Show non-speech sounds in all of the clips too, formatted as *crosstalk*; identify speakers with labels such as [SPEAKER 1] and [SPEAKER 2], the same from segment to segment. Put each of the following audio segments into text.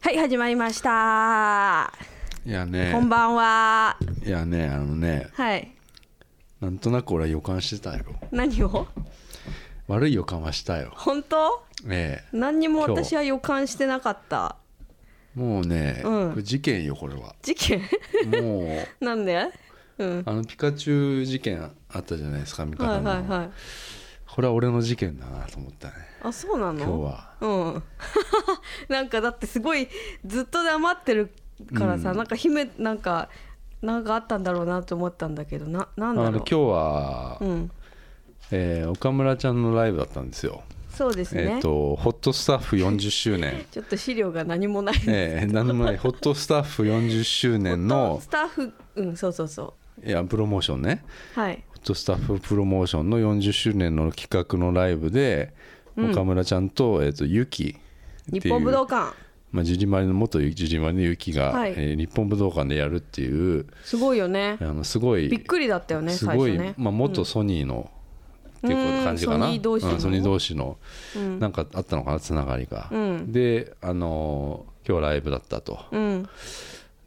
[SPEAKER 1] はい始まりました、
[SPEAKER 2] いやね
[SPEAKER 1] こんばんはい
[SPEAKER 2] やねあのね
[SPEAKER 1] はい
[SPEAKER 2] なんとなく俺は予感してたよ
[SPEAKER 1] 何を
[SPEAKER 2] 悪い予感はしたよ
[SPEAKER 1] 本当
[SPEAKER 2] ええ
[SPEAKER 1] 何にも
[SPEAKER 2] 今日
[SPEAKER 1] 私は予感してなかった
[SPEAKER 2] もうね、
[SPEAKER 1] うん
[SPEAKER 2] これ事件よこれは
[SPEAKER 1] 事件 *laughs*
[SPEAKER 2] もう
[SPEAKER 1] なんでうん
[SPEAKER 2] あのピカチュウ事件あったじゃないですか味
[SPEAKER 1] は
[SPEAKER 2] 方
[SPEAKER 1] い
[SPEAKER 2] の、
[SPEAKER 1] はいはい
[SPEAKER 2] これは俺の事件だなと思ったね
[SPEAKER 1] あそうなの
[SPEAKER 2] 今日は
[SPEAKER 1] うん *laughs* なんかだってすごいずっと黙ってるからさ、
[SPEAKER 2] うん
[SPEAKER 1] なんか姫なんかなんかあったんだろうなと思ったんだけどなな
[SPEAKER 2] あ
[SPEAKER 1] んだ
[SPEAKER 2] の
[SPEAKER 1] ろう
[SPEAKER 2] 今日は、
[SPEAKER 1] うん
[SPEAKER 2] えー岡村ちゃんのライブだったんですよ
[SPEAKER 1] そうです
[SPEAKER 2] えっ、
[SPEAKER 1] ね、
[SPEAKER 2] とホットスタッフ40周
[SPEAKER 1] *laughs*
[SPEAKER 2] 年
[SPEAKER 1] ちょっと資料が何もない、
[SPEAKER 2] ええ何でもないホットスタッフ40周年の
[SPEAKER 1] スタッフうんそうそうそ
[SPEAKER 2] いやプロモーションね
[SPEAKER 1] うはい
[SPEAKER 2] ホットスタッフプロモーションの40周年の企画のライブで、岡村ちゃんと,、えー、とユキって
[SPEAKER 1] 日
[SPEAKER 2] いう
[SPEAKER 1] 本武道館
[SPEAKER 2] まあ、ジュリマリの元ジュリマリのユキが、
[SPEAKER 1] はい
[SPEAKER 2] えー日本武道館でやるっていう
[SPEAKER 1] すごいよね
[SPEAKER 2] あのすごい
[SPEAKER 1] びっくりだったよね
[SPEAKER 2] す
[SPEAKER 1] 最
[SPEAKER 2] ご
[SPEAKER 1] 初
[SPEAKER 2] い、
[SPEAKER 1] ね
[SPEAKER 2] まあ、元ソニーの、っていう感じかな
[SPEAKER 1] うんソニー同士の
[SPEAKER 2] うんソニー同士の
[SPEAKER 1] うん
[SPEAKER 2] なんかあったのかなつながりが、
[SPEAKER 1] うん
[SPEAKER 2] で、あのー今日ライブだったと
[SPEAKER 1] うん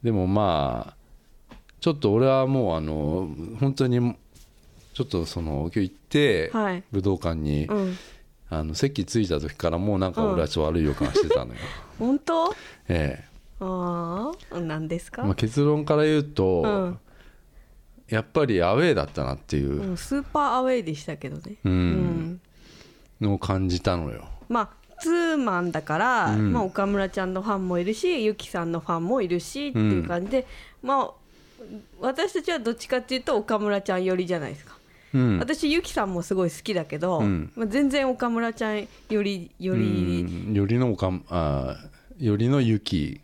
[SPEAKER 2] でもまあちょっと俺はもうあの本当にちょっとその今日行って、
[SPEAKER 1] はい
[SPEAKER 2] 武道館に、
[SPEAKER 1] うん
[SPEAKER 2] あの席着いた時からもうなんか俺はちょっと悪い予感してた
[SPEAKER 1] *laughs*
[SPEAKER 2] のよ、
[SPEAKER 1] 本当
[SPEAKER 2] え
[SPEAKER 1] ああ何です
[SPEAKER 2] え
[SPEAKER 1] か、
[SPEAKER 2] まあ、結論から言うと、
[SPEAKER 1] うん、
[SPEAKER 2] やっぱりアウェーだったなっていううん
[SPEAKER 1] スーパーアウェイでしたけどね
[SPEAKER 2] うん
[SPEAKER 1] うん
[SPEAKER 2] のを感じたのよ、
[SPEAKER 1] まあツーマンだから、
[SPEAKER 2] うん
[SPEAKER 1] まあ、岡村ちゃんのファンもいるしゆきさんのファンもいるしっていう感じで、まあ私たちはどっちかっていうと岡村ちゃん寄りじゃないですか、
[SPEAKER 2] うん、
[SPEAKER 1] 私ゆきさんもすごい好きだけど、
[SPEAKER 2] うん
[SPEAKER 1] まあ、全然岡村ちゃん寄り寄
[SPEAKER 2] よ
[SPEAKER 1] り、
[SPEAKER 2] よりのおかんあーよりの雪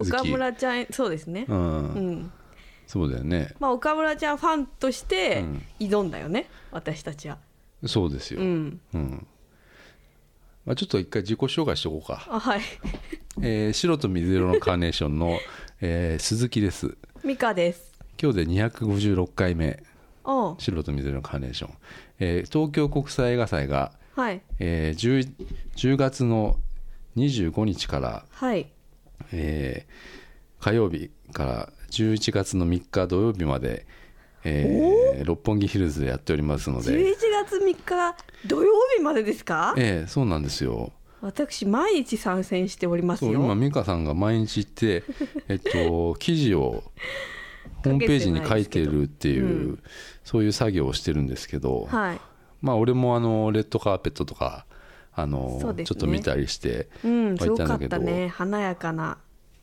[SPEAKER 2] 好き
[SPEAKER 1] 岡村ちゃんそうですね、
[SPEAKER 2] うん
[SPEAKER 1] うん
[SPEAKER 2] そうだよね
[SPEAKER 1] まあ、岡村ちゃんファンとして
[SPEAKER 2] うん
[SPEAKER 1] 挑んだよね、私たちは。
[SPEAKER 2] そうですよ、
[SPEAKER 1] うん、
[SPEAKER 2] うんまあ、ちょっと一回自己紹介しておこうか、
[SPEAKER 1] あはい *laughs*
[SPEAKER 2] えー白と水色のカーネーションの、えー鈴木です
[SPEAKER 1] ミカです。
[SPEAKER 2] 今日で256回目
[SPEAKER 1] おう
[SPEAKER 2] 白と水色のカーネーション、えー東京国際映画祭が、
[SPEAKER 1] はい
[SPEAKER 2] えー 10, 10月の25日から、
[SPEAKER 1] はい
[SPEAKER 2] えー火曜日から11月の3日土曜日まで、えー六本木ヒルズでやっておりますの
[SPEAKER 1] 11
[SPEAKER 2] で、
[SPEAKER 1] 月3日土曜日までですか
[SPEAKER 2] えーそうなんですよ
[SPEAKER 1] 私毎日参戦しております
[SPEAKER 2] そう
[SPEAKER 1] よ
[SPEAKER 2] 今美香さんが毎日
[SPEAKER 1] *laughs*
[SPEAKER 2] 行って、えっと、記事をホームページに書いてるっていう
[SPEAKER 1] かけてないですけどう
[SPEAKER 2] そういう作業をしてるんですけど、
[SPEAKER 1] はい
[SPEAKER 2] まあ俺もあのレッドカーペットとかあの、
[SPEAKER 1] そうですね
[SPEAKER 2] ちょっと見たりして
[SPEAKER 1] うん
[SPEAKER 2] まあ
[SPEAKER 1] すご
[SPEAKER 2] 行ったん
[SPEAKER 1] か
[SPEAKER 2] だ
[SPEAKER 1] っ
[SPEAKER 2] けど
[SPEAKER 1] たね華やかな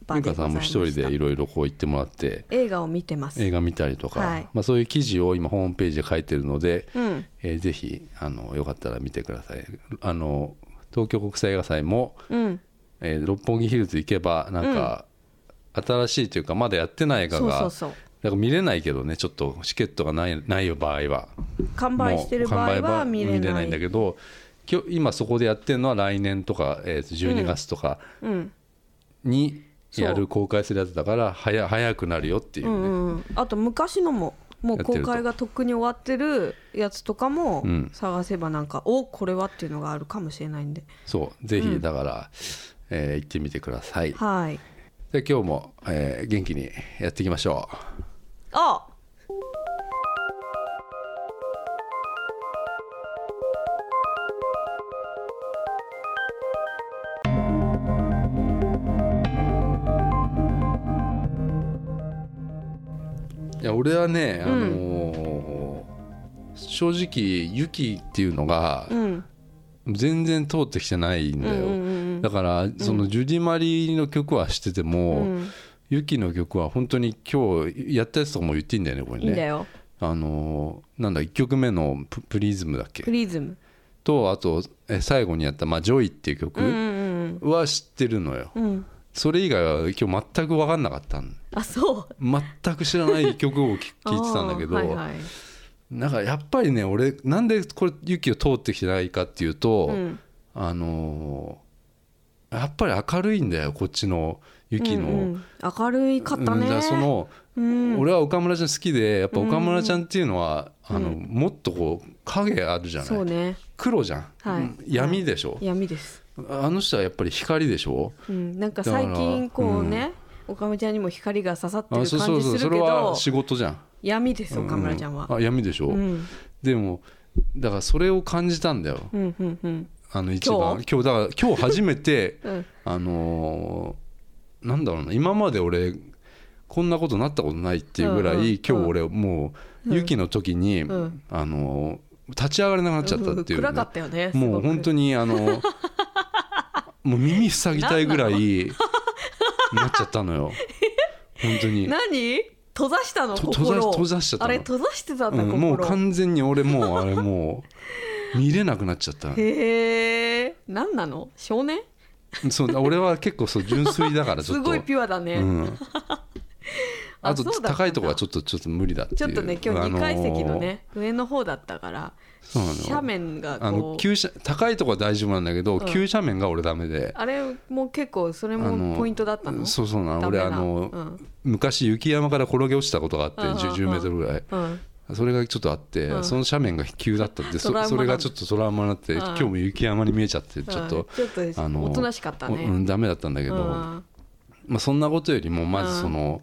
[SPEAKER 1] 場
[SPEAKER 2] 美
[SPEAKER 1] でご
[SPEAKER 2] 香
[SPEAKER 1] ざ
[SPEAKER 2] さ
[SPEAKER 1] い
[SPEAKER 2] んも
[SPEAKER 1] ま
[SPEAKER 2] 一
[SPEAKER 1] した
[SPEAKER 2] 人でいろいろこう行ってもらって
[SPEAKER 1] 映画を見てます
[SPEAKER 2] 映画見たりとか、
[SPEAKER 1] はい
[SPEAKER 2] まあ、そういう記事を今ホームページで書いてるので、
[SPEAKER 1] うん
[SPEAKER 2] えーぜひあのよかったら見てくださいあの東京国際映画祭も、
[SPEAKER 1] うん
[SPEAKER 2] えー六本木ヒルズ行けばなんか、新しいというかまだやってない映画
[SPEAKER 1] そう
[SPEAKER 2] が
[SPEAKER 1] そうそう
[SPEAKER 2] だから見れないけどねちょっとチケットがないないよ場合は
[SPEAKER 1] 完売してる場合
[SPEAKER 2] もう完売
[SPEAKER 1] は見れない
[SPEAKER 2] 見れないんだけど今日今そこでやってるのは来年とか、えーと12月とか
[SPEAKER 1] うん
[SPEAKER 2] に
[SPEAKER 1] そう
[SPEAKER 2] やる公開するやつだから早早くなるよっていう
[SPEAKER 1] う
[SPEAKER 2] ね、
[SPEAKER 1] んうんうん、あと昔のももう公開がとっくに終わってるやつとかも
[SPEAKER 2] うん
[SPEAKER 1] 探せばなんか、おこれはっていうのがあるかもしれないんで
[SPEAKER 2] そうぜ
[SPEAKER 1] うん
[SPEAKER 2] ひだから、えー行ってみてください
[SPEAKER 1] はい
[SPEAKER 2] で今日も、えー元気にやっていきましょう
[SPEAKER 1] あ
[SPEAKER 2] いや俺はね、
[SPEAKER 1] うん
[SPEAKER 2] あのー正直雪っていうのが
[SPEAKER 1] うん
[SPEAKER 2] 全然通ってきてないんだよ、
[SPEAKER 1] うんうんうん
[SPEAKER 2] だからそのジュディ・マリの曲はしてて
[SPEAKER 1] う
[SPEAKER 2] も、
[SPEAKER 1] ん
[SPEAKER 2] ユキの曲は本当に今日やったやつとかも言っていいんだよねこれ
[SPEAKER 1] いいんだ
[SPEAKER 2] ね
[SPEAKER 1] よ
[SPEAKER 2] あのーなんだ1曲目のプ「プリズム」だっ
[SPEAKER 1] プ
[SPEAKER 2] け
[SPEAKER 1] リズム
[SPEAKER 2] とあとえ最後にやった「まあ、ジョイ」っていう
[SPEAKER 1] うんう
[SPEAKER 2] 曲
[SPEAKER 1] ん
[SPEAKER 2] は知ってるのよ、
[SPEAKER 1] うんうん
[SPEAKER 2] それ以外は今日全く分かんなかったの
[SPEAKER 1] あそう
[SPEAKER 2] 全く知らない曲を聴
[SPEAKER 1] あー
[SPEAKER 2] いてたんだけど、
[SPEAKER 1] *laughs* はいはい
[SPEAKER 2] なんかやっぱりね俺なんでこれユキを通ってきてないかっていうと、
[SPEAKER 1] うん
[SPEAKER 2] あのーやっぱり明るいんだよこっちのユキの。
[SPEAKER 1] うんうん明るい方
[SPEAKER 2] うんだか
[SPEAKER 1] ね
[SPEAKER 2] らその
[SPEAKER 1] うん
[SPEAKER 2] 俺は岡村ちゃん好きでやっぱ岡村ちゃんっていうのは、
[SPEAKER 1] うん
[SPEAKER 2] あのもっとこう影あるじゃない、
[SPEAKER 1] そうね
[SPEAKER 2] 黒じゃん、
[SPEAKER 1] はい
[SPEAKER 2] うん闇でしょ、
[SPEAKER 1] 闇です
[SPEAKER 2] あの人はやっぱり光でしょ
[SPEAKER 1] うん、なんか
[SPEAKER 2] だから
[SPEAKER 1] 最近こうね、岡村ちゃんにも光が刺さって
[SPEAKER 2] あ
[SPEAKER 1] る
[SPEAKER 2] そう
[SPEAKER 1] 感
[SPEAKER 2] そう
[SPEAKER 1] じ
[SPEAKER 2] そう
[SPEAKER 1] す
[SPEAKER 2] そ
[SPEAKER 1] る
[SPEAKER 2] れ
[SPEAKER 1] け
[SPEAKER 2] は
[SPEAKER 1] ど
[SPEAKER 2] 仕事じゃん
[SPEAKER 1] 闇です岡村ちゃんは、
[SPEAKER 2] うあ闇でしょ、
[SPEAKER 1] うん、
[SPEAKER 2] でもだからそれを感じたんだよ
[SPEAKER 1] うんうんうん
[SPEAKER 2] あの一番今日だから今日初めて
[SPEAKER 1] うん
[SPEAKER 2] あのーなんだろうな今まで俺こんなことなったことないっていうぐらい、
[SPEAKER 1] うんうんうん
[SPEAKER 2] 今日俺もう、
[SPEAKER 1] うん
[SPEAKER 2] ユキの時に、
[SPEAKER 1] うん
[SPEAKER 2] あのー立ち上がれなくなっちゃったっていうね、
[SPEAKER 1] 暗かったよね
[SPEAKER 2] もう本当
[SPEAKER 1] に
[SPEAKER 2] に
[SPEAKER 1] *laughs*
[SPEAKER 2] あのもう耳塞ぎたいぐらいなっちゃったのよ本当に
[SPEAKER 1] 何閉ざしたの
[SPEAKER 2] と
[SPEAKER 1] 心
[SPEAKER 2] 閉ざ
[SPEAKER 1] を
[SPEAKER 2] 閉ざしちゃった
[SPEAKER 1] あ
[SPEAKER 2] の
[SPEAKER 1] れ閉ざしてたんだ、
[SPEAKER 2] うん
[SPEAKER 1] 心
[SPEAKER 2] もう完全に俺もうあれもう見れなくなっちゃ
[SPEAKER 1] *laughs*
[SPEAKER 2] った
[SPEAKER 1] へえ何なの少年
[SPEAKER 2] そう俺は結構そう純粋だからち
[SPEAKER 1] す
[SPEAKER 2] ょっと
[SPEAKER 1] ごいピュアだね、
[SPEAKER 2] うん、あと
[SPEAKER 1] そうだったんだ
[SPEAKER 2] 高いとこはちょっとちょっと無理だっていう
[SPEAKER 1] ちょっとね今日
[SPEAKER 2] あの
[SPEAKER 1] 2
[SPEAKER 2] ー
[SPEAKER 1] 階席のね、上の方だったから
[SPEAKER 2] そうなのよ
[SPEAKER 1] 斜面が
[SPEAKER 2] あの
[SPEAKER 1] こう
[SPEAKER 2] 急斜高いとこは大丈夫なんだけど、
[SPEAKER 1] ん
[SPEAKER 2] 急斜面が俺ダメで
[SPEAKER 1] あれも結構それ
[SPEAKER 2] あ
[SPEAKER 1] も
[SPEAKER 2] の
[SPEAKER 1] ポイントだったの
[SPEAKER 2] そうそうなの
[SPEAKER 1] ダメ
[SPEAKER 2] 俺
[SPEAKER 1] な
[SPEAKER 2] あの、
[SPEAKER 1] うん
[SPEAKER 2] 昔雪山から転げ落ちたことがあって
[SPEAKER 1] うんうんうん
[SPEAKER 2] 1 0メートルぐらい
[SPEAKER 1] うん
[SPEAKER 2] それがちょっとあって、
[SPEAKER 1] うん
[SPEAKER 2] その斜面が急だったってそ
[SPEAKER 1] トラウマなんだ
[SPEAKER 2] それがちょっとトラウマになって、
[SPEAKER 1] うん
[SPEAKER 2] 今日も雪山に見えちゃってちょっと、
[SPEAKER 1] うんちょっと
[SPEAKER 2] あの
[SPEAKER 1] おとなしかったね
[SPEAKER 2] おうん、ダメだったんだけど、
[SPEAKER 1] うん
[SPEAKER 2] まあ、そんなことよりもまずその,、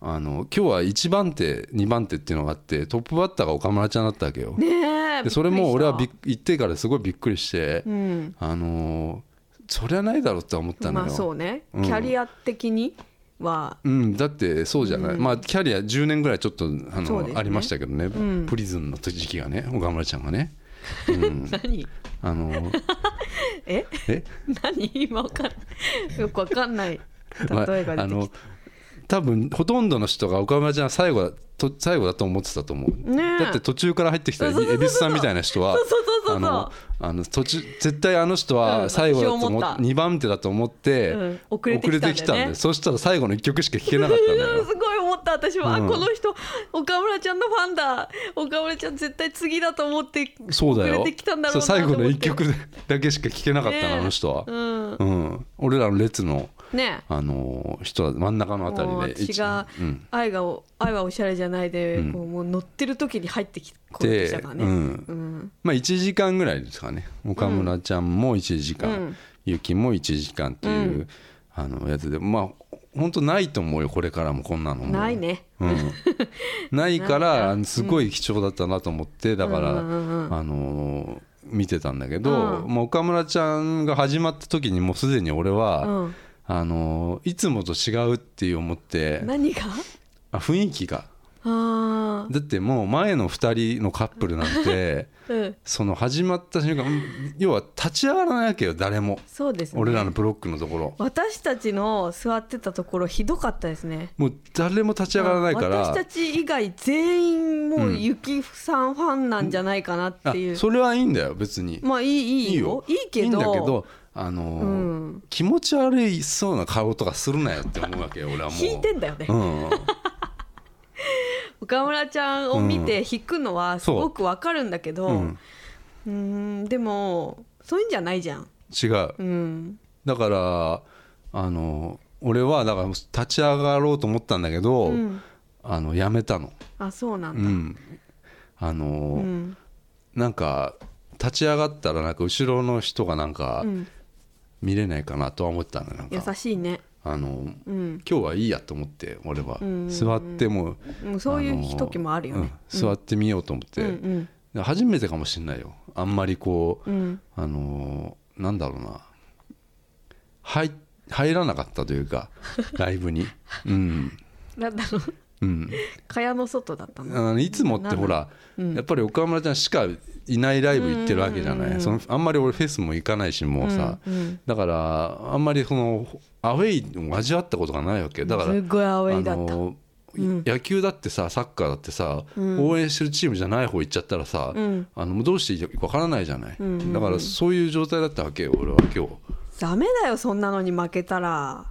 [SPEAKER 2] あの今日は1番手2番手っていうのがあってトップバッターが岡村ちゃんだったわけよ。
[SPEAKER 1] ねえ
[SPEAKER 2] でそれも俺はびっ
[SPEAKER 1] くり
[SPEAKER 2] 行ってからすごいびっくりして、
[SPEAKER 1] したうん
[SPEAKER 2] あのーそりゃないだろうって思ったのよ。
[SPEAKER 1] まあそうね
[SPEAKER 2] うん
[SPEAKER 1] キャリア的には
[SPEAKER 2] うん、だってそうじゃない、
[SPEAKER 1] うん
[SPEAKER 2] まあキャリア10年ぐらいちょっとあ
[SPEAKER 1] そう
[SPEAKER 2] の、
[SPEAKER 1] ですね
[SPEAKER 2] ありましたけどね、
[SPEAKER 1] うん
[SPEAKER 2] プリズンの時期がね岡村ちゃんがね、うん、
[SPEAKER 1] 何
[SPEAKER 2] あの
[SPEAKER 1] *laughs* え
[SPEAKER 2] え
[SPEAKER 1] 何今わかんよくわかんない
[SPEAKER 2] ま
[SPEAKER 1] 例えが
[SPEAKER 2] あ
[SPEAKER 1] 出て
[SPEAKER 2] の
[SPEAKER 1] き
[SPEAKER 2] 多分ほとんどの人が岡村ちゃんは最後だと最後だと思ってたと思う、
[SPEAKER 1] ねえ
[SPEAKER 2] だって途中から入ってきた
[SPEAKER 1] そうそうそうそう
[SPEAKER 2] 恵比寿さんみたいな人は
[SPEAKER 1] そうそうそうそう
[SPEAKER 2] あのあの途中絶対あの人は最後だと思
[SPEAKER 1] うんそう思
[SPEAKER 2] っ
[SPEAKER 1] った
[SPEAKER 2] て2番手だと思って、
[SPEAKER 1] うん遅れてきたんだよね
[SPEAKER 2] 遅そしたら最後の1曲しか聴けなかったの
[SPEAKER 1] た
[SPEAKER 2] よ
[SPEAKER 1] すごい思った私は、
[SPEAKER 2] うん
[SPEAKER 1] あこの人岡村ちゃんのファンだ岡村ちゃん絶対次だと思って
[SPEAKER 2] そうだ
[SPEAKER 1] 遅
[SPEAKER 2] よ
[SPEAKER 1] れてきたんだろう
[SPEAKER 2] そう
[SPEAKER 1] なと
[SPEAKER 2] 最
[SPEAKER 1] 思
[SPEAKER 2] 後
[SPEAKER 1] って
[SPEAKER 2] の1曲だけしか聴けなかったの、
[SPEAKER 1] ねえ
[SPEAKER 2] あの人は、
[SPEAKER 1] うん
[SPEAKER 2] うん、俺らの列の、
[SPEAKER 1] ね
[SPEAKER 2] あのー人は真ん中のあたり
[SPEAKER 1] もう
[SPEAKER 2] で一
[SPEAKER 1] 私が
[SPEAKER 2] うん
[SPEAKER 1] 愛がお愛はおしゃれじゃないで、
[SPEAKER 2] うん
[SPEAKER 1] こうもう乗ってる時に入ってきこうで
[SPEAKER 2] で
[SPEAKER 1] したからね、
[SPEAKER 2] うん
[SPEAKER 1] うん
[SPEAKER 2] まあ、1時間ぐらいですかね岡村ちゃんも1時間、
[SPEAKER 1] うん
[SPEAKER 2] ゆきも1時間っていう、
[SPEAKER 1] う
[SPEAKER 2] あのやつでまあ本当ないと思うよこれからもこんなのも
[SPEAKER 1] ない、ね *laughs*
[SPEAKER 2] うん、ないからあのすごい貴重だったなと思ってだから、
[SPEAKER 1] うんうんうんうん
[SPEAKER 2] あのー見てたんだけど、
[SPEAKER 1] うん
[SPEAKER 2] まあ、岡村ちゃんが始まった時にもうすでに俺は、
[SPEAKER 1] うん
[SPEAKER 2] あのーいつもと違うっていう思って
[SPEAKER 1] 何が
[SPEAKER 2] あ雰囲気が
[SPEAKER 1] あ
[SPEAKER 2] だってもう前の2人のカップルな
[SPEAKER 1] *laughs*
[SPEAKER 2] ん
[SPEAKER 1] ーうん
[SPEAKER 2] てその始まった瞬間うん要は立ち上がらないわけよ誰も
[SPEAKER 1] そうですね
[SPEAKER 2] 俺らのブロックのところ
[SPEAKER 1] 私たちの座ってたところひどかったですね
[SPEAKER 2] もう誰も立ち上がらないから
[SPEAKER 1] 私たち以外全員もうゆきさんファンなんじゃないかなっていう、
[SPEAKER 2] あそれはいいんだよ別に
[SPEAKER 1] まあいいいいよいいけど
[SPEAKER 2] いいんだけどあのー
[SPEAKER 1] うん
[SPEAKER 2] 気持ち悪いそうな顔とかするなよって思うわけよ俺はもう
[SPEAKER 1] 引いてんだよね、
[SPEAKER 2] うん
[SPEAKER 1] 岡村ちゃんを見て引くのはすごくわかるんだけど
[SPEAKER 2] う
[SPEAKER 1] うん
[SPEAKER 2] ん
[SPEAKER 1] ーんでもそういうんじゃないじゃん
[SPEAKER 2] 違う
[SPEAKER 1] うん
[SPEAKER 2] だからあのー俺はだから立ち上がろうと思ったんだけど、
[SPEAKER 1] ん
[SPEAKER 2] あのやめたの
[SPEAKER 1] あそうな
[SPEAKER 2] うん
[SPEAKER 1] だ
[SPEAKER 2] んあの
[SPEAKER 1] う
[SPEAKER 2] ー
[SPEAKER 1] ん
[SPEAKER 2] なんか立ち上がったらなんか後ろの人がなんか
[SPEAKER 1] うん
[SPEAKER 2] 見れないかなとは思ったんだなんか
[SPEAKER 1] 優しいね
[SPEAKER 2] あの
[SPEAKER 1] うん
[SPEAKER 2] 今日はいいやと思って俺は
[SPEAKER 1] うん
[SPEAKER 2] 座っても
[SPEAKER 1] うんそう
[SPEAKER 2] あの
[SPEAKER 1] いう時もあるよね
[SPEAKER 2] うん座ってみようと思
[SPEAKER 1] う
[SPEAKER 2] っ
[SPEAKER 1] ん
[SPEAKER 2] て初めてかもしれないよあんまりこ
[SPEAKER 1] うんうん
[SPEAKER 2] うあのなんだろうな入入らなかったとい
[SPEAKER 1] *laughs*
[SPEAKER 2] うかライブにうん
[SPEAKER 1] なんだろう
[SPEAKER 2] うん
[SPEAKER 1] 蚊帳の外だった
[SPEAKER 2] あ
[SPEAKER 1] の
[SPEAKER 2] のいつもってほら
[SPEAKER 1] うん
[SPEAKER 2] やっぱり岡村ちゃんしかいないライブ行ってるわけじゃ
[SPEAKER 1] うんうん
[SPEAKER 2] な
[SPEAKER 1] う
[SPEAKER 2] い
[SPEAKER 1] ん
[SPEAKER 2] そのあんまり俺フェスも行かないしもうさ
[SPEAKER 1] うんうん
[SPEAKER 2] だからあんまりそのアウェイを味わったことがないわけよだから
[SPEAKER 1] すごいアウェイだ
[SPEAKER 2] あ
[SPEAKER 1] った
[SPEAKER 2] の
[SPEAKER 1] うん
[SPEAKER 2] 野球だってさサッカーだってさ、
[SPEAKER 1] うん
[SPEAKER 2] 応援してるチームじゃない方行っちゃったらさ、
[SPEAKER 1] うん
[SPEAKER 2] あのもうどうしていいか分からないじゃない、
[SPEAKER 1] うんうんうん
[SPEAKER 2] だからそういう状態だったわけよ俺は今日
[SPEAKER 1] ダメだよそんなのに負けたら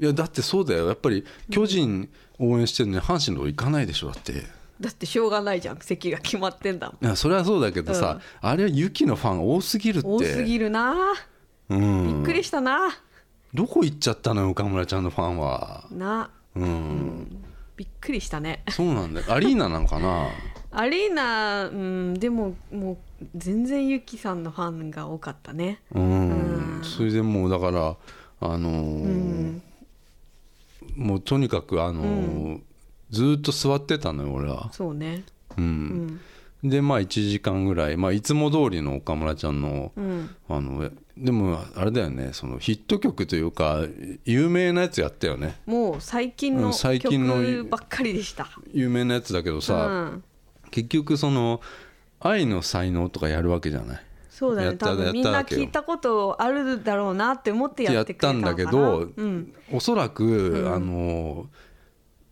[SPEAKER 2] いやだってそうだよやっぱり巨人応援してるのに阪神の方行かないでしょだってい
[SPEAKER 1] だってしょうがないじゃん席が決まってんだもん
[SPEAKER 2] やそれはそうだけどさ、あれはユキのファン多すぎるって
[SPEAKER 1] 多すぎるな
[SPEAKER 2] うん、
[SPEAKER 1] びっくりしたな
[SPEAKER 2] どこ行っちゃったのよ岡村ちゃんのファンは
[SPEAKER 1] な
[SPEAKER 2] うん、
[SPEAKER 1] びっくりしたね *laughs*
[SPEAKER 2] そうなんだよアリーナなのかな
[SPEAKER 1] アリーナ、うん、でももう全然ユキさんのファンが多かったね
[SPEAKER 2] うん、それでもうだからあのー
[SPEAKER 1] うん
[SPEAKER 2] もうとにかくあのーずーっと座ってたのよ俺は、
[SPEAKER 1] そうね
[SPEAKER 2] う
[SPEAKER 1] うんん
[SPEAKER 2] でまあ1時間ぐらい、まあ、いつも通りの岡村ちゃんの
[SPEAKER 1] うん
[SPEAKER 2] あのでもあれだよねそのヒット曲というか有名なやつやったよね
[SPEAKER 1] もう最近
[SPEAKER 2] う
[SPEAKER 1] の
[SPEAKER 2] ん最近の
[SPEAKER 1] 曲ばっかりでした
[SPEAKER 2] 有名なやつだけどさ、
[SPEAKER 1] うん、
[SPEAKER 2] 結局その愛の才能とかやるわけじゃない
[SPEAKER 1] そうだ
[SPEAKER 2] や
[SPEAKER 1] ね
[SPEAKER 2] った
[SPEAKER 1] 多分みん
[SPEAKER 2] や
[SPEAKER 1] な
[SPEAKER 2] ったわけよ
[SPEAKER 1] 聞いたことあるだろうなって思ってやってくれたのかな
[SPEAKER 2] やったんだけ
[SPEAKER 1] う
[SPEAKER 2] ど
[SPEAKER 1] ん、
[SPEAKER 2] おそらく、あの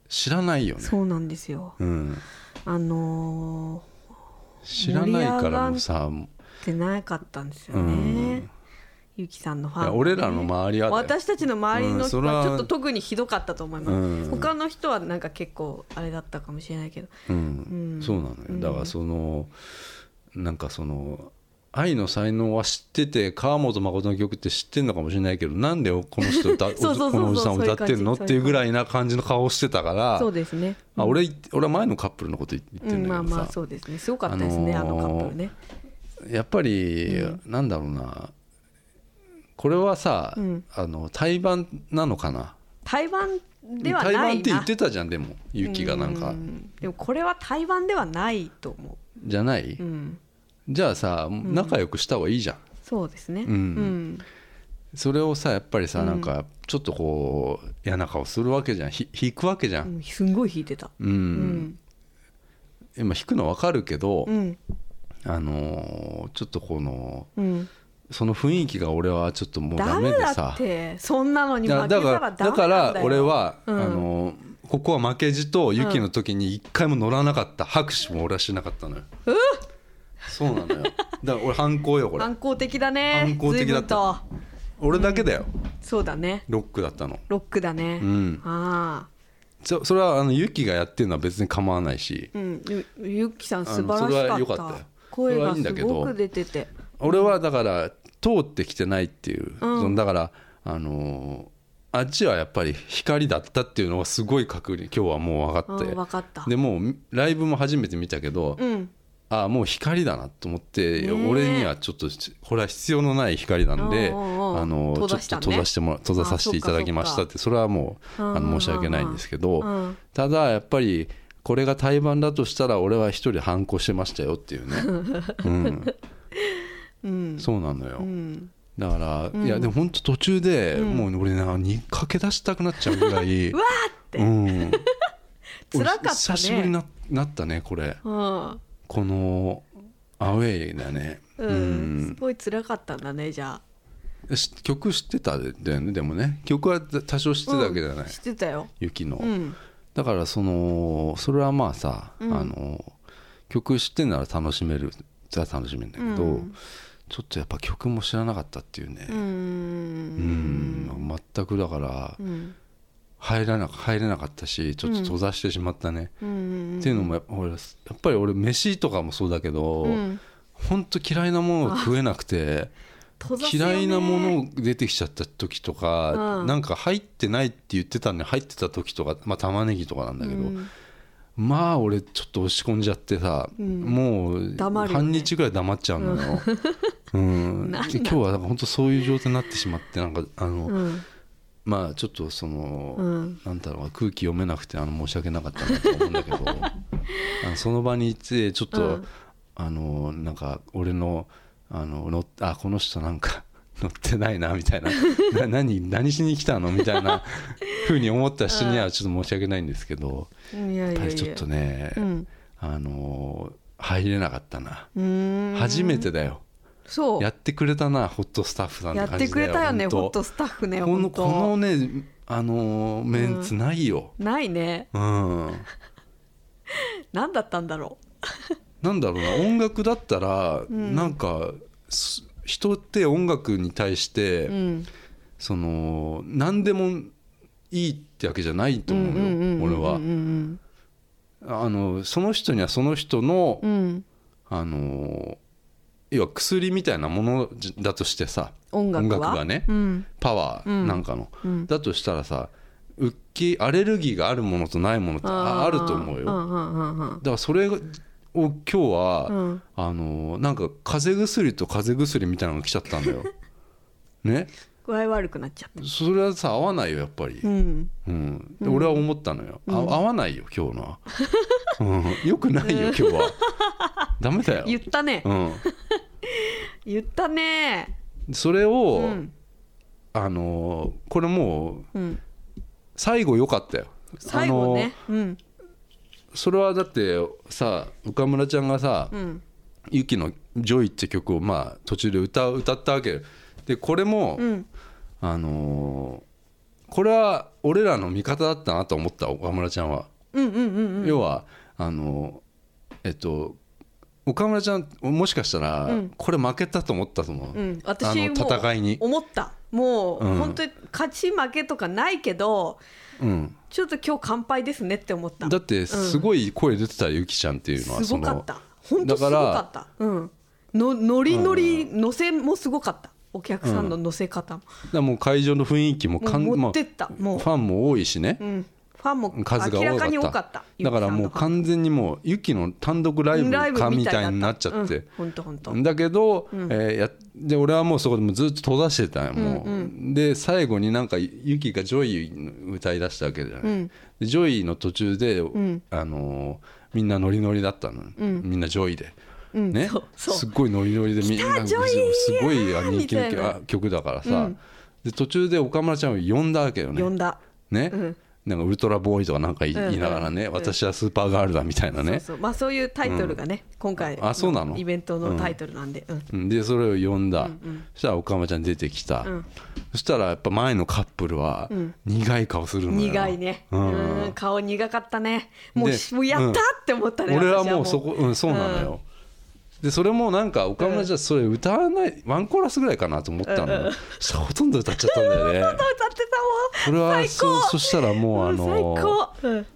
[SPEAKER 2] 知らないよね
[SPEAKER 1] そうなんですよ
[SPEAKER 2] うん、
[SPEAKER 1] あの
[SPEAKER 2] 知らないからもうさ
[SPEAKER 1] ー、ってなかったんですよ
[SPEAKER 2] う
[SPEAKER 1] ね
[SPEAKER 2] ん
[SPEAKER 1] ゆきさんのファ
[SPEAKER 2] い
[SPEAKER 1] ン、
[SPEAKER 2] や俺らの周りはだよ
[SPEAKER 1] 私たちの周りの人
[SPEAKER 2] う
[SPEAKER 1] は
[SPEAKER 2] んそれは
[SPEAKER 1] ちょっと特にひどかったと思います、
[SPEAKER 2] うん
[SPEAKER 1] 他の人はなんか結構あれだったかもしれないけど
[SPEAKER 2] うん
[SPEAKER 1] うん
[SPEAKER 2] そうなのよ、だからそのなんかその愛の才能は知ってて川本誠の曲って知ってんのかもしれないけどなんでこの人歌
[SPEAKER 1] *laughs* そうそうそうそう
[SPEAKER 2] このおじさん歌ってんのっ
[SPEAKER 1] そういう感じ
[SPEAKER 2] ていうぐらいな感じの顔してたから
[SPEAKER 1] そうですね
[SPEAKER 2] あ俺俺は前のカップルのこと言って
[SPEAKER 1] う
[SPEAKER 2] るん
[SPEAKER 1] ん、ま
[SPEAKER 2] だ
[SPEAKER 1] あ
[SPEAKER 2] けど
[SPEAKER 1] まあ
[SPEAKER 2] さ、
[SPEAKER 1] そうですねすごかったですね、
[SPEAKER 2] あのー
[SPEAKER 1] あのカップルね
[SPEAKER 2] やっぱり、なんだろうなこれはさ、
[SPEAKER 1] うん
[SPEAKER 2] あの対バンなのかな
[SPEAKER 1] 台湾ではない
[SPEAKER 2] 対
[SPEAKER 1] な
[SPEAKER 2] バンって言ってたじゃんでもユキがなんか、
[SPEAKER 1] うでもこれは台湾ではないと思
[SPEAKER 2] じゃない、
[SPEAKER 1] ううん
[SPEAKER 2] じゃあさ仲良くした方がいいじゃん、
[SPEAKER 1] そうですね
[SPEAKER 2] うんそれをさやっぱりさなんかちょっとこう嫌な顔するわけじゃんひ引くわけじゃ
[SPEAKER 1] うんんすんごい弾いてた
[SPEAKER 2] うん、
[SPEAKER 1] うん
[SPEAKER 2] 今引くのわかるけど、
[SPEAKER 1] うん
[SPEAKER 2] あのーちょっとこの
[SPEAKER 1] うん
[SPEAKER 2] その雰囲気が俺はちょっともうダ
[SPEAKER 1] ダメ
[SPEAKER 2] メで
[SPEAKER 1] だ
[SPEAKER 2] さ
[SPEAKER 1] ってそんなのに負け
[SPEAKER 2] だ
[SPEAKER 1] た
[SPEAKER 2] だ
[SPEAKER 1] らダメ
[SPEAKER 2] か
[SPEAKER 1] な
[SPEAKER 2] ら
[SPEAKER 1] んだよ
[SPEAKER 2] だから俺は、
[SPEAKER 1] うん
[SPEAKER 2] あのーここは負けじとユキの時に一回も乗らなかった、拍手も俺はしなかったのよ、そうなのよだから俺反抗よこれ
[SPEAKER 1] 反抗的だね
[SPEAKER 2] 反抗的だった
[SPEAKER 1] 随分と
[SPEAKER 2] 俺だけだよ、
[SPEAKER 1] そうだね
[SPEAKER 2] ロックだったの
[SPEAKER 1] ロックだね、
[SPEAKER 2] うん
[SPEAKER 1] ああ
[SPEAKER 2] そそれはあのユキがやってるのは別に構わないし
[SPEAKER 1] うんゆゆっきさん素晴
[SPEAKER 2] あのそれ
[SPEAKER 1] ら
[SPEAKER 2] は
[SPEAKER 1] し
[SPEAKER 2] 良
[SPEAKER 1] かっ
[SPEAKER 2] かったたよ
[SPEAKER 1] 声がす
[SPEAKER 2] それはいい
[SPEAKER 1] ごく
[SPEAKER 2] んだけど
[SPEAKER 1] 出てて
[SPEAKER 2] 俺はだから通ってきてないっていう、
[SPEAKER 1] うん
[SPEAKER 2] そのだからあのーあっちはやっぱり光だったっていうのはすごい確認今日はもう
[SPEAKER 1] あ
[SPEAKER 2] 分かって
[SPEAKER 1] 分かった
[SPEAKER 2] でもうライブも初めて見たけど、
[SPEAKER 1] うん
[SPEAKER 2] ああもう光だなと思って、
[SPEAKER 1] ねえ
[SPEAKER 2] 俺にはちょっとこれは必要のない光なんで、
[SPEAKER 1] おうおうおう
[SPEAKER 2] あのー
[SPEAKER 1] 閉
[SPEAKER 2] ち
[SPEAKER 1] ざ
[SPEAKER 2] ょっ
[SPEAKER 1] した
[SPEAKER 2] と
[SPEAKER 1] ね
[SPEAKER 2] 閉ざしてもら閉ざさせていただきましたってそれはもうあの申し訳ないんですけど、
[SPEAKER 1] うん
[SPEAKER 2] ただやっぱりこれが対バンだとしたら俺は一人反抗してましたよっていうね、
[SPEAKER 1] *laughs*
[SPEAKER 2] うん
[SPEAKER 1] うん
[SPEAKER 2] そうなのよ、
[SPEAKER 1] うん
[SPEAKER 2] だから、いやでも本当途中で、もう俺なに駆け出したくなっちゃうぐ
[SPEAKER 1] *laughs*
[SPEAKER 2] らいうわーって、う
[SPEAKER 1] 辛
[SPEAKER 2] ん、
[SPEAKER 1] かったね
[SPEAKER 2] 俺久しぶりにななったねこれ
[SPEAKER 1] うん
[SPEAKER 2] このアウェイだね
[SPEAKER 1] うんすごい辛かったんだねじゃあ
[SPEAKER 2] し曲知ってたんだよねでもね曲は多少知ってたわけじゃない、
[SPEAKER 1] 知ってたよ
[SPEAKER 2] 雪の、
[SPEAKER 1] うん
[SPEAKER 2] だからそのそれはまあさ、あの曲知ってんなら楽しめるは楽しめるんだけど、
[SPEAKER 1] うん
[SPEAKER 2] ちょっとやっぱ曲も知らなかったっていうね
[SPEAKER 1] う、ん
[SPEAKER 2] うん全くだから
[SPEAKER 1] うん
[SPEAKER 2] 入らな入れなかったしちょっと閉ざしてしまったね、
[SPEAKER 1] うん
[SPEAKER 2] っていうのもやっぱ俺やっぱり俺飯とかもそうだけど、
[SPEAKER 1] うん
[SPEAKER 2] ほんと嫌いなものが食えなくて
[SPEAKER 1] 閉ざすよね
[SPEAKER 2] 嫌いなもの出てきちゃった時とか、
[SPEAKER 1] うん
[SPEAKER 2] なんか入ってないって言ってたのに入ってた時とか、まあ、玉ねぎとかなんだけど、
[SPEAKER 1] うん
[SPEAKER 2] まあ俺ちょっと押し込んじゃってさ、
[SPEAKER 1] うん
[SPEAKER 2] もう
[SPEAKER 1] 黙るよね
[SPEAKER 2] 半日ぐらい黙っちゃうのよ。うん
[SPEAKER 1] なんだ
[SPEAKER 2] で今日はなんか本当そういう状態になってしまってなんかあの、
[SPEAKER 1] うん
[SPEAKER 2] まあちょっとその、
[SPEAKER 1] うん
[SPEAKER 2] なんだろう空気読めなくてあの申し訳なかったなと思う
[SPEAKER 1] *laughs*
[SPEAKER 2] んだけどあのその場に行ってちょっと、
[SPEAKER 1] うん
[SPEAKER 2] あのなんか俺のあの乗っあこの人なんか *laughs* 乗ってないなみたいなな何何しに来たのみたいなふうに思った人にはちょっと申し訳ないんですけど、
[SPEAKER 1] いやい
[SPEAKER 2] やっ
[SPEAKER 1] や
[SPEAKER 2] ぱ
[SPEAKER 1] い
[SPEAKER 2] り
[SPEAKER 1] や
[SPEAKER 2] ちょっとね、
[SPEAKER 1] うん
[SPEAKER 2] あの入れなかったな、
[SPEAKER 1] うーん
[SPEAKER 2] 初めてだよ
[SPEAKER 1] そう
[SPEAKER 2] やってくれたなホットスタッフさん
[SPEAKER 1] や
[SPEAKER 2] っ
[SPEAKER 1] って
[SPEAKER 2] 感
[SPEAKER 1] て
[SPEAKER 2] じ
[SPEAKER 1] く
[SPEAKER 2] だよ
[SPEAKER 1] れたよね
[SPEAKER 2] ほんと
[SPEAKER 1] ホットスタッフね
[SPEAKER 2] この
[SPEAKER 1] 本当
[SPEAKER 2] このねあのーメンツないよ、
[SPEAKER 1] ないね
[SPEAKER 2] うん
[SPEAKER 1] 何だったんだろ
[SPEAKER 2] なんだろうな音楽だったら、なんかす人って音楽に対して、
[SPEAKER 1] ううん
[SPEAKER 2] その何でもいいってわけじゃないと思うよ、俺は、
[SPEAKER 1] うん
[SPEAKER 2] あのその人にはその人の、
[SPEAKER 1] うんうん
[SPEAKER 2] あのー要は薬みたいなものじだとしてさ
[SPEAKER 1] 音楽は
[SPEAKER 2] がね、
[SPEAKER 1] うん
[SPEAKER 2] パワーなんかの、
[SPEAKER 1] うん
[SPEAKER 2] だとしたらさうっきアレルギーがあるものとないものってああると思うよ、
[SPEAKER 1] んうんうんうん
[SPEAKER 2] だからそれを今日は、
[SPEAKER 1] うん *laughs*
[SPEAKER 2] あのーなんか風邪薬と風邪薬みたいなのが来ちゃったんだよね
[SPEAKER 1] 具合悪くなっちゃった
[SPEAKER 2] それはさ合わないよやっぱり、う
[SPEAKER 1] うんん
[SPEAKER 2] で俺は思ったのよ、あ合わないよ今日のは、うん、よくないよ今日はダメだよ
[SPEAKER 1] 言ったね
[SPEAKER 2] うん、
[SPEAKER 1] 言ったね
[SPEAKER 2] それを、
[SPEAKER 1] うん
[SPEAKER 2] あのーこれもう
[SPEAKER 1] うん
[SPEAKER 2] 最後良かったよ
[SPEAKER 1] 最後
[SPEAKER 2] あの
[SPEAKER 1] ね
[SPEAKER 2] ー
[SPEAKER 1] うん
[SPEAKER 2] それはだってさ岡村ちゃんがさ
[SPEAKER 1] うん
[SPEAKER 2] 「ユキの「ジョイ」って曲をまあ途中で歌う歌ったわけでこれも、
[SPEAKER 1] うん
[SPEAKER 2] あのーこれは俺らの味方だったなと思った岡村ちゃんは、
[SPEAKER 1] うんうんうん
[SPEAKER 2] 要はあのーえっと岡村ちゃんもしかしたら、
[SPEAKER 1] うん
[SPEAKER 2] これ負けたと思ったと思う、
[SPEAKER 1] うん、
[SPEAKER 2] あ
[SPEAKER 1] 私
[SPEAKER 2] の
[SPEAKER 1] も
[SPEAKER 2] 戦いに、
[SPEAKER 1] 思ったもう、
[SPEAKER 2] うん
[SPEAKER 1] 本当に勝ち負けとかないけど
[SPEAKER 2] うん、
[SPEAKER 1] ちょっと今日乾杯ですねって思った
[SPEAKER 2] だってすごい声出てたユキちゃんっていうのは
[SPEAKER 1] す
[SPEAKER 2] そ
[SPEAKER 1] ご
[SPEAKER 2] の
[SPEAKER 1] かった本当す
[SPEAKER 2] だ
[SPEAKER 1] ご
[SPEAKER 2] から
[SPEAKER 1] かったうんのノリノリ乗せもすごかったお客さんの乗せ方も、
[SPEAKER 2] だからもう会場の雰囲気もかん
[SPEAKER 1] もう
[SPEAKER 2] ま
[SPEAKER 1] 持
[SPEAKER 2] あ
[SPEAKER 1] ってったもう
[SPEAKER 2] ファンも多いしね、
[SPEAKER 1] うん、ファンも
[SPEAKER 2] 数が
[SPEAKER 1] 明ら
[SPEAKER 2] 多か
[SPEAKER 1] か
[SPEAKER 2] っ
[SPEAKER 1] に
[SPEAKER 2] た
[SPEAKER 1] 多かった
[SPEAKER 2] だからもう完全にもうユキの単独ライブかみたいになっちゃって、
[SPEAKER 1] 本当本当
[SPEAKER 2] だけど、えーやで俺はもうそこでもうずっと閉ざしてたよもう、で最後になんかユキがジョイの歌いだしたわけじゃない、
[SPEAKER 1] うん
[SPEAKER 2] でジョイの途中で、
[SPEAKER 1] ん
[SPEAKER 2] あのーみんなノリノリだったの、みんなジョイで。
[SPEAKER 1] うん
[SPEAKER 2] ね
[SPEAKER 1] そう、そう
[SPEAKER 2] すっごいノリノリでみんな
[SPEAKER 1] ジョイ
[SPEAKER 2] すごいあ人
[SPEAKER 1] み
[SPEAKER 2] 気
[SPEAKER 1] たい
[SPEAKER 2] の曲
[SPEAKER 1] な
[SPEAKER 2] あ曲だからさ、
[SPEAKER 1] うん
[SPEAKER 2] で途中で岡村ちゃんを呼んだわけよね
[SPEAKER 1] 呼んだ、
[SPEAKER 2] ね、
[SPEAKER 1] うん
[SPEAKER 2] なんかウルトラボーイとかなんか言い,、
[SPEAKER 1] うんうん
[SPEAKER 2] ながらね、
[SPEAKER 1] うん
[SPEAKER 2] 私はスーパーガールだみたいな
[SPEAKER 1] そう
[SPEAKER 2] ね
[SPEAKER 1] そうまあそういうタイトルがね、今回
[SPEAKER 2] あそうなの
[SPEAKER 1] イベントのタイトルなんで、うん
[SPEAKER 2] うんでそれを呼んだ、そしたら岡村ちゃん出てきた、
[SPEAKER 1] ん
[SPEAKER 2] そしたらやっぱ前のカップルは苦い顔するのよ、
[SPEAKER 1] 苦いね、う
[SPEAKER 2] うん
[SPEAKER 1] ん、顔苦かったねもう
[SPEAKER 2] で
[SPEAKER 1] しもうやったって思ったね、
[SPEAKER 2] 俺は
[SPEAKER 1] 私
[SPEAKER 2] もうそこうんそうなのよ、でそれもなんか岡村ちゃんそれ歌わないワンコーラスぐらいかなと思ったのよ、そしたらほとんど歌っちゃったんだ *laughs* よね
[SPEAKER 1] 歌ってた
[SPEAKER 2] それは
[SPEAKER 1] 最高
[SPEAKER 2] そそしたらも
[SPEAKER 1] もん
[SPEAKER 2] うあの
[SPEAKER 1] 最高、うん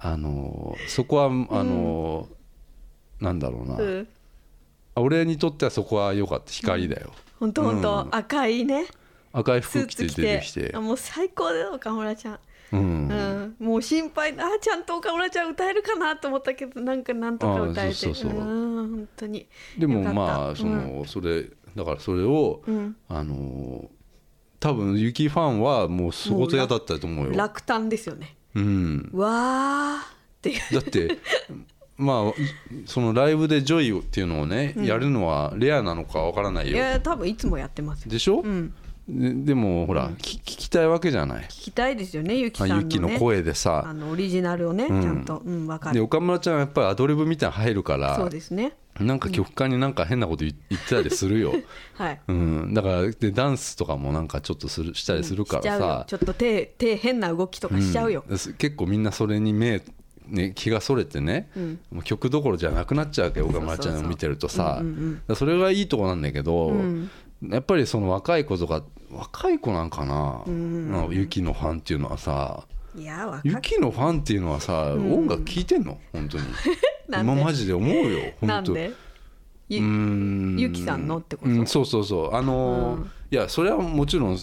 [SPEAKER 2] あのそこはあの、なんだろうな、
[SPEAKER 1] うん、
[SPEAKER 2] 俺にとってはそこは良かった光だよ、
[SPEAKER 1] 本当本当、
[SPEAKER 2] う
[SPEAKER 1] 赤いね
[SPEAKER 2] 赤い
[SPEAKER 1] ス
[SPEAKER 2] 服
[SPEAKER 1] ー
[SPEAKER 2] 着
[SPEAKER 1] ツ
[SPEAKER 2] て
[SPEAKER 1] 着
[SPEAKER 2] 出
[SPEAKER 1] て
[SPEAKER 2] てきて
[SPEAKER 1] あもう最高だよ岡村ちゃん、
[SPEAKER 2] う
[SPEAKER 1] うん
[SPEAKER 2] ん、
[SPEAKER 1] もう心配あちゃんと岡村ちゃん歌えるかなと思ったけどなんかなんとか歌えて
[SPEAKER 2] あそうそうそうん
[SPEAKER 1] 本当に
[SPEAKER 2] でも
[SPEAKER 1] よかった
[SPEAKER 2] まあその、それだからそれを、
[SPEAKER 1] うん
[SPEAKER 2] あの多分雪ファンはもうすごと嫌だったと思
[SPEAKER 1] う
[SPEAKER 2] うんよ、
[SPEAKER 1] 落胆ですよね
[SPEAKER 2] うん、
[SPEAKER 1] わーっていう
[SPEAKER 2] だってまあそのライブでジョイっていうのをね、やるのはレアなのかわからない
[SPEAKER 1] い
[SPEAKER 2] よ
[SPEAKER 1] や多分いつもやってますよ
[SPEAKER 2] でしょ、
[SPEAKER 1] うん
[SPEAKER 2] ででもほら、き聞きたいわけじゃない
[SPEAKER 1] 聞きたいですよねゆき
[SPEAKER 2] あ
[SPEAKER 1] さんのね
[SPEAKER 2] ユキの声で
[SPEAKER 1] あ
[SPEAKER 2] さ
[SPEAKER 1] のオリジナルをね、
[SPEAKER 2] ん
[SPEAKER 1] ちゃんと、うん、わか
[SPEAKER 2] で
[SPEAKER 1] る。
[SPEAKER 2] 岡村ちゃんはやっぱりアドリブみたいなの入るか
[SPEAKER 1] そう
[SPEAKER 2] ら
[SPEAKER 1] ですね。
[SPEAKER 2] なんか曲家になんか変なこと言言ってたりするよ、
[SPEAKER 1] はい。
[SPEAKER 2] うん、だからでダンスとかもなんかちょっとするしたりするか
[SPEAKER 1] しちゃ
[SPEAKER 2] ら
[SPEAKER 1] うよ
[SPEAKER 2] さ、
[SPEAKER 1] ちょっと手、手変な動きとかしちゃうよ。
[SPEAKER 2] うんす結構みんなそれに目、ね、気がそれてね、
[SPEAKER 1] うん
[SPEAKER 2] もう曲どころじゃなくなっちゃうわけよ岡村ちゃんを見てるとさ
[SPEAKER 1] うんうんうん
[SPEAKER 2] だからそれがいいとこなんだけど、
[SPEAKER 1] ん
[SPEAKER 2] やっぱりその若い子とか若い子なんかな、なんかユキのファンっていうのはさ
[SPEAKER 1] いや、わか
[SPEAKER 2] ユ
[SPEAKER 1] る。
[SPEAKER 2] キのファンっていうのはさ、音楽聴いてんの本当に
[SPEAKER 1] *laughs* なんで
[SPEAKER 2] 今マジで思うよ本当
[SPEAKER 1] なんで。ゆ
[SPEAKER 2] うーん
[SPEAKER 1] ゆきさんのってこと
[SPEAKER 2] うんそうそうそうあのー
[SPEAKER 1] うん
[SPEAKER 2] いやそれはもちろん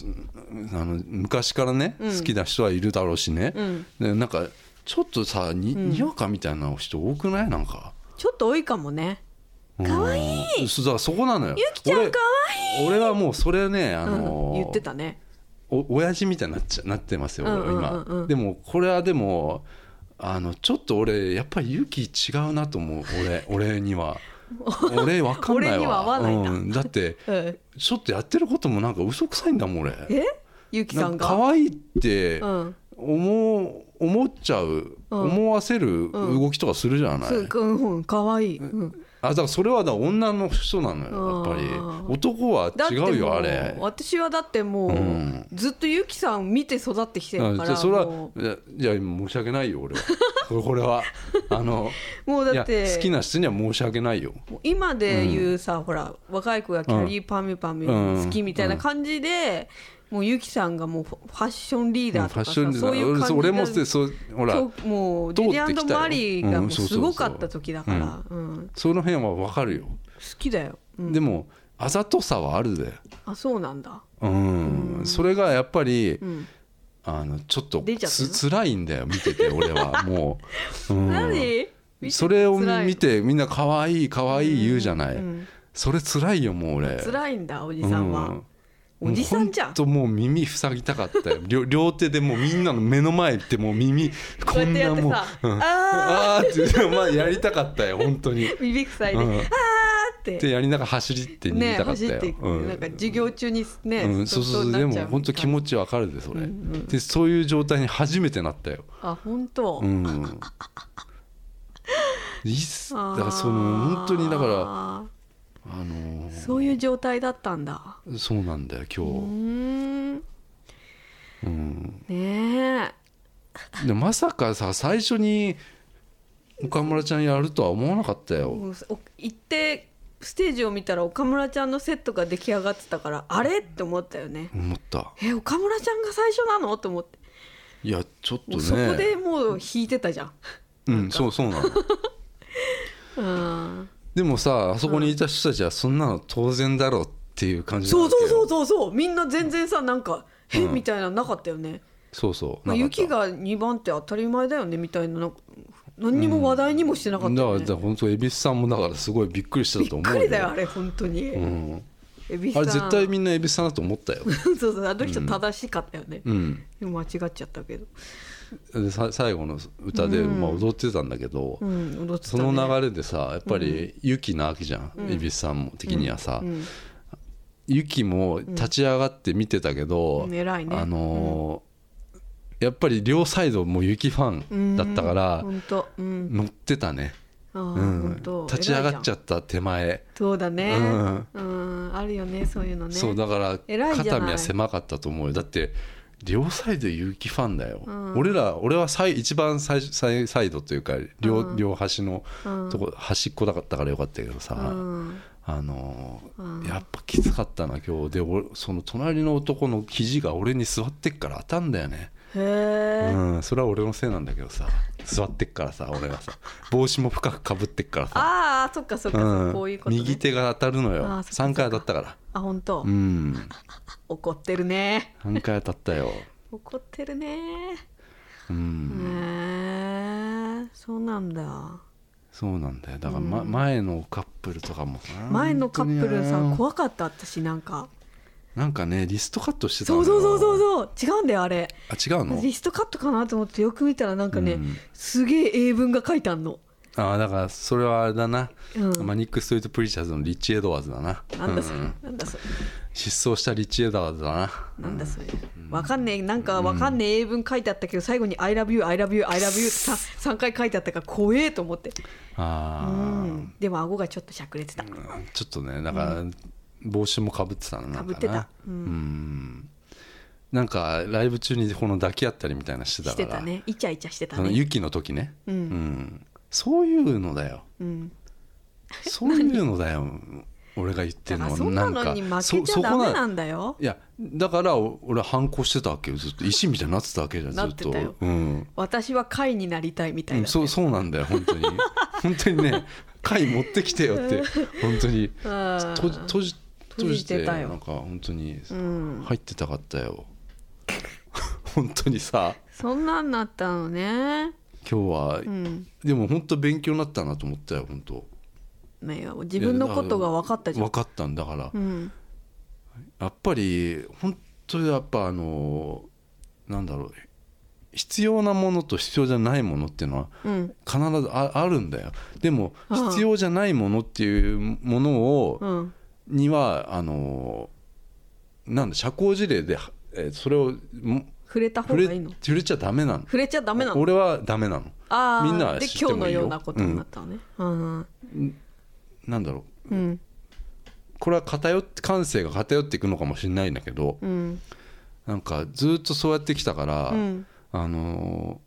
[SPEAKER 2] あの昔からね、
[SPEAKER 1] うん
[SPEAKER 2] 好きな人はいるだろうしね、
[SPEAKER 1] うん
[SPEAKER 2] でなんかちょっとさに,、にわかみたいな人多くないなんか
[SPEAKER 1] ちょっと多いかもね。
[SPEAKER 2] かわいいそうだからそこなのよゆ
[SPEAKER 1] ゆきちゃんかわ
[SPEAKER 2] いい俺はもうそれねあ
[SPEAKER 1] いい。うん
[SPEAKER 2] のー
[SPEAKER 1] 言ってたね。
[SPEAKER 2] お親父みたいになっちゃなってますよ、
[SPEAKER 1] うんうんうん
[SPEAKER 2] 今、
[SPEAKER 1] うん
[SPEAKER 2] でもこれはでもあのちょっと俺やっぱり勇気違うなと思う俺俺
[SPEAKER 1] *laughs*
[SPEAKER 2] には俺わかんな
[SPEAKER 1] 俺
[SPEAKER 2] いわ
[SPEAKER 1] には合わないな
[SPEAKER 2] うん、だって
[SPEAKER 1] うん
[SPEAKER 2] ちょっとやってることもなんか嘘くさいんだもん俺
[SPEAKER 1] え。ゆきさ
[SPEAKER 2] なん
[SPEAKER 1] ん
[SPEAKER 2] か
[SPEAKER 1] が。
[SPEAKER 2] 可愛いって
[SPEAKER 1] うん。
[SPEAKER 2] 思う思っちゃう、
[SPEAKER 1] うん
[SPEAKER 2] 思わせる動きとかするじゃない、
[SPEAKER 1] そう、うん、うん、可愛い。うん。
[SPEAKER 2] あだからそれはだから女の人なのよやっぱり
[SPEAKER 1] あー
[SPEAKER 2] 男は
[SPEAKER 1] だって
[SPEAKER 2] 違
[SPEAKER 1] も
[SPEAKER 2] うよあれ
[SPEAKER 1] 私はだってもう、
[SPEAKER 2] うん
[SPEAKER 1] ずっとゆきさん見て育ってきてる
[SPEAKER 2] あ
[SPEAKER 1] か
[SPEAKER 2] じゃ
[SPEAKER 1] ら。
[SPEAKER 2] あそれは
[SPEAKER 1] も
[SPEAKER 2] いやいや申し訳ない
[SPEAKER 1] *laughs*
[SPEAKER 2] よ俺はこれこれはあの
[SPEAKER 1] うもう
[SPEAKER 2] い
[SPEAKER 1] *laughs* だ
[SPEAKER 2] や
[SPEAKER 1] って。
[SPEAKER 2] 好きな人には申し訳ないよ
[SPEAKER 1] もう今で言うさ、ほら若い子がキャリーパミュパミュ好きみたいな感じで、もうゆきさんがもうファッションリー
[SPEAKER 2] フ
[SPEAKER 1] ダー
[SPEAKER 2] ァ
[SPEAKER 1] とか
[SPEAKER 2] ッ
[SPEAKER 1] さ、
[SPEAKER 2] ション
[SPEAKER 1] そういう感じ
[SPEAKER 2] 俺俺もそうそうほら
[SPEAKER 1] そうもう
[SPEAKER 2] 通っ
[SPEAKER 1] リ
[SPEAKER 2] てき
[SPEAKER 1] リア
[SPEAKER 2] たよ
[SPEAKER 1] ンド・マリーがもうすごかった時だから、うん
[SPEAKER 2] その辺は分かるよ、
[SPEAKER 1] 好きだよ、うん
[SPEAKER 2] でもあざとさはあるで
[SPEAKER 1] あそうなんだ、
[SPEAKER 2] うん、それがやっぱり、
[SPEAKER 1] うん、
[SPEAKER 2] あのちょっと
[SPEAKER 1] 出ちゃってる
[SPEAKER 2] つ辛いんだよ見てて俺
[SPEAKER 1] *laughs*
[SPEAKER 2] はもう、うん
[SPEAKER 1] 何見て
[SPEAKER 2] それを
[SPEAKER 1] 辛い
[SPEAKER 2] 見てみんな可愛い可愛い言うじゃない、
[SPEAKER 1] うん
[SPEAKER 2] それ辛いよもう俺
[SPEAKER 1] 辛いんだおじさんは、
[SPEAKER 2] うん
[SPEAKER 1] おじさんじゃ
[SPEAKER 2] も
[SPEAKER 1] ん
[SPEAKER 2] うほともう耳塞ぎたかったよ両両手でもうみんなの目の前行ってもう耳こんなもう
[SPEAKER 1] こうやってやってさ
[SPEAKER 2] うん
[SPEAKER 1] あ
[SPEAKER 2] あーって言ってまあやりたかったよ本当
[SPEAKER 1] *laughs*
[SPEAKER 2] に。
[SPEAKER 1] 耳塞いで、
[SPEAKER 2] うん
[SPEAKER 1] あーって
[SPEAKER 2] でやりながら走りって逃げ
[SPEAKER 1] ね
[SPEAKER 2] たかった
[SPEAKER 1] 走っ
[SPEAKER 2] よ。
[SPEAKER 1] ていく、
[SPEAKER 2] うん
[SPEAKER 1] なんか授業中にね、
[SPEAKER 2] うん、そうそうそう
[SPEAKER 1] な
[SPEAKER 2] で
[SPEAKER 1] っちゃ
[SPEAKER 2] も本当気持ちわかるでそれ、でそういう状態に初めてなったよ、
[SPEAKER 1] あ本当、
[SPEAKER 2] うん、
[SPEAKER 1] *laughs*
[SPEAKER 2] いっす
[SPEAKER 1] あー
[SPEAKER 2] だからその本当にだからあのー
[SPEAKER 1] そういう状態だったんだ
[SPEAKER 2] そうなんだよ
[SPEAKER 1] うー
[SPEAKER 2] 今
[SPEAKER 1] んね
[SPEAKER 2] 日、うん、
[SPEAKER 1] え
[SPEAKER 2] でまさかさ最初に岡村ちゃんやるとは思わなかったよ、
[SPEAKER 1] もうお行ってステージを見たら岡村ちゃんのセットが出来上がってたからあれって思ったよね
[SPEAKER 2] 思った
[SPEAKER 1] え岡村ちゃんが最初なのと思って
[SPEAKER 2] いやちょっと
[SPEAKER 1] も
[SPEAKER 2] ね
[SPEAKER 1] うそこでもう弾いてたじゃ
[SPEAKER 2] *laughs*
[SPEAKER 1] ん
[SPEAKER 2] うんそうそ
[SPEAKER 1] *laughs*
[SPEAKER 2] うなの
[SPEAKER 1] うん
[SPEAKER 2] でもさあそこにいた人たちはそんなの当然だろうっていう感じな
[SPEAKER 1] そ
[SPEAKER 2] わ
[SPEAKER 1] う
[SPEAKER 2] け
[SPEAKER 1] そ
[SPEAKER 2] よ
[SPEAKER 1] うそうそうそうみんな全然さなんか「え
[SPEAKER 2] うん
[SPEAKER 1] みたいなのなかったよね、
[SPEAKER 2] そうそう
[SPEAKER 1] まあ
[SPEAKER 2] なかった
[SPEAKER 1] 雪が2番って当たり前だよねみたいななんか何にも話題にもしてなかったよね、
[SPEAKER 2] だからだから本当恵比寿さんもだからすごいびっくりした
[SPEAKER 1] び
[SPEAKER 2] と
[SPEAKER 1] っ
[SPEAKER 2] 思う
[SPEAKER 1] くりだよあれ本当に、
[SPEAKER 2] うん、
[SPEAKER 1] えび
[SPEAKER 2] あ
[SPEAKER 1] さん
[SPEAKER 2] れ絶対みんな恵比寿さんだと思ったよ、
[SPEAKER 1] *laughs* そうそうあの人正しかったよね、
[SPEAKER 2] うん、
[SPEAKER 1] でも間違っちゃったけど
[SPEAKER 2] でさ最後の歌で、まあ、踊ってたんだけど、
[SPEAKER 1] うん踊ってた
[SPEAKER 2] そ
[SPEAKER 1] ね
[SPEAKER 2] の流れでさやっぱり雪なわけじゃん、恵比寿さんも的にはさ、
[SPEAKER 1] うん
[SPEAKER 2] 雪も立ち上がって見てたけど、
[SPEAKER 1] うん偉いね
[SPEAKER 2] あのーやっぱり両サイドもう雪ファンだったから
[SPEAKER 1] 本当うん
[SPEAKER 2] 乗ってたね、
[SPEAKER 1] ああ
[SPEAKER 2] うん
[SPEAKER 1] 本当
[SPEAKER 2] 立ち上がっちゃ
[SPEAKER 1] う
[SPEAKER 2] った手前、
[SPEAKER 1] そうだね
[SPEAKER 2] うん
[SPEAKER 1] うんあるよねそういうのね
[SPEAKER 2] そうだから
[SPEAKER 1] 偉いじゃな
[SPEAKER 2] 肩
[SPEAKER 1] い
[SPEAKER 2] 身は狭かったと思うよだって両サイド結城ファンだよ、
[SPEAKER 1] うん
[SPEAKER 2] 俺ら俺はサイ一番最最サイドというか両,、
[SPEAKER 1] うん
[SPEAKER 2] 両端の
[SPEAKER 1] うん
[SPEAKER 2] とこ端っこだったからよかったけどさ、
[SPEAKER 1] うん
[SPEAKER 2] あのー
[SPEAKER 1] うん
[SPEAKER 2] やっぱきつかったな今日で俺その隣の男の肘が俺に座ってっから当たんだよね、
[SPEAKER 1] へえ
[SPEAKER 2] うん、それは俺のせいなんだけどさ座ってっからさ俺がさ帽子も深くかぶってっからさ、
[SPEAKER 1] ああそっかそっかそっ
[SPEAKER 2] うん
[SPEAKER 1] かこういうことね
[SPEAKER 2] 右手が当たるのよ
[SPEAKER 1] あーそっかそっか
[SPEAKER 2] 3回当たったから
[SPEAKER 1] あ本当
[SPEAKER 2] うん
[SPEAKER 1] 怒ってるね
[SPEAKER 2] 3回当たったよ
[SPEAKER 1] 怒ってるね
[SPEAKER 2] うん
[SPEAKER 1] へえそうなんだ
[SPEAKER 2] そうなんだよだから、ま前のカップルとかもさ
[SPEAKER 1] 前のカップル
[SPEAKER 2] 本当に
[SPEAKER 1] さ
[SPEAKER 2] な
[SPEAKER 1] 怖かった私なんか
[SPEAKER 2] なんかねリストカットしてたの
[SPEAKER 1] そう
[SPEAKER 2] よ
[SPEAKER 1] そうそうそうそう違うんだよあれ
[SPEAKER 2] あ違うの
[SPEAKER 1] リストカットかなと思ってよく見たらなんかね、
[SPEAKER 2] うん
[SPEAKER 1] すげえ英文が書いてあんの
[SPEAKER 2] あだからそれはあれだな、
[SPEAKER 1] うん
[SPEAKER 2] マニック・ストリート・プリチャーズのリッチ・エドワーズだな
[SPEAKER 1] なんだそれ、
[SPEAKER 2] うん
[SPEAKER 1] なんだそれ
[SPEAKER 2] 失踪したリッチ・エドワーズだな
[SPEAKER 1] なんだそれ、わかんねえなんかわかんねえ英文書いてあったけど最後に「I love you I love you I love you」ってさ3回書いてあったから怖えと思って
[SPEAKER 2] あ
[SPEAKER 1] う
[SPEAKER 2] ー、
[SPEAKER 1] んでも顎がちょっとしゃくれてた、
[SPEAKER 2] ちょっとねだから帽子もかぶってたのなんかな
[SPEAKER 1] 被ってた
[SPEAKER 2] うん、なんかライブ中にこの抱き合ったりみたいなのして
[SPEAKER 1] し
[SPEAKER 2] たか
[SPEAKER 1] て
[SPEAKER 2] ら
[SPEAKER 1] たねイチャイチャしてた
[SPEAKER 2] その
[SPEAKER 1] ね、
[SPEAKER 2] ユキの時ね、
[SPEAKER 1] うん
[SPEAKER 2] うんそういうのだよ
[SPEAKER 1] うん、
[SPEAKER 2] *laughs* そういうのだよ俺が言って
[SPEAKER 1] だ
[SPEAKER 2] る
[SPEAKER 1] から
[SPEAKER 2] の
[SPEAKER 1] そんなのに負
[SPEAKER 2] なんかそ
[SPEAKER 1] けちゃダ
[SPEAKER 2] そ
[SPEAKER 1] メ
[SPEAKER 2] こ
[SPEAKER 1] なんだよ
[SPEAKER 2] いやだからお俺反抗してたわけよずっと石みたいになってたわけじゃん
[SPEAKER 1] *laughs*
[SPEAKER 2] ず
[SPEAKER 1] な
[SPEAKER 2] っ
[SPEAKER 1] って
[SPEAKER 2] と
[SPEAKER 1] たよ
[SPEAKER 2] うん、
[SPEAKER 1] 私は貝になりたいみた
[SPEAKER 2] う
[SPEAKER 1] い
[SPEAKER 2] ん、
[SPEAKER 1] な、
[SPEAKER 2] そうそうなんだよ本当に本当にね貝持ってきてよって本当に
[SPEAKER 1] あー
[SPEAKER 2] 閉じ閉じ閉
[SPEAKER 1] 閉
[SPEAKER 2] じ
[SPEAKER 1] じ
[SPEAKER 2] て
[SPEAKER 1] てた
[SPEAKER 2] な
[SPEAKER 1] よ
[SPEAKER 2] んか本当に
[SPEAKER 1] うん、
[SPEAKER 2] 入ってたかったよ *laughs* 本当にさ
[SPEAKER 1] そんなんなったのね
[SPEAKER 2] 今日は、
[SPEAKER 1] うん
[SPEAKER 2] でも本当勉強になったなと思ったよ本当
[SPEAKER 1] ね自分のことが分かったじゃん
[SPEAKER 2] 分かったんだから
[SPEAKER 1] うん
[SPEAKER 2] やっぱり本当にやっぱあのなんだろう必要なものと必要じゃないものっていうのは
[SPEAKER 1] うん
[SPEAKER 2] 必ずああるんだよでも
[SPEAKER 1] ああ
[SPEAKER 2] 必要じゃないものっていうものを
[SPEAKER 1] うん
[SPEAKER 2] にはあのなんだ社交辞令で、えーそれをも
[SPEAKER 1] 触れた方
[SPEAKER 2] 触
[SPEAKER 1] が
[SPEAKER 2] れ
[SPEAKER 1] いいの
[SPEAKER 2] 触れちゃダメなの
[SPEAKER 1] 触れちゃダメなの
[SPEAKER 2] 俺はダメなの
[SPEAKER 1] ああ
[SPEAKER 2] みんなは
[SPEAKER 1] で
[SPEAKER 2] 知って
[SPEAKER 1] 今日
[SPEAKER 2] も
[SPEAKER 1] の
[SPEAKER 2] いいよ
[SPEAKER 1] ようなことになったのねうん
[SPEAKER 2] なんだろう
[SPEAKER 1] うん
[SPEAKER 2] これは偏って感性が偏っていくのかもしれないんだけど
[SPEAKER 1] うん
[SPEAKER 2] なんかずっとそうやってきたから、
[SPEAKER 1] うん
[SPEAKER 2] あの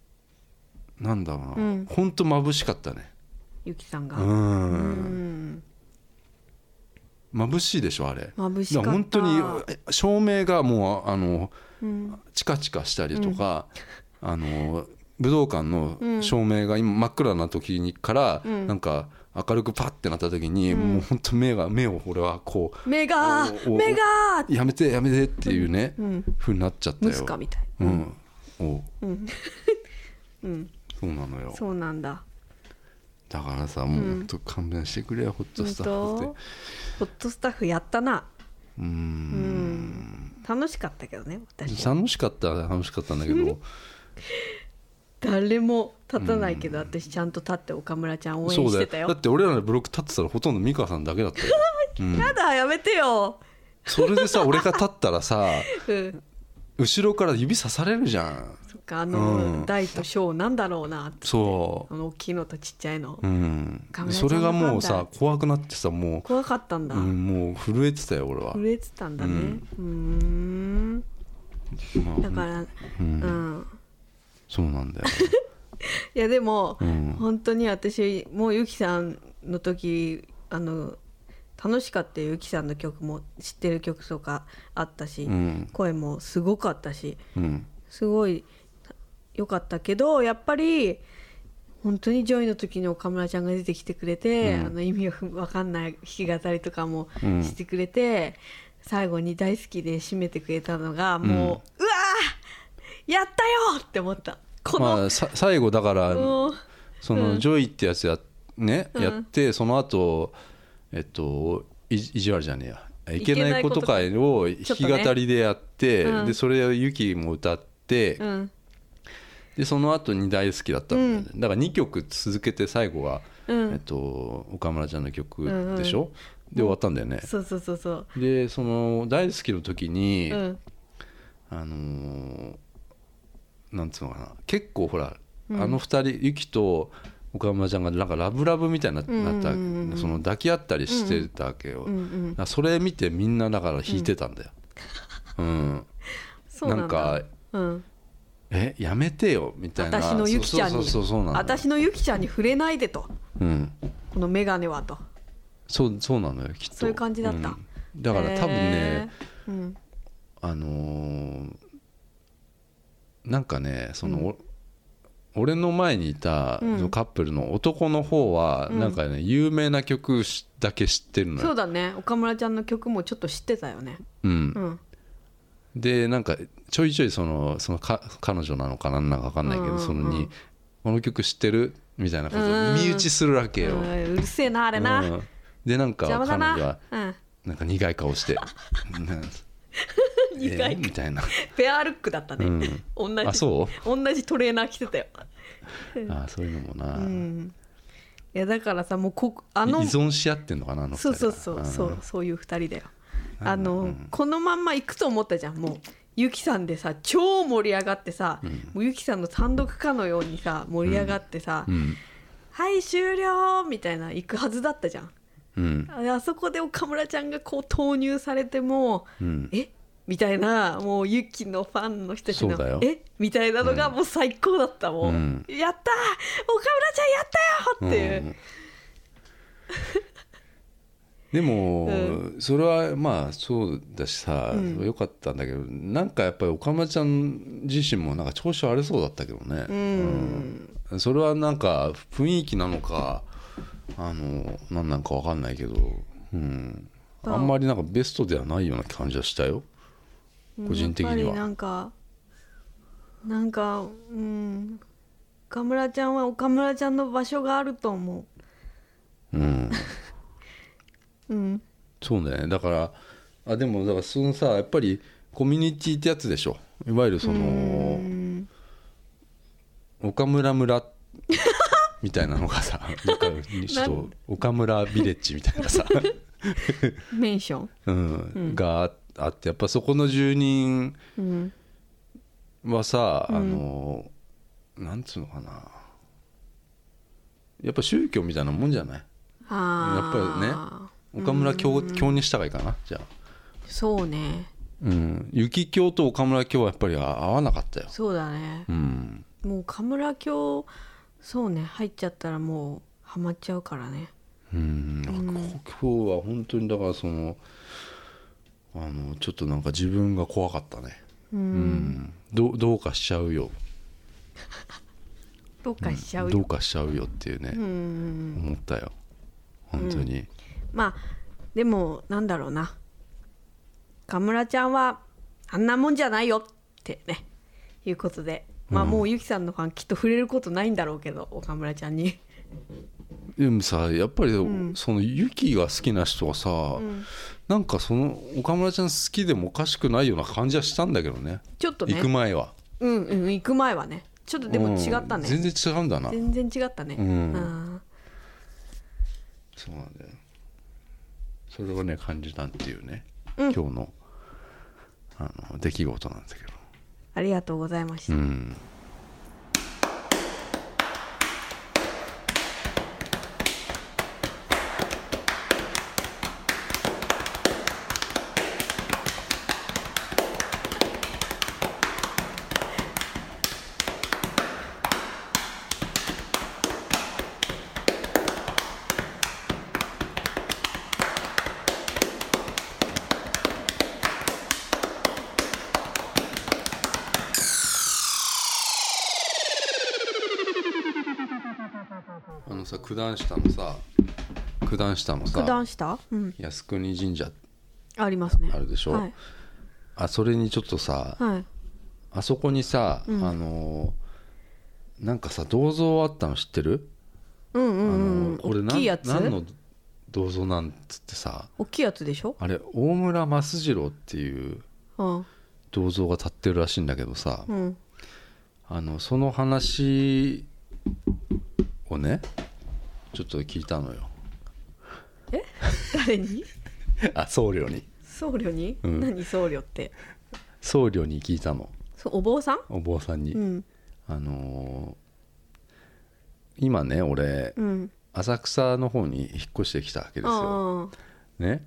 [SPEAKER 2] ーなんだろうな、
[SPEAKER 1] うん
[SPEAKER 2] ほんと眩しかったね
[SPEAKER 1] ゆきさんが
[SPEAKER 2] う
[SPEAKER 1] うんん
[SPEAKER 2] 眩しいでしょあれ
[SPEAKER 1] 眩し
[SPEAKER 2] だ
[SPEAKER 1] かっ
[SPEAKER 2] か
[SPEAKER 1] た
[SPEAKER 2] ら本当にえ照明がもうあの
[SPEAKER 1] うん
[SPEAKER 2] チカチカしたりとか、あの武道館
[SPEAKER 1] う
[SPEAKER 2] の
[SPEAKER 1] ん
[SPEAKER 2] 照明が今真っ暗な時にから、
[SPEAKER 1] うん
[SPEAKER 2] なんか明るくパッてなった時に、
[SPEAKER 1] うん
[SPEAKER 2] もう本当目が目を俺はこ
[SPEAKER 1] 目が
[SPEAKER 2] おお
[SPEAKER 1] 目が
[SPEAKER 2] うやめてやめてっていうね、
[SPEAKER 1] うん
[SPEAKER 2] ふうになっちゃった
[SPEAKER 1] ム
[SPEAKER 2] よ。
[SPEAKER 1] スカみたい
[SPEAKER 2] うん、おう
[SPEAKER 1] うんうん
[SPEAKER 2] そうなのよ
[SPEAKER 1] そうなんだ
[SPEAKER 2] だからさもう本当勘弁してくれよ、ホットスタッフっ
[SPEAKER 1] 本
[SPEAKER 2] て
[SPEAKER 1] 当ホットスタッフやったな
[SPEAKER 2] うー
[SPEAKER 1] うんん楽しかったけどね私は
[SPEAKER 2] 楽しかったら楽しかったんだけど
[SPEAKER 1] 誰も立たないけど私ちゃんと立って岡村ちゃん応援
[SPEAKER 2] そう
[SPEAKER 1] してた
[SPEAKER 2] だよ
[SPEAKER 1] よ
[SPEAKER 2] だって俺らのブロック立ってたらほとんど美川さんだけ
[SPEAKER 1] *laughs*
[SPEAKER 2] だったよ、うん、
[SPEAKER 1] やだやめてよ、
[SPEAKER 2] それでさ俺が立ったらさ
[SPEAKER 1] うん、
[SPEAKER 2] 後ろから指さされるじゃん
[SPEAKER 1] そっかあの、
[SPEAKER 2] うん
[SPEAKER 1] 大と小なんだろうな
[SPEAKER 2] そ
[SPEAKER 1] あの大きいのとちっちゃいの、
[SPEAKER 2] う、うん
[SPEAKER 1] カメ、ラちゃん
[SPEAKER 2] そ
[SPEAKER 1] の
[SPEAKER 2] れがもう
[SPEAKER 1] ファン
[SPEAKER 2] さ
[SPEAKER 1] だ
[SPEAKER 2] 怖くなってさも
[SPEAKER 1] 怖かったん
[SPEAKER 2] う、
[SPEAKER 1] だ、
[SPEAKER 2] うん、もう震えてたよ俺は、
[SPEAKER 1] 震えてたんだねうん
[SPEAKER 2] まあ
[SPEAKER 1] んだから
[SPEAKER 2] うん
[SPEAKER 1] うん
[SPEAKER 2] そうなんだよ、
[SPEAKER 1] いやでも、
[SPEAKER 2] うん
[SPEAKER 1] 本当に私もうゆきさんの時あの楽しかったよゆきさんの曲も知ってる曲とかあったし、
[SPEAKER 2] うん
[SPEAKER 1] 声もすごかったし
[SPEAKER 2] うん、
[SPEAKER 1] すごい良かったけどやっぱり本当にジョイの時に岡村ちゃんが出てきてくれて、
[SPEAKER 2] うん
[SPEAKER 1] あの意味が分かんない弾き語りとかも
[SPEAKER 2] うん
[SPEAKER 1] してくれて、最後に大好きで締めてくれたのがもう、うわーやったよって思った *laughs* この、
[SPEAKER 2] まあさ最後だから
[SPEAKER 1] もう
[SPEAKER 2] そのジョイってやつや,、ねやってその後えっとい意地悪じゃねえやえいけないことかいを弾
[SPEAKER 1] ちょっ
[SPEAKER 2] き
[SPEAKER 1] とね
[SPEAKER 2] 語りでやって、
[SPEAKER 1] うん
[SPEAKER 2] でそれをユキも歌って、
[SPEAKER 1] うん
[SPEAKER 2] でその後に大好きだったんだよね、だから2曲続けて最後は、
[SPEAKER 1] うん
[SPEAKER 2] えっと、岡村ちゃんの曲でしょ、で終わったんだよね、
[SPEAKER 1] そうそうそうそう
[SPEAKER 2] でその大好きの時に、
[SPEAKER 1] うん
[SPEAKER 2] あのーなんつうのかな結構ほら、あの二人ユキと岡村ちゃんがなんかラブラブみたいにな
[SPEAKER 1] うんうんうん
[SPEAKER 2] なった、その抱き合ったりしてたわけよ、
[SPEAKER 1] うんうん
[SPEAKER 2] だからそれ見てみんなだから弾いてたんだよ、うん
[SPEAKER 1] そうなんだ
[SPEAKER 2] なんか
[SPEAKER 1] うん
[SPEAKER 2] えやめてよみたいな
[SPEAKER 1] 私のゆきちゃんに
[SPEAKER 2] そうそうそうそうなの
[SPEAKER 1] 私のゆきちゃんに触れないでと
[SPEAKER 2] うん
[SPEAKER 1] この眼鏡はと
[SPEAKER 2] そうそうなのよきっと
[SPEAKER 1] そういう感じだった
[SPEAKER 2] んだから多分ね、
[SPEAKER 1] へーうん
[SPEAKER 2] あのーなんかねその、お俺の前にいた、
[SPEAKER 1] うん
[SPEAKER 2] そのカップルの男の方は、
[SPEAKER 1] うん
[SPEAKER 2] なんかね有名な曲しだけ知ってるの
[SPEAKER 1] そう
[SPEAKER 2] よ、
[SPEAKER 1] だね岡村ちゃんの曲もちょっと知ってたよね
[SPEAKER 2] うん
[SPEAKER 1] うん
[SPEAKER 2] でなんかちょいちょいそのそのか彼女なのかなんなのか分かんないけど、
[SPEAKER 1] うんうんうん
[SPEAKER 2] そのに「この曲知ってる?」みたいなこと
[SPEAKER 1] うん
[SPEAKER 2] を身打ちするわけよ、
[SPEAKER 1] うんうるせえなあれな
[SPEAKER 2] うんでなんか
[SPEAKER 1] 邪魔だ
[SPEAKER 2] 彼
[SPEAKER 1] な
[SPEAKER 2] 女は
[SPEAKER 1] うん
[SPEAKER 2] なんか苦い
[SPEAKER 1] *laughs*
[SPEAKER 2] 顔して「うんえ
[SPEAKER 1] 苦い顔
[SPEAKER 2] ーみ
[SPEAKER 1] *laughs*
[SPEAKER 2] たいな
[SPEAKER 1] ペアルックだったね同じ
[SPEAKER 2] あそう
[SPEAKER 1] 同じトレーナー着てたよ
[SPEAKER 2] あそういうのもな、
[SPEAKER 1] うんいやだからさもうこあ
[SPEAKER 2] 依
[SPEAKER 1] の
[SPEAKER 2] 存し合ってんのかなあの二人
[SPEAKER 1] そ
[SPEAKER 2] は
[SPEAKER 1] うそうそうそ
[SPEAKER 2] ん
[SPEAKER 1] うそういう二人だよあの、このまんま行くと思ったじゃんもうゆきさんでさ超盛り上がってさ、もうゆきさんの単独かのようにさ盛り上がってさ「
[SPEAKER 2] うん
[SPEAKER 1] はい終了!」みたいな行くはずだったじゃん
[SPEAKER 2] うん
[SPEAKER 1] ああそこで岡村ちゃんがこう投入されても「
[SPEAKER 2] うん
[SPEAKER 1] えみたいなもうユキのファンの人たち
[SPEAKER 2] そうだよ
[SPEAKER 1] の「えみたいなのがもう最高だったもう、
[SPEAKER 2] うん
[SPEAKER 1] やったー岡村ちゃんやったよっていう、
[SPEAKER 2] でも、
[SPEAKER 1] う
[SPEAKER 2] それはまあそうだしさ、良かったんだけどなんかやっぱり岡村ちゃん自身もなんか調子悪そうだったけどね、うんそれはなんか雰囲気なのかあのなんなんかわかんないけど、うん、
[SPEAKER 1] そう
[SPEAKER 2] あんまりなんかベストではないような感じはしたよ個人的に
[SPEAKER 1] やっぱ
[SPEAKER 2] は
[SPEAKER 1] りなんかなんかうん岡村ちゃんは岡村ちゃんの場所があると思
[SPEAKER 2] うん
[SPEAKER 1] ううん
[SPEAKER 2] そうだよねだからあでもだからそのさやっぱりコミュニティってやつでしょいわゆるそ
[SPEAKER 1] う
[SPEAKER 2] の
[SPEAKER 1] ん
[SPEAKER 2] 岡村村みたいなのが *laughs* さなんかちょっと岡村ビレッジみたいなさ、
[SPEAKER 1] メンション
[SPEAKER 2] *laughs* うん、があってやっぱそこの住人
[SPEAKER 1] うん
[SPEAKER 2] はさ、あのなんつうのかなやっぱ宗教みたいなもんじゃない
[SPEAKER 1] あー
[SPEAKER 2] やっぱ岡村教,、教にしたがいいかなじゃあ、
[SPEAKER 1] そうね
[SPEAKER 2] うん、雪教と岡村教はやっぱり合わなかったよ
[SPEAKER 1] そうだね
[SPEAKER 2] うん
[SPEAKER 1] もう岡村京そうね入っちゃったらもうハマっちゃうからね
[SPEAKER 2] うん、今日は本当にだからそのあのちょっとなんか自分が怖かったね
[SPEAKER 1] う
[SPEAKER 2] うんんどうどうかしちゃうよ
[SPEAKER 1] どうかしちゃう
[SPEAKER 2] ど
[SPEAKER 1] よ
[SPEAKER 2] うかしちゃうよっていう
[SPEAKER 1] う
[SPEAKER 2] ね、
[SPEAKER 1] ん
[SPEAKER 2] 思ったよ本当に
[SPEAKER 1] まあでもなんだろうな岡村ちゃんはあんなもんじゃないよってねいうことでまあもうゆきさんのファンきっと触れることないんだろうけど岡村ちゃんに *laughs*
[SPEAKER 2] でもさやっぱりそのユキが好きな人はさ、なんかその岡村ちゃん好きでもおかしくないような感じはしたんだけどね
[SPEAKER 1] ちょっと
[SPEAKER 2] 行く
[SPEAKER 1] ね
[SPEAKER 2] 前は
[SPEAKER 1] うんうん行く前はねちょっとでも違った
[SPEAKER 2] うん
[SPEAKER 1] ね、
[SPEAKER 2] 全然違うんだな
[SPEAKER 1] 全然違ったね、
[SPEAKER 2] うん
[SPEAKER 1] あ
[SPEAKER 2] そうなんだよそれをね感じたっていうね、
[SPEAKER 1] うん
[SPEAKER 2] 今日のあの出来事なんですけど
[SPEAKER 1] ーありがとうございました、
[SPEAKER 2] うんあのさ九段下のさ九段下の
[SPEAKER 1] 九
[SPEAKER 2] さ
[SPEAKER 1] 段下うん
[SPEAKER 2] 靖国神社
[SPEAKER 1] ありますね
[SPEAKER 2] あるでしょ
[SPEAKER 1] はい、
[SPEAKER 2] あそれにちょっとさ
[SPEAKER 1] はい、
[SPEAKER 2] あそこにさ、あのーなんかさ銅像あったの知ってる、
[SPEAKER 1] うんうんうん
[SPEAKER 2] あの俺
[SPEAKER 1] 大
[SPEAKER 2] な
[SPEAKER 1] きいや
[SPEAKER 2] ん
[SPEAKER 1] つ
[SPEAKER 2] 何の銅像なんつってさ
[SPEAKER 1] 大きいやつでしょ
[SPEAKER 2] あれ大村益次郎っていう
[SPEAKER 1] うん
[SPEAKER 2] 銅像が立ってるらしいんだけどさ、
[SPEAKER 1] うん
[SPEAKER 2] あのその話をねちょっと聞いたのよ
[SPEAKER 1] え誰に
[SPEAKER 2] *laughs* あ僧侶に
[SPEAKER 1] 僧侶に、
[SPEAKER 2] うん
[SPEAKER 1] 何僧侶って
[SPEAKER 2] 僧侶に聞いたの
[SPEAKER 1] そうお坊さん
[SPEAKER 2] お坊さんに、
[SPEAKER 1] うん
[SPEAKER 2] あのー今ね俺
[SPEAKER 1] うん
[SPEAKER 2] 浅草の方に引っ越してきたわけですよ、
[SPEAKER 1] ああ
[SPEAKER 2] ね、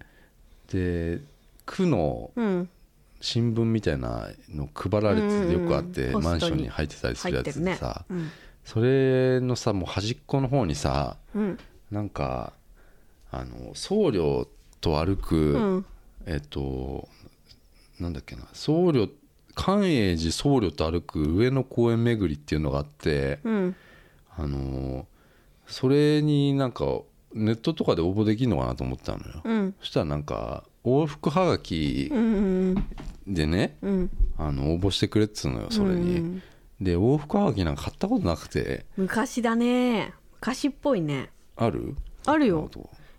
[SPEAKER 2] で区の
[SPEAKER 1] うん
[SPEAKER 2] 新聞みたいなの配られててよくあって、
[SPEAKER 1] うんうんうん
[SPEAKER 2] マンションに入ってたりす
[SPEAKER 1] 入
[SPEAKER 2] る
[SPEAKER 1] っ
[SPEAKER 2] や
[SPEAKER 1] てる
[SPEAKER 2] つで
[SPEAKER 1] ね
[SPEAKER 2] さ、
[SPEAKER 1] うん
[SPEAKER 2] それのさもう端っこの方にさ
[SPEAKER 1] うん
[SPEAKER 2] なんかあの僧侶と歩く、
[SPEAKER 1] うん
[SPEAKER 2] えっとなんだっけな僧侶寛永寺僧侶と歩く上野公園巡りっていうのがあって、
[SPEAKER 1] うん
[SPEAKER 2] あのそれになんかネットとかで応募できるのかなと思ったのよ、
[SPEAKER 1] うん
[SPEAKER 2] そしたらなんか往復はがき
[SPEAKER 1] うんうん
[SPEAKER 2] でね、
[SPEAKER 1] うん
[SPEAKER 2] あの応募してくれっつうのよそれに、
[SPEAKER 1] うん
[SPEAKER 2] で往復はがきなんか買ったことなくて
[SPEAKER 1] 昔だね昔っぽいね
[SPEAKER 2] ある
[SPEAKER 1] あるよ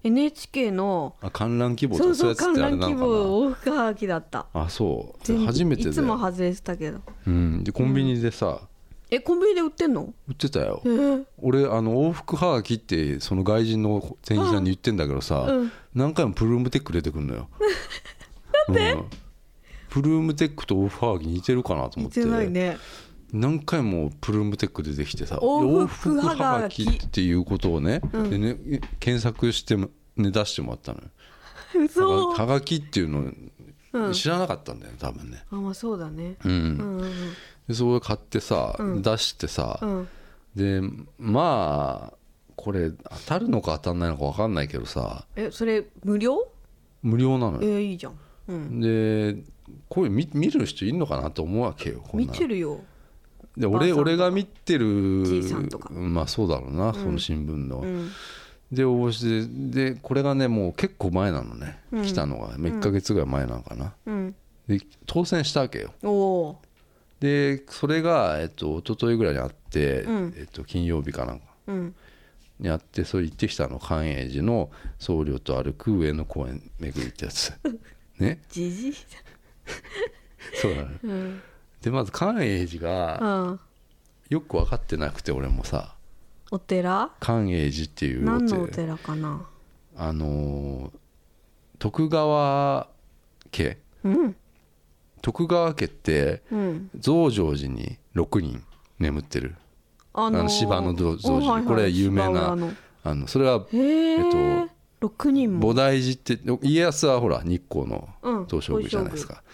[SPEAKER 1] NHK の
[SPEAKER 2] あ観覧希望と
[SPEAKER 1] そう
[SPEAKER 2] かそう
[SPEAKER 1] そ
[SPEAKER 2] いううやつ
[SPEAKER 1] 観
[SPEAKER 2] ってあれ
[SPEAKER 1] 覧
[SPEAKER 2] な
[SPEAKER 1] 希
[SPEAKER 2] のか
[SPEAKER 1] 望往復はがきだった
[SPEAKER 2] なあそう
[SPEAKER 1] 全部
[SPEAKER 2] 初めてで
[SPEAKER 1] いつも外れてたけど
[SPEAKER 2] うん、でコンビニでさ、
[SPEAKER 1] えコンビニで売ってんの
[SPEAKER 2] 売ってたよ
[SPEAKER 1] えー
[SPEAKER 2] 俺あの往復はがきってその外人の店員さんに言ってんだけどさ、
[SPEAKER 1] うん
[SPEAKER 2] 何回もプルームテック出てくる
[SPEAKER 1] *laughs*
[SPEAKER 2] のよなんで、うんプルームテックと往復はがき似てるかなと思
[SPEAKER 1] 似
[SPEAKER 2] って
[SPEAKER 1] てないね
[SPEAKER 2] 何回もプルームテック出てきてさ
[SPEAKER 1] 往復
[SPEAKER 2] 往復はがき
[SPEAKER 1] はがき
[SPEAKER 2] っていうことをね,、
[SPEAKER 1] うん
[SPEAKER 2] でね検索しても、ね、出してもらったのよ
[SPEAKER 1] 嘘
[SPEAKER 2] はがはがきっていうの
[SPEAKER 1] うん
[SPEAKER 2] 知らなかったんだよね多分ね
[SPEAKER 1] あまあそうだね
[SPEAKER 2] うん、
[SPEAKER 1] うんうん
[SPEAKER 2] でそれ買ってさ、
[SPEAKER 1] うん
[SPEAKER 2] 出してさ、
[SPEAKER 1] うんうん
[SPEAKER 2] でまあこれ当たるのか当たんないのか分かんないけどさ
[SPEAKER 1] えそれ無料
[SPEAKER 2] 無料なの
[SPEAKER 1] え
[SPEAKER 2] よ、
[SPEAKER 1] ーいいじゃんうん
[SPEAKER 2] でこういう見見る人いるのかなと思うわけよこん
[SPEAKER 1] 見
[SPEAKER 2] な
[SPEAKER 1] てるよ
[SPEAKER 2] で
[SPEAKER 1] ばあさん
[SPEAKER 2] 俺
[SPEAKER 1] とか
[SPEAKER 2] 俺が見てる
[SPEAKER 1] じいさんとか
[SPEAKER 2] まあそうだろうな、その新聞の、
[SPEAKER 1] うん
[SPEAKER 2] で応募してでこれがねもう結構前なのね、
[SPEAKER 1] うん
[SPEAKER 2] 来たのが1か月ぐらい前なのかな、
[SPEAKER 1] うん
[SPEAKER 2] で当選したわけよ
[SPEAKER 1] おお
[SPEAKER 2] でそれが、えっと一昨日ぐらいにあって、
[SPEAKER 1] うん
[SPEAKER 2] えっと、金曜日かなんか
[SPEAKER 1] ーうん
[SPEAKER 2] にあってそれ行ってきたの寛永寺の僧侶と歩く上野公園巡りってや
[SPEAKER 1] *laughs*
[SPEAKER 2] つね
[SPEAKER 1] じじい
[SPEAKER 2] そうなのよ
[SPEAKER 1] うん
[SPEAKER 2] でまず寛永寺が
[SPEAKER 1] うん
[SPEAKER 2] よく分かってなくて俺もさ
[SPEAKER 1] お寺
[SPEAKER 2] 寛永寺っていう
[SPEAKER 1] 何のお寺かな
[SPEAKER 2] あのー徳川家
[SPEAKER 1] うん
[SPEAKER 2] 徳川家って
[SPEAKER 1] うん
[SPEAKER 2] 増上寺に6人眠ってる
[SPEAKER 1] あ
[SPEAKER 2] あの芝の道道場これ有名なあのそれはえ
[SPEAKER 1] え
[SPEAKER 2] っ
[SPEAKER 1] っと6人も
[SPEAKER 2] 菩提寺って家康はほら日光の
[SPEAKER 1] うん
[SPEAKER 2] 東照宮じゃないですか、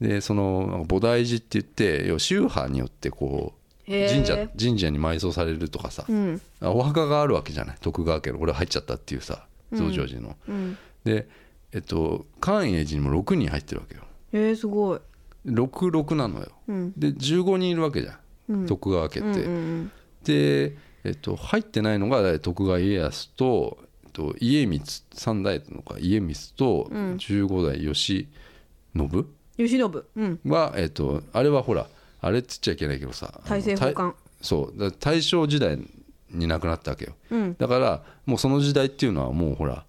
[SPEAKER 2] でその菩提寺って言って要は宗派によってこう
[SPEAKER 1] へー
[SPEAKER 2] 神社神社に埋葬されるとかさ、
[SPEAKER 1] うん
[SPEAKER 2] お墓があるわけじゃない徳川家の俺入っちゃったっていうさ増上寺の、
[SPEAKER 1] うん
[SPEAKER 2] でえっと寛永寺にも6人入ってるわけよ
[SPEAKER 1] えー、すごい
[SPEAKER 2] 66なのよ
[SPEAKER 1] うん
[SPEAKER 2] で15人いるわけじゃん、
[SPEAKER 1] うん
[SPEAKER 2] 徳川家って、
[SPEAKER 1] うんうん
[SPEAKER 2] で、えっと、入ってないのが徳川家康と、えっと、家光三代のか家光と
[SPEAKER 1] うん
[SPEAKER 2] 15代義信
[SPEAKER 1] うん、吉信うん
[SPEAKER 2] は、えっと、あれはほらあれっつっちゃいけないけどさあの
[SPEAKER 1] 大政奉
[SPEAKER 2] たい
[SPEAKER 1] 還
[SPEAKER 2] そうだ大正時代に亡くなったわけよ
[SPEAKER 1] うん
[SPEAKER 2] だからもうその時代っていうのはもうほら、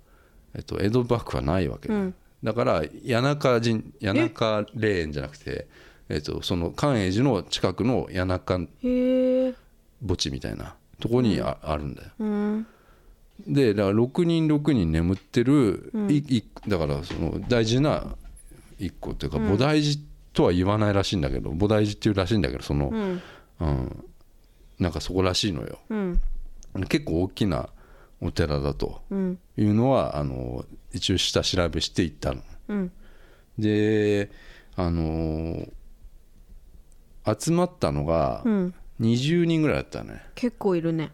[SPEAKER 2] えっと、江戸幕府はないわけ、
[SPEAKER 1] うん
[SPEAKER 2] だから谷中神谷中霊園じゃなくてえっとその寛永寺の近くの谷中
[SPEAKER 1] へえ
[SPEAKER 2] 墓地みたいなとこにあ,、あるんだよ
[SPEAKER 1] うん
[SPEAKER 2] でだから6人6人眠ってる、いいだからその大事な一個というか菩提寺とは言わないらしいんだけど菩提寺っていうらしいんだけどその、
[SPEAKER 1] う
[SPEAKER 2] うん
[SPEAKER 1] ん
[SPEAKER 2] なんかそこらしいのよ
[SPEAKER 1] うん
[SPEAKER 2] 結構大きなお寺だと
[SPEAKER 1] うん
[SPEAKER 2] いうのはあの一応下調べして行ったの。
[SPEAKER 1] うん
[SPEAKER 2] であの集まったのが
[SPEAKER 1] うん
[SPEAKER 2] 20人ぐらいだったね、
[SPEAKER 1] 結構いるね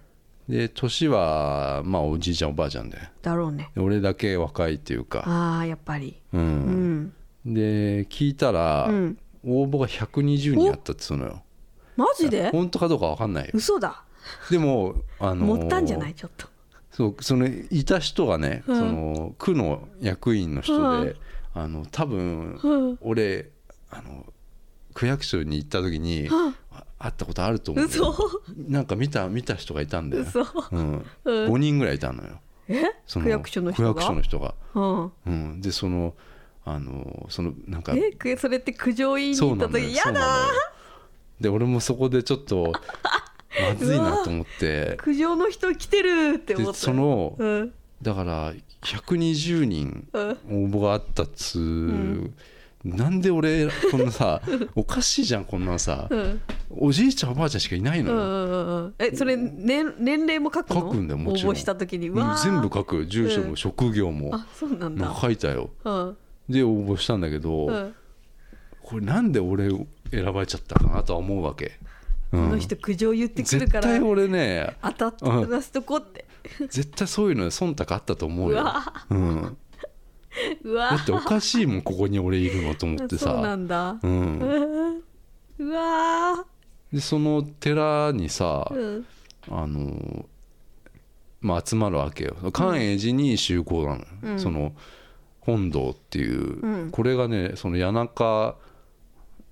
[SPEAKER 2] で年はまあおじいちゃんおばあちゃんで
[SPEAKER 1] だろうね
[SPEAKER 2] で俺だけ若いっていうか、
[SPEAKER 1] あーやっぱり
[SPEAKER 2] う、
[SPEAKER 1] うんん
[SPEAKER 2] で聞いたら、
[SPEAKER 1] うん
[SPEAKER 2] 応募が120人あったっつうのよ
[SPEAKER 1] マジで
[SPEAKER 2] 本当かどうか分か
[SPEAKER 1] *laughs*
[SPEAKER 2] んないよ
[SPEAKER 1] 嘘だ
[SPEAKER 2] でもあの
[SPEAKER 1] 持ったんじゃないちょっと
[SPEAKER 2] そうそのいた人がね、
[SPEAKER 1] うん
[SPEAKER 2] その区の役員の人で、
[SPEAKER 1] う
[SPEAKER 2] あの多分、
[SPEAKER 1] うん
[SPEAKER 2] 俺あの区役所に行った時に、
[SPEAKER 1] うん
[SPEAKER 2] あ会ったことあると思う
[SPEAKER 1] 嘘
[SPEAKER 2] なんか見た見た人がいたんだよ、
[SPEAKER 1] 嘘
[SPEAKER 2] うん、
[SPEAKER 1] うん
[SPEAKER 2] 5人ぐらいいたのよ
[SPEAKER 1] え
[SPEAKER 2] その
[SPEAKER 1] 区役所の人が
[SPEAKER 2] 区役所の人が
[SPEAKER 1] うん
[SPEAKER 2] うん、でそのあのそのなんか
[SPEAKER 1] えくそれって苦情言いに
[SPEAKER 2] そ
[SPEAKER 1] 行
[SPEAKER 2] う
[SPEAKER 1] っ
[SPEAKER 2] な
[SPEAKER 1] た
[SPEAKER 2] のよ
[SPEAKER 1] 時
[SPEAKER 2] そ
[SPEAKER 1] や
[SPEAKER 2] うな
[SPEAKER 1] だ
[SPEAKER 2] のよで俺もそこでちょっ
[SPEAKER 1] *laughs*
[SPEAKER 2] とまずいなと思って
[SPEAKER 1] 苦情の人来てるって思っ
[SPEAKER 2] で
[SPEAKER 1] た
[SPEAKER 2] その
[SPEAKER 1] うん
[SPEAKER 2] だから120人
[SPEAKER 1] うん
[SPEAKER 2] 応募があったっつう、なんで俺こん
[SPEAKER 1] *laughs*
[SPEAKER 2] なさおかしいじゃんこんなさ、
[SPEAKER 1] うん
[SPEAKER 2] おじいちゃんおばあちゃんしかいないの
[SPEAKER 1] うんう
[SPEAKER 2] よ、
[SPEAKER 1] んうんうんえそれ年年齢も書くの
[SPEAKER 2] 書くんだよもちろん
[SPEAKER 1] 応募した時に
[SPEAKER 2] う
[SPEAKER 1] うわ
[SPEAKER 2] ん
[SPEAKER 1] ー
[SPEAKER 2] 全部書く住所
[SPEAKER 1] うん
[SPEAKER 2] も職業も、
[SPEAKER 1] あそうなん
[SPEAKER 2] なん
[SPEAKER 1] だ
[SPEAKER 2] か書いたよ
[SPEAKER 1] うん
[SPEAKER 2] で応募したんだけど、
[SPEAKER 1] うん
[SPEAKER 2] これなんで俺選ばれちゃったかなとは思うわけ、
[SPEAKER 1] こ
[SPEAKER 2] うん
[SPEAKER 1] の人苦情言ってくる
[SPEAKER 2] 絶
[SPEAKER 1] から
[SPEAKER 2] 対俺ね
[SPEAKER 1] 当たって話しとこうって
[SPEAKER 2] 絶対そういうので忖度あったと思
[SPEAKER 1] う
[SPEAKER 2] うよ
[SPEAKER 1] わ
[SPEAKER 2] うん、
[SPEAKER 1] うわ
[SPEAKER 2] だっておかしいもんここに俺いるのと思って
[SPEAKER 1] そうな
[SPEAKER 2] さ
[SPEAKER 1] んだ *laughs* う
[SPEAKER 2] う、、
[SPEAKER 1] んんうわ
[SPEAKER 2] でその寺にさ
[SPEAKER 1] ー、うん
[SPEAKER 2] あのーまあ集まるわけよ寛永寺に集合なのよ、
[SPEAKER 1] うん
[SPEAKER 2] その本堂っていう、
[SPEAKER 1] うん
[SPEAKER 2] これがねその谷中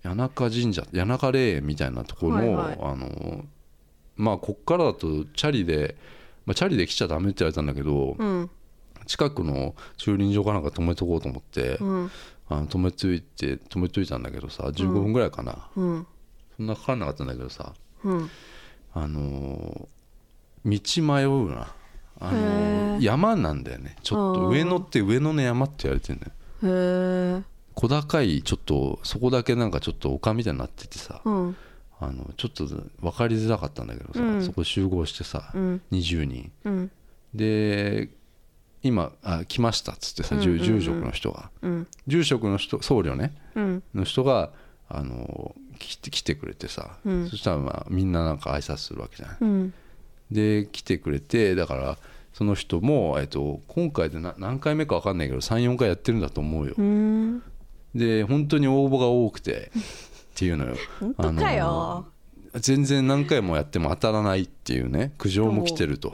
[SPEAKER 2] 谷中神社谷中霊園みたいなところの、
[SPEAKER 1] はいはい
[SPEAKER 2] あのーまあこっからだとチャリで、まあ、チャリで来ちゃダメって言われたんだけど、
[SPEAKER 1] うん
[SPEAKER 2] 近くの駐輪場かなんか止めとこうと思って、
[SPEAKER 1] うん
[SPEAKER 2] あの止めといて止めといたんだけどさ15分ぐらいかな、
[SPEAKER 1] うん
[SPEAKER 2] そんなかからなかったんだけどさ
[SPEAKER 1] うん
[SPEAKER 2] あのー道迷うなあのー
[SPEAKER 1] へー
[SPEAKER 2] 山なんだよねちょっと
[SPEAKER 1] あー
[SPEAKER 2] 上野って上野の山って言われてるんだよ
[SPEAKER 1] へえ
[SPEAKER 2] 小高いちょっとそこだけなんかちょっと丘みたいになっててさ
[SPEAKER 1] うん
[SPEAKER 2] あのちょっと分かりづらかったんだけどさ、
[SPEAKER 1] うん
[SPEAKER 2] そこ集合してさ、
[SPEAKER 1] うん
[SPEAKER 2] 20人
[SPEAKER 1] うん
[SPEAKER 2] で今あ来ましたっつってさ、
[SPEAKER 1] うんうんうん
[SPEAKER 2] 住職の人が
[SPEAKER 1] うん
[SPEAKER 2] 住職の人僧侶ね
[SPEAKER 1] うん
[SPEAKER 2] の人があの来て来てくれてさ、
[SPEAKER 1] うん
[SPEAKER 2] そしたら、まあ、みんななんか挨拶するわけじゃない、
[SPEAKER 1] うん
[SPEAKER 2] で来てくれてだからその人も、えっと、今回でな何回目か分かんないけど34回やってるんだと思うよ
[SPEAKER 1] う、ん
[SPEAKER 2] で本当に応募が多くてっていうのよ
[SPEAKER 1] 本当かよ
[SPEAKER 2] あの全然何回もやっても当たらないっていうね苦情も来てると、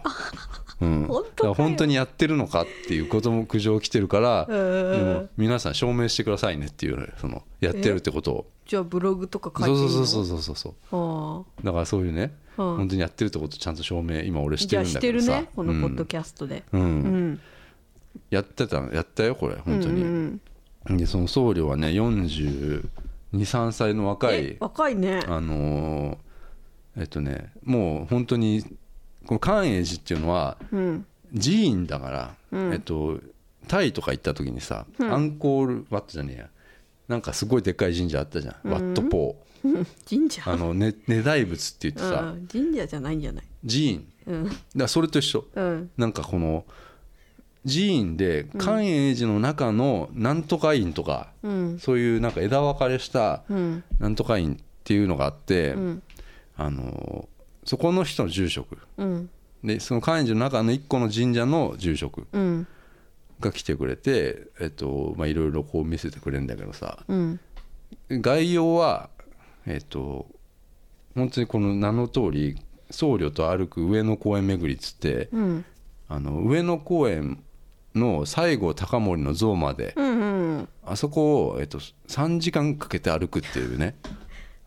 [SPEAKER 2] うん、
[SPEAKER 1] 本当かよ
[SPEAKER 2] だから本当にやってるのかっていうことも苦情来てるから、
[SPEAKER 1] うんうんうん
[SPEAKER 2] でも皆さん証明してくださいねっていうのよそのやってるってことを。
[SPEAKER 1] じゃあブログとか書い
[SPEAKER 2] そ
[SPEAKER 1] ていいうの
[SPEAKER 2] そうそうそうそうそう
[SPEAKER 1] あ
[SPEAKER 2] だからそういうね、
[SPEAKER 1] うん
[SPEAKER 2] 本当にやってるってことちゃんと証明今俺
[SPEAKER 1] ー
[SPEAKER 2] して
[SPEAKER 1] じゃあ
[SPEAKER 2] るん
[SPEAKER 1] し
[SPEAKER 2] だ
[SPEAKER 1] て
[SPEAKER 2] けど
[SPEAKER 1] る
[SPEAKER 2] さ
[SPEAKER 1] ねこのポッド
[SPEAKER 2] キ
[SPEAKER 1] キャストで
[SPEAKER 2] ャうん
[SPEAKER 1] う
[SPEAKER 2] うん
[SPEAKER 1] ん
[SPEAKER 2] やってたやったよこれ本当に、
[SPEAKER 1] うんうん
[SPEAKER 2] でその僧侶はね423歳の若
[SPEAKER 1] え
[SPEAKER 2] い
[SPEAKER 1] 若いね
[SPEAKER 2] あのーえっとねもう本当にこの寛永寺っていうのは
[SPEAKER 1] うん
[SPEAKER 2] 寺院だから、えっとタイとか行った時にさ、アンコールワットじゃねえやなんかすごいでっかい神社あったじゃん、ワットポ
[SPEAKER 1] 神社
[SPEAKER 2] ーあの、ね、値大仏って言ってさ、
[SPEAKER 1] うん神社じゃないんじゃない
[SPEAKER 2] 寺院
[SPEAKER 1] うん
[SPEAKER 2] だからそれと一緒
[SPEAKER 1] うん
[SPEAKER 2] なんかこの寺院で寛永寺の中のなんとか院とか、
[SPEAKER 1] うん
[SPEAKER 2] そういうなんか枝分かれした
[SPEAKER 1] うん
[SPEAKER 2] なんとか院っていうのがあって、
[SPEAKER 1] ん
[SPEAKER 2] あのそこの人の住職
[SPEAKER 1] うん
[SPEAKER 2] でその寛永寺の中の一個の神社の住職
[SPEAKER 1] うん
[SPEAKER 2] が来てくれてえっとまあいろいろこう見せてくれるんだけどさ
[SPEAKER 1] うん
[SPEAKER 2] 概要はえっと本当にこの名の通り僧侶と歩く上野公園巡りっつって、
[SPEAKER 1] うん
[SPEAKER 2] あの上野公園の西郷隆盛の像まで、
[SPEAKER 1] うんうん
[SPEAKER 2] あそこを、えっと、3時間かけて歩くっていうね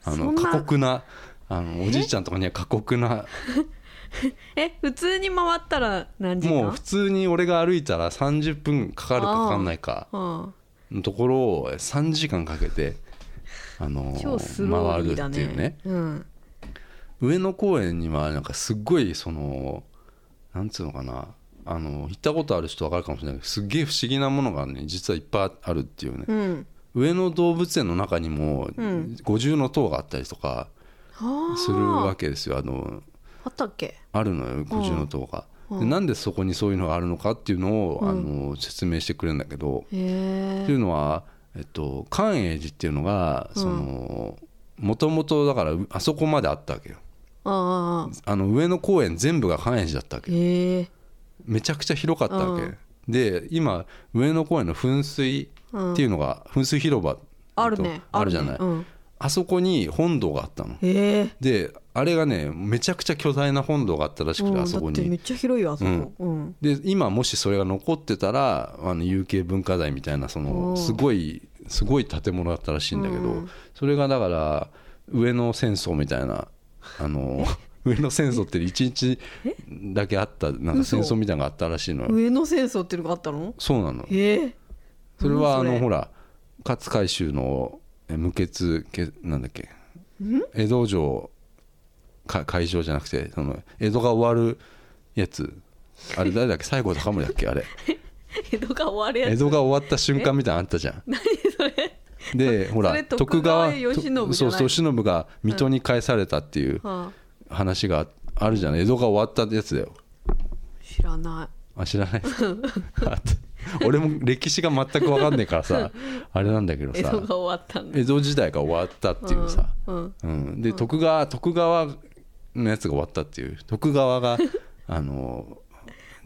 [SPEAKER 2] あ
[SPEAKER 1] そ
[SPEAKER 2] の
[SPEAKER 1] んな
[SPEAKER 2] 過酷なあのおじいちゃんとかには過酷な
[SPEAKER 1] え普通に回ったら何時間
[SPEAKER 2] もう普通に俺が歩いたら30分かかるかかんないか
[SPEAKER 1] うん
[SPEAKER 2] のところを3時間かけてあの
[SPEAKER 1] 超スロー
[SPEAKER 2] 回
[SPEAKER 1] リ
[SPEAKER 2] る
[SPEAKER 1] ーだ
[SPEAKER 2] って
[SPEAKER 1] ね
[SPEAKER 2] いうね
[SPEAKER 1] うん、
[SPEAKER 2] 上野公園にはなんかすっごいそのなんつうのかなあの行ったことある人わかるかもしれないけどすっげえ不思議なものがね実はいっぱいあるっていうね
[SPEAKER 1] うん、
[SPEAKER 2] 上野動物園の中にも50の塔があったりとか
[SPEAKER 1] ああ
[SPEAKER 2] するわけですよあの
[SPEAKER 1] あったっけ
[SPEAKER 2] あるのよ50の塔が。でなんでそこにそういうのがあるのかっていうのを、あの説明してくれるんだけど、
[SPEAKER 1] へえ
[SPEAKER 2] っていうのは、えっと、寛永寺っていうのが
[SPEAKER 1] うん
[SPEAKER 2] そのもともとだからうあそこまであったわけよ
[SPEAKER 1] あああ
[SPEAKER 2] あの上野公園全部が寛永寺だったわけ
[SPEAKER 1] へえ
[SPEAKER 2] めちゃくちゃ広かったわけ、
[SPEAKER 1] うん
[SPEAKER 2] で今上野公園の噴水っていうのが、噴水広場
[SPEAKER 1] あるね
[SPEAKER 2] あるじゃないあ,、
[SPEAKER 1] あるねうん、
[SPEAKER 2] そこに本堂があったの
[SPEAKER 1] へえ
[SPEAKER 2] であれがねめちゃくちゃ巨大な本堂があったらしくて、
[SPEAKER 1] うん
[SPEAKER 2] あそこ
[SPEAKER 1] だってめ
[SPEAKER 2] に
[SPEAKER 1] っちゃ広いよあそこ、うん
[SPEAKER 2] で今もしそれが残ってたらあの有形文化財みたいなそ
[SPEAKER 1] おー
[SPEAKER 2] のすごいすごい建物だったらしいんだけど、
[SPEAKER 1] うん
[SPEAKER 2] それがだから上野戦争みたいなあの
[SPEAKER 1] *laughs*
[SPEAKER 2] 上野戦争って1日だけあったなんか戦争みたいなのがあったらしいのよ
[SPEAKER 1] 上野戦争っていうのがあったの
[SPEAKER 2] そうなの
[SPEAKER 1] へえ
[SPEAKER 2] それはあ
[SPEAKER 1] 何それ
[SPEAKER 2] のほら勝海舟のえ無血けなんだっけ江戸城か会場じゃなくてその江戸が終わるやつあれ誰だっけ西郷隆盛だっ
[SPEAKER 1] *laughs*
[SPEAKER 2] けあれ
[SPEAKER 1] 江戸が終わる
[SPEAKER 2] 江
[SPEAKER 1] やつ
[SPEAKER 2] 戸が終わった瞬間みたいなのあったじゃん何それ
[SPEAKER 1] *laughs*
[SPEAKER 2] でほら
[SPEAKER 1] それ
[SPEAKER 2] 徳川
[SPEAKER 1] 徳川慶喜じゃない
[SPEAKER 2] とそうそう慶喜が水戸に返されたっていう
[SPEAKER 1] はあ
[SPEAKER 2] 話があるじゃない江戸が終わったやつだよ
[SPEAKER 1] 知らない
[SPEAKER 2] あ
[SPEAKER 1] *laughs*
[SPEAKER 2] 知らないあ俺も歴史が全く分かんねえか
[SPEAKER 1] *laughs*
[SPEAKER 2] らさあれなんだけど
[SPEAKER 1] 江戸
[SPEAKER 2] さ
[SPEAKER 1] が終わったんだ
[SPEAKER 2] 江戸時代が終わったっていうさ、
[SPEAKER 1] うん
[SPEAKER 2] うん、で徳川徳川のやつが終わったっていう徳
[SPEAKER 1] *laughs*
[SPEAKER 2] 川があの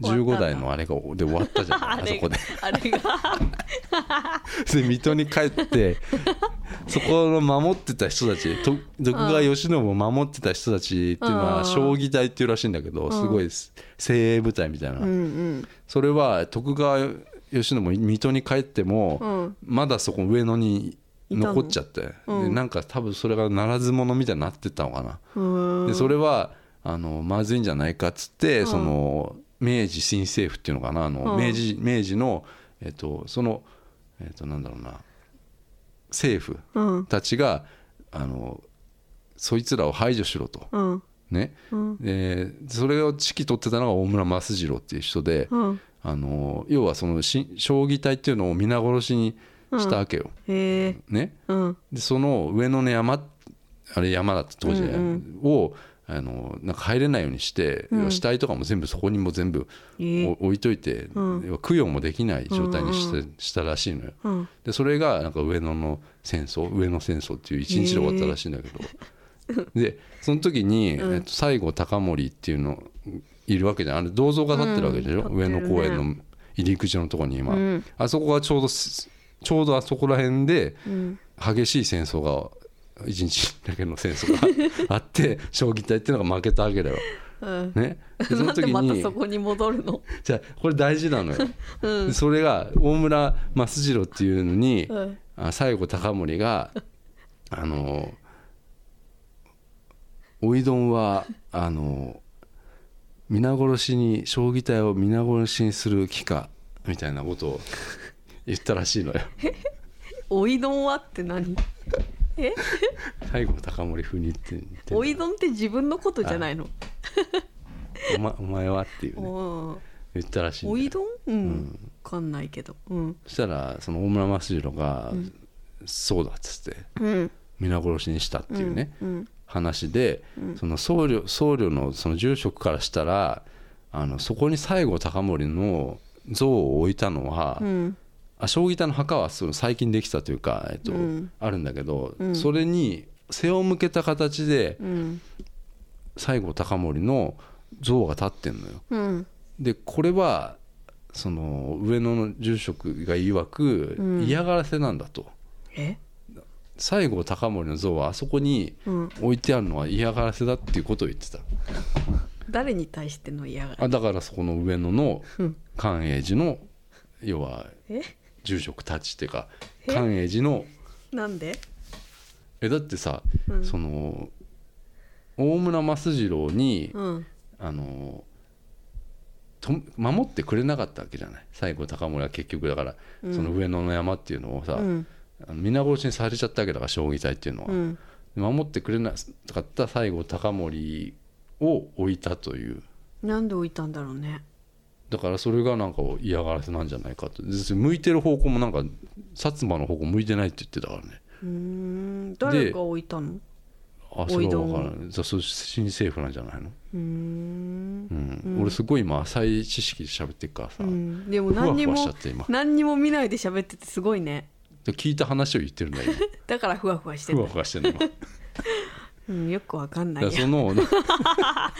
[SPEAKER 1] 終わった
[SPEAKER 2] 15
[SPEAKER 1] んだ
[SPEAKER 2] 代のあれがで終わったじゃ
[SPEAKER 1] *laughs* あ
[SPEAKER 2] ないあそ
[SPEAKER 1] れ
[SPEAKER 2] こで
[SPEAKER 1] があれが
[SPEAKER 2] で水戸に帰
[SPEAKER 1] *laughs*
[SPEAKER 2] ってそこの守ってた人たちと徳川慶喜を守ってた人たちっていうの
[SPEAKER 1] う
[SPEAKER 2] は
[SPEAKER 1] ん
[SPEAKER 2] 将棋隊っていうらしいんだけどすごいす精鋭部隊みたいなそれは徳川慶喜水戸に帰ってもまだそこ上野に残っちゃってでなんか多分それがならず者みたいになってったのかな。
[SPEAKER 1] うん
[SPEAKER 2] でそれはあのまずいんじゃないかっつって、その明治新政府っていうのかなあの、
[SPEAKER 1] うん
[SPEAKER 2] 明治明治の、えっとその、えっとなんだろうな政府
[SPEAKER 1] うん
[SPEAKER 2] たちがあのそいつらを排除しろと。
[SPEAKER 1] うん
[SPEAKER 2] ね
[SPEAKER 1] うん
[SPEAKER 2] でそれを指揮取ってたのが大村益次郎っていう人で、
[SPEAKER 1] うん
[SPEAKER 2] あの要はそのし将棋隊っていうのを皆殺しにしたわけよ。
[SPEAKER 1] へえ
[SPEAKER 2] ね、
[SPEAKER 1] うん
[SPEAKER 2] でその上野の山あれ山だった当時、ね
[SPEAKER 1] うん
[SPEAKER 2] をあのなんか入れないようにして、
[SPEAKER 1] うん
[SPEAKER 2] 死体とかも全部そこにも全部
[SPEAKER 1] え
[SPEAKER 2] お
[SPEAKER 1] ー
[SPEAKER 2] 置いといて、
[SPEAKER 1] うん
[SPEAKER 2] 要は供養もできない状態にして、
[SPEAKER 1] う
[SPEAKER 2] したらしいのよ
[SPEAKER 1] うん
[SPEAKER 2] でそれがなんか上野の戦争上野戦争っていう一日で終わったらしいんだけど、でその時に、
[SPEAKER 1] うん
[SPEAKER 2] えっと、西郷隆盛っていうのいるわけじゃんあれ銅像が立ってるわけでしょ、
[SPEAKER 1] うん
[SPEAKER 2] 上
[SPEAKER 1] 立って
[SPEAKER 2] 野
[SPEAKER 1] るね
[SPEAKER 2] 公園の入り口のところに今、
[SPEAKER 1] うん
[SPEAKER 2] あそこがちょうどすちょうどあそこら辺で
[SPEAKER 1] うん
[SPEAKER 2] 激しい戦争が一日だけの戦争があ
[SPEAKER 1] *laughs*
[SPEAKER 2] って将棋隊っていうのが負けたわけだよ。
[SPEAKER 1] うん
[SPEAKER 2] ね、でそ
[SPEAKER 1] な
[SPEAKER 2] の
[SPEAKER 1] んで
[SPEAKER 2] 時
[SPEAKER 1] また
[SPEAKER 2] に
[SPEAKER 1] そこに戻るの
[SPEAKER 2] じゃあこれ大事なのよ。
[SPEAKER 1] うん
[SPEAKER 2] でそれが大村益次郎っていうのに、
[SPEAKER 1] うん
[SPEAKER 2] あ西郷隆盛があのおいどんはあの皆殺しに将棋隊を皆殺しにする気かみたいなことを言ったら
[SPEAKER 1] *laughs*
[SPEAKER 2] しいのよ。
[SPEAKER 1] おいどんはって何
[SPEAKER 2] 西郷隆盛風に言って言って
[SPEAKER 1] おいどんって自分のことじゃないの
[SPEAKER 2] お前お前はっていうね
[SPEAKER 1] お
[SPEAKER 2] 言ったらしいんだよ
[SPEAKER 1] おいどんうんわかんないけどうん
[SPEAKER 2] そしたらその大村益次郎が「そうだ」っつって
[SPEAKER 1] うん
[SPEAKER 2] 皆殺しにしたっていうね、
[SPEAKER 1] うん
[SPEAKER 2] 話で、その僧侶僧侶のその住職からしたらあのそこに西郷隆盛の像を置いたのは、
[SPEAKER 1] うん
[SPEAKER 2] あ将棋隊の墓はその最近できたというか、えっと
[SPEAKER 1] うん
[SPEAKER 2] あるんだけど、
[SPEAKER 1] うん
[SPEAKER 2] それに背を向けた形で
[SPEAKER 1] うん
[SPEAKER 2] 西郷隆盛の像が立ってんのよ。
[SPEAKER 1] うん
[SPEAKER 2] でこれはその上野の住職が曰く
[SPEAKER 1] うん
[SPEAKER 2] 嫌がらせなんだと、
[SPEAKER 1] え
[SPEAKER 2] 西郷隆盛の像はあそこに
[SPEAKER 1] うん
[SPEAKER 2] 置いてあるのは嫌がらせだっていうことを言ってた
[SPEAKER 1] 誰に対しての嫌がら
[SPEAKER 2] あだからそこの上野の
[SPEAKER 1] うん
[SPEAKER 2] 寛永寺の要は
[SPEAKER 1] え
[SPEAKER 2] 住職たちっていうか
[SPEAKER 1] え
[SPEAKER 2] 寛永寺の
[SPEAKER 1] なんで
[SPEAKER 2] えだってさ、
[SPEAKER 1] うん
[SPEAKER 2] その大村益次郎に、
[SPEAKER 1] うん
[SPEAKER 2] あのと守ってくれなかったわけじゃない最後高森は結局だから、
[SPEAKER 1] うん
[SPEAKER 2] その上野の山っていうのをさ、
[SPEAKER 1] うん
[SPEAKER 2] あの皆殺しにされちゃったわけだから将棋隊っていうのは、
[SPEAKER 1] うん
[SPEAKER 2] 守ってくれなかった最後高森を置いたという
[SPEAKER 1] なんで置いたんだろうね
[SPEAKER 2] だからそれがなんか嫌がらせなんじゃないかと別に向いてる方向もなんか薩摩の方向向いてないって言ってたからね
[SPEAKER 1] うーん誰が置いたのう
[SPEAKER 2] あそれは分からないそうそう新政府なんじゃないの、
[SPEAKER 1] ーん
[SPEAKER 2] うん俺すごい今浅い知識で喋ってるからさ、
[SPEAKER 1] うんでも
[SPEAKER 2] ふわ
[SPEAKER 1] 何に
[SPEAKER 2] ふわしちゃ
[SPEAKER 1] も
[SPEAKER 2] って今
[SPEAKER 1] 何にも見ないで喋っててすごいね *laughs*
[SPEAKER 2] で聞いた話を言ってるんだよ
[SPEAKER 1] だからふわふわして *laughs* る
[SPEAKER 2] 今ふわふわしてるの今
[SPEAKER 1] うんよくわかんな
[SPEAKER 2] だから
[SPEAKER 1] いや
[SPEAKER 2] そ
[SPEAKER 1] *laughs*
[SPEAKER 2] のだか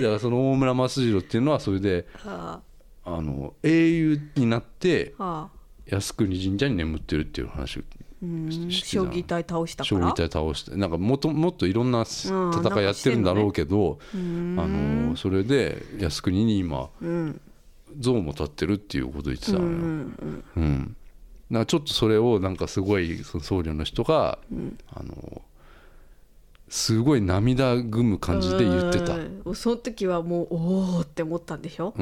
[SPEAKER 2] らその大村益次郎っていうのはそれで
[SPEAKER 1] は
[SPEAKER 2] あの英雄になって
[SPEAKER 1] あはあ
[SPEAKER 2] 靖国神社に眠ってるっていう話を
[SPEAKER 1] うーん
[SPEAKER 2] ししてた
[SPEAKER 1] 将棋隊倒したか
[SPEAKER 2] 将
[SPEAKER 1] ら
[SPEAKER 2] 棋隊倒してなんかもっともっといろんな戦
[SPEAKER 1] なんか
[SPEAKER 2] いやってるんだろうけど、
[SPEAKER 1] うーん
[SPEAKER 2] あのそれで靖国に今
[SPEAKER 1] うん
[SPEAKER 2] 像も立ってるっていうことを言ってた
[SPEAKER 1] うんう
[SPEAKER 2] のよ。
[SPEAKER 1] ん
[SPEAKER 2] うん、なんかちょっとそれをなんかすごいその僧侶の人が、あのすごい涙ぐむ感じで言ってた、うん
[SPEAKER 1] うんその時はもうおおって思ったんでしょ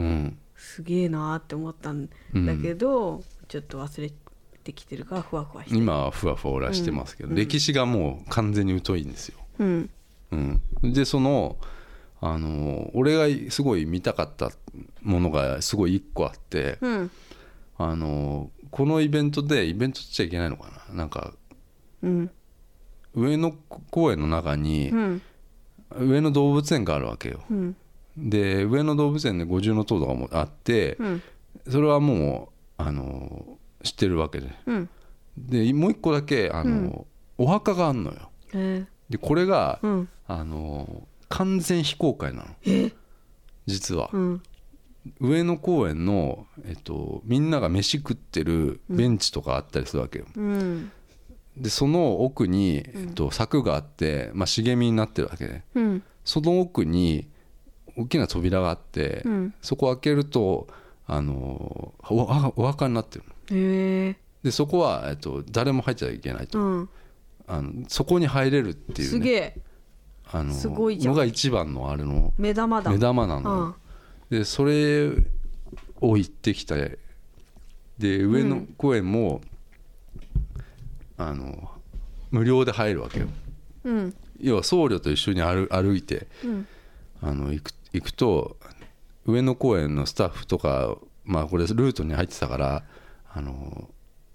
[SPEAKER 1] すげえなーって思ったんだけど、ちょっと忘れてきてるからふわふわしてる
[SPEAKER 2] 今はふわふわらしてますけど、歴史がもう完全に疎いんですよ。
[SPEAKER 1] うん
[SPEAKER 2] うん、でそのあの俺がすごい見たかったものがすごい一個あって、
[SPEAKER 1] うん
[SPEAKER 2] あのこのイベントでイベントっちゃいけないのかななんか
[SPEAKER 1] うん
[SPEAKER 2] 上野公園の中に
[SPEAKER 1] う、ん
[SPEAKER 2] 上野動物園があるわけよ。
[SPEAKER 1] うん
[SPEAKER 2] で上野動物園で五重塔とかもあって、
[SPEAKER 1] うん
[SPEAKER 2] それはもうあの知ってるわけで
[SPEAKER 1] うん
[SPEAKER 2] でもう一個だけあの、お墓があんのよ
[SPEAKER 1] え
[SPEAKER 2] でこれが、
[SPEAKER 1] ーうん
[SPEAKER 2] あの完全非公開なの実は
[SPEAKER 1] う、ん
[SPEAKER 2] 上野公園の、えっと、みんなが飯食ってるベンチとかあったりするわけよ、
[SPEAKER 1] うん
[SPEAKER 2] でその奥に、えっと、柵があって、まあ、茂みになってるわけで
[SPEAKER 1] うん
[SPEAKER 2] その奥に大きな扉があって、
[SPEAKER 1] うん
[SPEAKER 2] そこを開けるとあのおおお墓になってるの
[SPEAKER 1] へえ
[SPEAKER 2] でそこは、えっと、誰も入っちゃいけないと、
[SPEAKER 1] うん
[SPEAKER 2] あのそこに入れるっていう、ね、
[SPEAKER 1] すげえ
[SPEAKER 2] あの
[SPEAKER 1] すごいじゃん
[SPEAKER 2] のが一番のあれの
[SPEAKER 1] 目玉だ
[SPEAKER 2] 目玉なの
[SPEAKER 1] あ
[SPEAKER 2] よ、でそれを行ってきたで上野公園も、あの無料で入るわけよ
[SPEAKER 1] うん
[SPEAKER 2] 要は僧侶と一緒に歩歩いて
[SPEAKER 1] うん
[SPEAKER 2] あの行く行くと上野公園のスタッフとかまあこれルートに入ってたからあの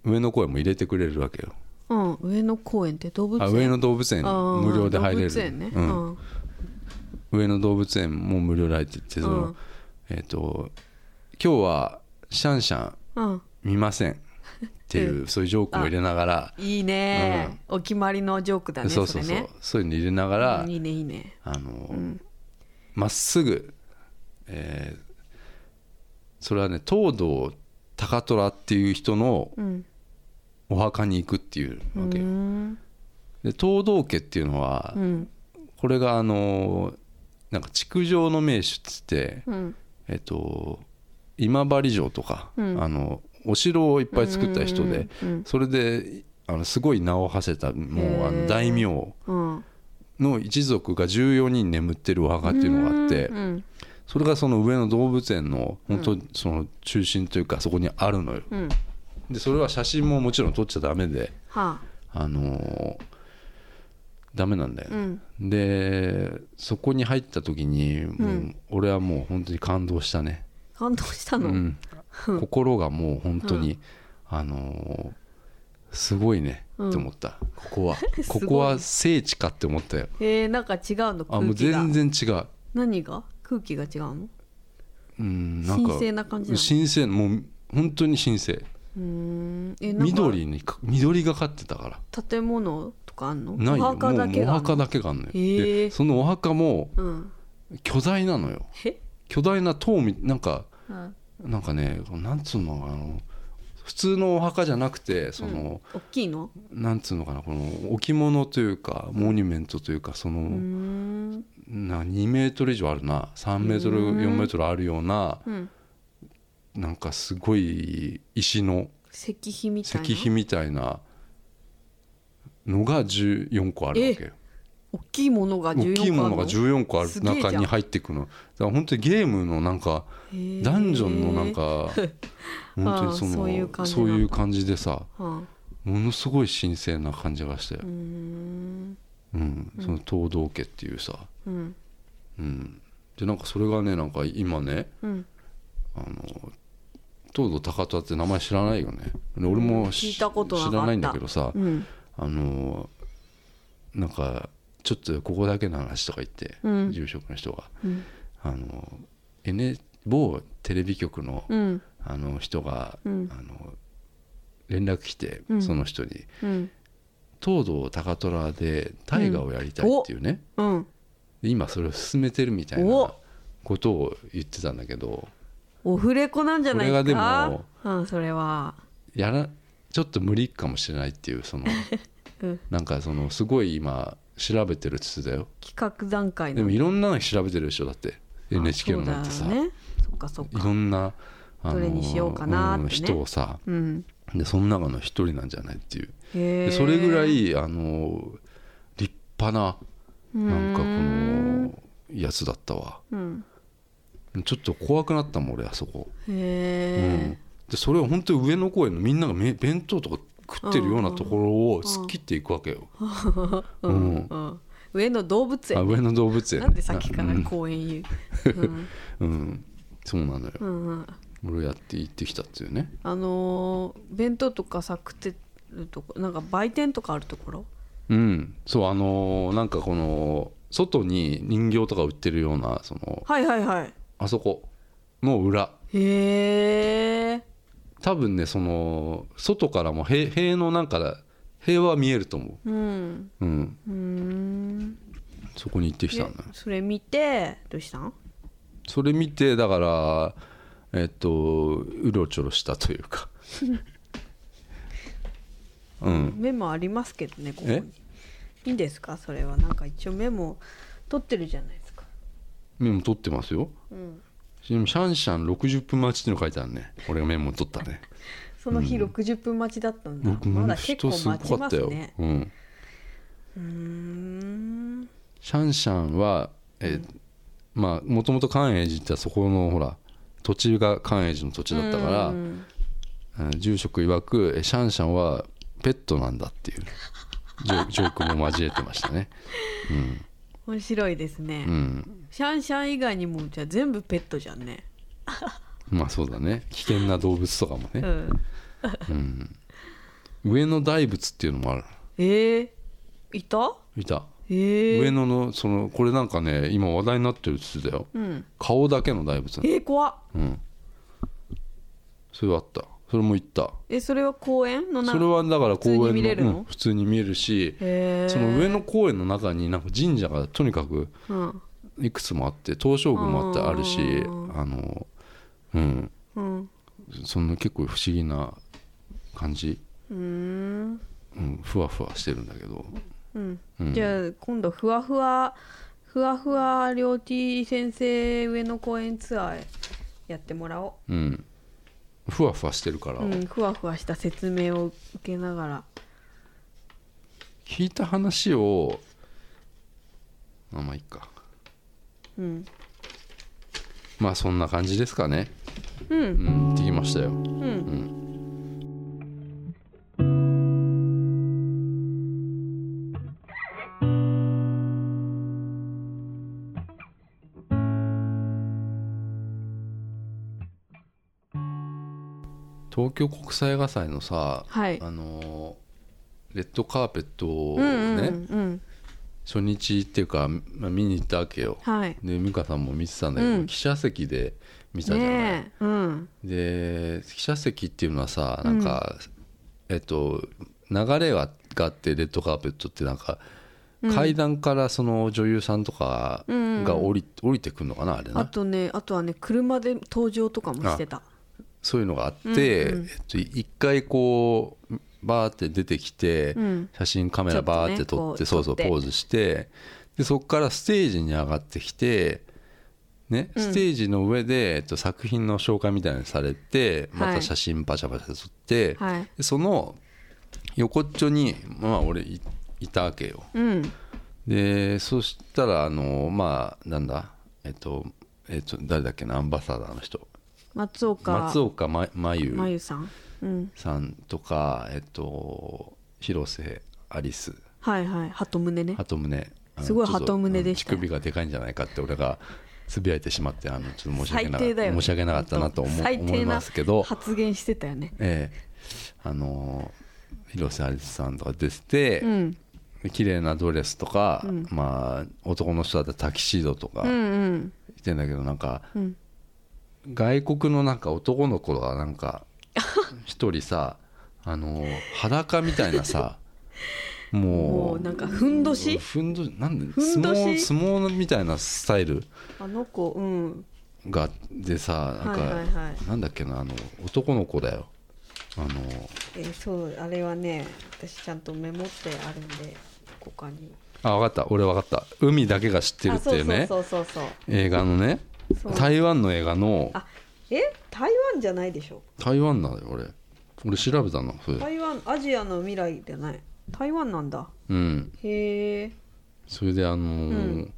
[SPEAKER 2] 上野公園も入れてくれるわけよ
[SPEAKER 1] うん上野公園って動物園
[SPEAKER 2] あ上野動物園
[SPEAKER 1] あー
[SPEAKER 2] 無料で入れ
[SPEAKER 1] 動
[SPEAKER 2] る
[SPEAKER 1] 物園ね
[SPEAKER 2] う
[SPEAKER 1] うんん
[SPEAKER 2] 上野動物園も無料で入っててその、
[SPEAKER 1] うん
[SPEAKER 2] えっ、と今日はシャンシャン
[SPEAKER 1] うん
[SPEAKER 2] 見ませんっ
[SPEAKER 1] *laughs*
[SPEAKER 2] ていう、そういうジョークも入れながら、
[SPEAKER 1] いいねお決まりのジョークだね
[SPEAKER 2] そう
[SPEAKER 1] そ
[SPEAKER 2] そう
[SPEAKER 1] れ
[SPEAKER 2] そう、
[SPEAKER 1] ね
[SPEAKER 2] そういうの入れながら、
[SPEAKER 1] うんいいねいいね
[SPEAKER 2] あのま、っすぐ、えーそれはね東堂高虎っていう人の
[SPEAKER 1] うん
[SPEAKER 2] お墓に行くっていう
[SPEAKER 1] う
[SPEAKER 2] わけよ、
[SPEAKER 1] ん
[SPEAKER 2] で東堂家っていうのは、
[SPEAKER 1] うん
[SPEAKER 2] これがあのなんか築城の名手っつって、
[SPEAKER 1] うん
[SPEAKER 2] えっと今治城とか、
[SPEAKER 1] うん
[SPEAKER 2] あのお城をいっぱい作った人で、
[SPEAKER 1] うんうん
[SPEAKER 2] それであのすごい名を馳せたも
[SPEAKER 1] へ
[SPEAKER 2] う
[SPEAKER 1] ー
[SPEAKER 2] あの大名
[SPEAKER 1] うん
[SPEAKER 2] の一族が14人眠ってるお墓っていうのがあって、
[SPEAKER 1] うん
[SPEAKER 2] それがその上野動物園の本当にその中心というかそこにあるのよ。
[SPEAKER 1] うん
[SPEAKER 2] でそれは写真ももちろん撮っちゃダメで、
[SPEAKER 1] はあ
[SPEAKER 2] あのーダメなんだよ
[SPEAKER 1] う
[SPEAKER 2] ね、
[SPEAKER 1] ん
[SPEAKER 2] でそこに入った時にもう、
[SPEAKER 1] うん
[SPEAKER 2] 俺はもう本当に感動したね。
[SPEAKER 1] 感動したの、
[SPEAKER 2] うん、心がもう本当に、あのーすごいねって思った、ここ
[SPEAKER 1] *laughs*
[SPEAKER 2] はこ
[SPEAKER 1] ごい
[SPEAKER 2] こは聖地かって思ったよ
[SPEAKER 1] えー、なんか違うの
[SPEAKER 2] あも
[SPEAKER 1] 空
[SPEAKER 2] う
[SPEAKER 1] 気が
[SPEAKER 2] 全然違う
[SPEAKER 1] 何が空気が違うの
[SPEAKER 2] うんなんか
[SPEAKER 1] 神聖な感じなの
[SPEAKER 2] 神聖もう本当に神聖
[SPEAKER 1] うーんえなんか
[SPEAKER 2] 緑にか緑がかってたから
[SPEAKER 1] 建物とかあんの
[SPEAKER 2] ないよ
[SPEAKER 1] お墓だけ
[SPEAKER 2] もう
[SPEAKER 1] が
[SPEAKER 2] お墓だけがあんのよ、
[SPEAKER 1] へー
[SPEAKER 2] でそのお墓も
[SPEAKER 1] うん
[SPEAKER 2] 巨大なのよ
[SPEAKER 1] え、
[SPEAKER 2] 巨大な塔みなんか
[SPEAKER 1] うん、
[SPEAKER 2] なんかねなんつうのあの普通のお墓じゃなくてその、
[SPEAKER 1] 大きいの
[SPEAKER 2] なんつうのかなこの置物というかモニュメントというかそう
[SPEAKER 1] ー
[SPEAKER 2] の
[SPEAKER 1] ん
[SPEAKER 2] な2メートル以上あるな3メートル
[SPEAKER 1] うん
[SPEAKER 2] 4メートルあるような
[SPEAKER 1] うん
[SPEAKER 2] なんかすごい石の
[SPEAKER 1] 石碑みたい
[SPEAKER 2] 石
[SPEAKER 1] な
[SPEAKER 2] 碑みたいなのが14個あるわけよ
[SPEAKER 1] 大きいものが14個
[SPEAKER 2] 大きいもの
[SPEAKER 1] あ
[SPEAKER 2] が
[SPEAKER 1] る
[SPEAKER 2] 14個ある
[SPEAKER 1] すげえじゃん
[SPEAKER 2] 中に入っていくのだから本当にゲームのなんか
[SPEAKER 1] へー
[SPEAKER 2] ダンジョンのな
[SPEAKER 1] *laughs*
[SPEAKER 2] んか本当にその
[SPEAKER 1] あーそういう感じなん
[SPEAKER 2] そう
[SPEAKER 1] だ
[SPEAKER 2] いう感じでさ
[SPEAKER 1] はあ
[SPEAKER 2] ものすごい神聖な感じがして
[SPEAKER 1] うーん
[SPEAKER 2] うん、その東道家っていうさ、
[SPEAKER 1] うん
[SPEAKER 2] うん、でなんかそれがねなんか今ね
[SPEAKER 1] うん
[SPEAKER 2] あの東堂高田って名前知らないよねで俺もし
[SPEAKER 1] 聞いたことなかっ
[SPEAKER 2] 知
[SPEAKER 1] た
[SPEAKER 2] らないんだけどさ
[SPEAKER 1] うん
[SPEAKER 2] あのなんかちょっとここだけの話とか言って、
[SPEAKER 1] うん
[SPEAKER 2] 住職の人が
[SPEAKER 1] うん
[SPEAKER 2] あの、N、某テレビ局の,、
[SPEAKER 1] うん
[SPEAKER 2] あの人が、
[SPEAKER 1] うん
[SPEAKER 2] あの連絡来て、
[SPEAKER 1] うん
[SPEAKER 2] その人に
[SPEAKER 1] うん
[SPEAKER 2] 東堂高虎で大河をやりたいっていうね、
[SPEAKER 1] うん
[SPEAKER 2] で今それを進めてるみたいな
[SPEAKER 1] お
[SPEAKER 2] ことを言ってたんだけど
[SPEAKER 1] オフレコなんじゃないか
[SPEAKER 2] これがでも
[SPEAKER 1] うんそれは
[SPEAKER 2] やらちょっと無理かもしれないっていう
[SPEAKER 1] *laughs*
[SPEAKER 2] その、
[SPEAKER 1] うん
[SPEAKER 2] なんかそのすごい今調べてるっつってたよ
[SPEAKER 1] 企画段階の
[SPEAKER 2] でもいろんなの調べてるでしょだって NHK のなんてさ、
[SPEAKER 1] そうだよねそっかそっ
[SPEAKER 2] い
[SPEAKER 1] か
[SPEAKER 2] ろんな、
[SPEAKER 1] どれにしようかなってね
[SPEAKER 2] うん人をさ
[SPEAKER 1] うん
[SPEAKER 2] でその中の一人なんじゃないっていう
[SPEAKER 1] へ
[SPEAKER 2] で
[SPEAKER 1] え
[SPEAKER 2] それぐらいあの立派ななんかこのやつだったわ
[SPEAKER 1] うん
[SPEAKER 2] ちょっと怖くなったもん俺あそこ。
[SPEAKER 1] へ
[SPEAKER 2] うん
[SPEAKER 1] え、
[SPEAKER 2] でそれを本当に上野公園のみんながめ弁当とか食ってるようなところを突っ切っていくわけよ、
[SPEAKER 1] う
[SPEAKER 2] うん
[SPEAKER 1] んうん上野動物
[SPEAKER 2] あ
[SPEAKER 1] 園
[SPEAKER 2] 上野動物園
[SPEAKER 1] なんでさっきか
[SPEAKER 2] う
[SPEAKER 1] ら
[SPEAKER 2] ん
[SPEAKER 1] 公園言ううん
[SPEAKER 2] うんそうなのよ、
[SPEAKER 1] うんうん
[SPEAKER 2] 俺やって行ってきたっていうね
[SPEAKER 1] あのー弁当とかさ食ってるとこなんか売店とかあるところ
[SPEAKER 2] うんそうあのーなんかこの外に人形とか売ってるようなその
[SPEAKER 1] はいはいはい
[SPEAKER 2] あそこの裏
[SPEAKER 1] へえ
[SPEAKER 2] 多分ねその外からも塀塀のなんか塀は見えると思
[SPEAKER 1] うん
[SPEAKER 2] ううん
[SPEAKER 1] うーん
[SPEAKER 2] そこに行ってきたんだよ
[SPEAKER 1] えそれ見てどうしたん
[SPEAKER 2] それ見てだからえっとうろちょろしたとい
[SPEAKER 1] *laughs*
[SPEAKER 2] うかうん
[SPEAKER 1] メモありますけどねここ
[SPEAKER 2] え
[SPEAKER 1] にいいんですかそれはなんか一応メモ取ってるじゃないですか
[SPEAKER 2] メモ取ってますよ
[SPEAKER 1] うん
[SPEAKER 2] ちなみにシャンシャン60分待ちっていうの書いてあるね俺がメモ取ったね
[SPEAKER 1] その日60分待ちだったんだ、
[SPEAKER 2] 僕
[SPEAKER 1] ま
[SPEAKER 2] も
[SPEAKER 1] だ結
[SPEAKER 2] 人
[SPEAKER 1] 構
[SPEAKER 2] すご
[SPEAKER 1] 待ち
[SPEAKER 2] か
[SPEAKER 1] ま
[SPEAKER 2] った
[SPEAKER 1] す
[SPEAKER 2] よ、
[SPEAKER 1] ね
[SPEAKER 2] うん、
[SPEAKER 1] うーん
[SPEAKER 2] シャンシャンはえ、まあもともと寛永寺ってそこのほら土地が寛永寺の土地だったから、
[SPEAKER 1] うん
[SPEAKER 2] うん住職曰くえシャンシャンはペットなんだっていう
[SPEAKER 1] *laughs*
[SPEAKER 2] ジョジョークも交えてましたね
[SPEAKER 1] 面白いですね、
[SPEAKER 2] うん
[SPEAKER 1] シャンシャン以外にもじゃあ全部ペットじゃんね
[SPEAKER 2] まあそうだね危険な動物とかも
[SPEAKER 1] う
[SPEAKER 2] ね、
[SPEAKER 1] ん
[SPEAKER 2] うん上野大仏っていうのもある
[SPEAKER 1] えー、いた
[SPEAKER 2] いた
[SPEAKER 1] えー、
[SPEAKER 2] 上野のそのこれなんかね今話題になってるっつってたよ
[SPEAKER 1] うん
[SPEAKER 2] 顔だけの大
[SPEAKER 1] え
[SPEAKER 2] 仏
[SPEAKER 1] ー、怖っ
[SPEAKER 2] うんそれはあったそれも行った
[SPEAKER 1] えそれは公園のな
[SPEAKER 2] それはだから公
[SPEAKER 1] 普通
[SPEAKER 2] 園の
[SPEAKER 1] に見れるの
[SPEAKER 2] うん普通に見えるし
[SPEAKER 1] へー
[SPEAKER 2] その上野公園の中になんか神社がとにかく
[SPEAKER 1] うん
[SPEAKER 2] いくつもあって東照宮もあってあるし
[SPEAKER 1] うん
[SPEAKER 2] あのうん
[SPEAKER 1] うん
[SPEAKER 2] その結構不思議な感じ、
[SPEAKER 1] うーん
[SPEAKER 2] うん、ふわふわしてるんだけど
[SPEAKER 1] うん
[SPEAKER 2] うん
[SPEAKER 1] じゃあ今度ふわふわふわふわ両 T 先生上野公園ツアーやってもらお
[SPEAKER 2] うん、ふわふわしてるから、
[SPEAKER 1] う、うん、ふわふわした説明を受けながら
[SPEAKER 2] 聞いた話をあまあいいか
[SPEAKER 1] うん
[SPEAKER 2] まあそんな感じですかね
[SPEAKER 1] う
[SPEAKER 2] うんんできましたよ
[SPEAKER 1] うん
[SPEAKER 2] うん東京国際映画祭のさ、
[SPEAKER 1] はい
[SPEAKER 2] あのーレッドカーペットを
[SPEAKER 1] う
[SPEAKER 2] ね、
[SPEAKER 1] んうんうん
[SPEAKER 2] 初日っていうか、まあ、見に行ったわけよ
[SPEAKER 1] はい
[SPEAKER 2] で美香さんも見てたんだけど、
[SPEAKER 1] うん
[SPEAKER 2] 記者席で見たじゃない、
[SPEAKER 1] ねえうん
[SPEAKER 2] で記者席っていうのはさなんか、えっと流れががあってレッドカーペットってなんか、階段からその女優さんとか
[SPEAKER 1] うん
[SPEAKER 2] が降り,、降りてくるのかなあれ
[SPEAKER 1] あ
[SPEAKER 2] な
[SPEAKER 1] とねあとはね車で登場とかもしてた
[SPEAKER 2] そういうのがあって、
[SPEAKER 1] うんうん
[SPEAKER 2] えっと、一回こうバーって出てきて、
[SPEAKER 1] うん
[SPEAKER 2] 写真カメラバーって
[SPEAKER 1] ちょっとね
[SPEAKER 2] 撮って、
[SPEAKER 1] こう
[SPEAKER 2] そうそう
[SPEAKER 1] 撮
[SPEAKER 2] ポ
[SPEAKER 1] って
[SPEAKER 2] ーズしてでそこからステージに上がってきて、ね、ステージの上で、えっと、作品の紹介みたいなのされてま
[SPEAKER 1] は
[SPEAKER 2] た
[SPEAKER 1] い
[SPEAKER 2] 写真パシャパシャ撮って、
[SPEAKER 1] はい
[SPEAKER 2] でその横っちょにまあ俺いいたわけよ
[SPEAKER 1] うん
[SPEAKER 2] ででそしたらあのまあなんだえっとえっと誰だっけなアンバサダーの人
[SPEAKER 1] 松岡
[SPEAKER 2] 松岡ま真
[SPEAKER 1] 真
[SPEAKER 2] 由
[SPEAKER 1] 由さん、うん、
[SPEAKER 2] さんとかえっと広瀬アリス
[SPEAKER 1] はいはい鳩胸ね
[SPEAKER 2] 鳩胸あの
[SPEAKER 1] すごい
[SPEAKER 2] ちょっと
[SPEAKER 1] 鳩胸でした
[SPEAKER 2] うん乳首がでかいんじゃないかって俺がつぶやいてしまってあのちょっと申し訳な
[SPEAKER 1] 最低だよ、ね、
[SPEAKER 2] 申し訳なかったなと思う
[SPEAKER 1] 最低な
[SPEAKER 2] 思いますけど
[SPEAKER 1] 発言してたよね
[SPEAKER 2] ええあの広瀬アリスさんとか出てて、
[SPEAKER 1] うん
[SPEAKER 2] 綺麗なドレスとか、まあ男の人だったらタキシードとか
[SPEAKER 1] うんうん
[SPEAKER 2] 着てんだけどなんか、
[SPEAKER 1] うん
[SPEAKER 2] 外国のなんか男の子がな
[SPEAKER 1] *laughs*
[SPEAKER 2] んか一人さあの裸みたい
[SPEAKER 1] *laughs*
[SPEAKER 2] なさ
[SPEAKER 1] も
[SPEAKER 2] も
[SPEAKER 1] う
[SPEAKER 2] う
[SPEAKER 1] なんかふんどし
[SPEAKER 2] ふんどしなんで
[SPEAKER 1] ふん
[SPEAKER 2] 相
[SPEAKER 1] どし
[SPEAKER 2] 撲相撲みたいなスタイル
[SPEAKER 1] あの子うん
[SPEAKER 2] がでさなん
[SPEAKER 1] はい
[SPEAKER 2] か、
[SPEAKER 1] はいはい
[SPEAKER 2] なんだっけなあの男の子だよあの
[SPEAKER 1] えーそうあれはね私ちゃんとメモってあるんでここに
[SPEAKER 2] あ分かった俺分かった海だけが知ってる
[SPEAKER 1] あ
[SPEAKER 2] っていうね
[SPEAKER 1] そうそうそうそう
[SPEAKER 2] 映画のね
[SPEAKER 1] そう
[SPEAKER 2] 台湾の映画の
[SPEAKER 1] あえ台湾じゃないでしょ
[SPEAKER 2] 台湾なのよ俺俺調べたのそれ
[SPEAKER 1] 台湾アジアの未来じゃない台湾なんだ
[SPEAKER 2] うん
[SPEAKER 1] へえ
[SPEAKER 2] それであのー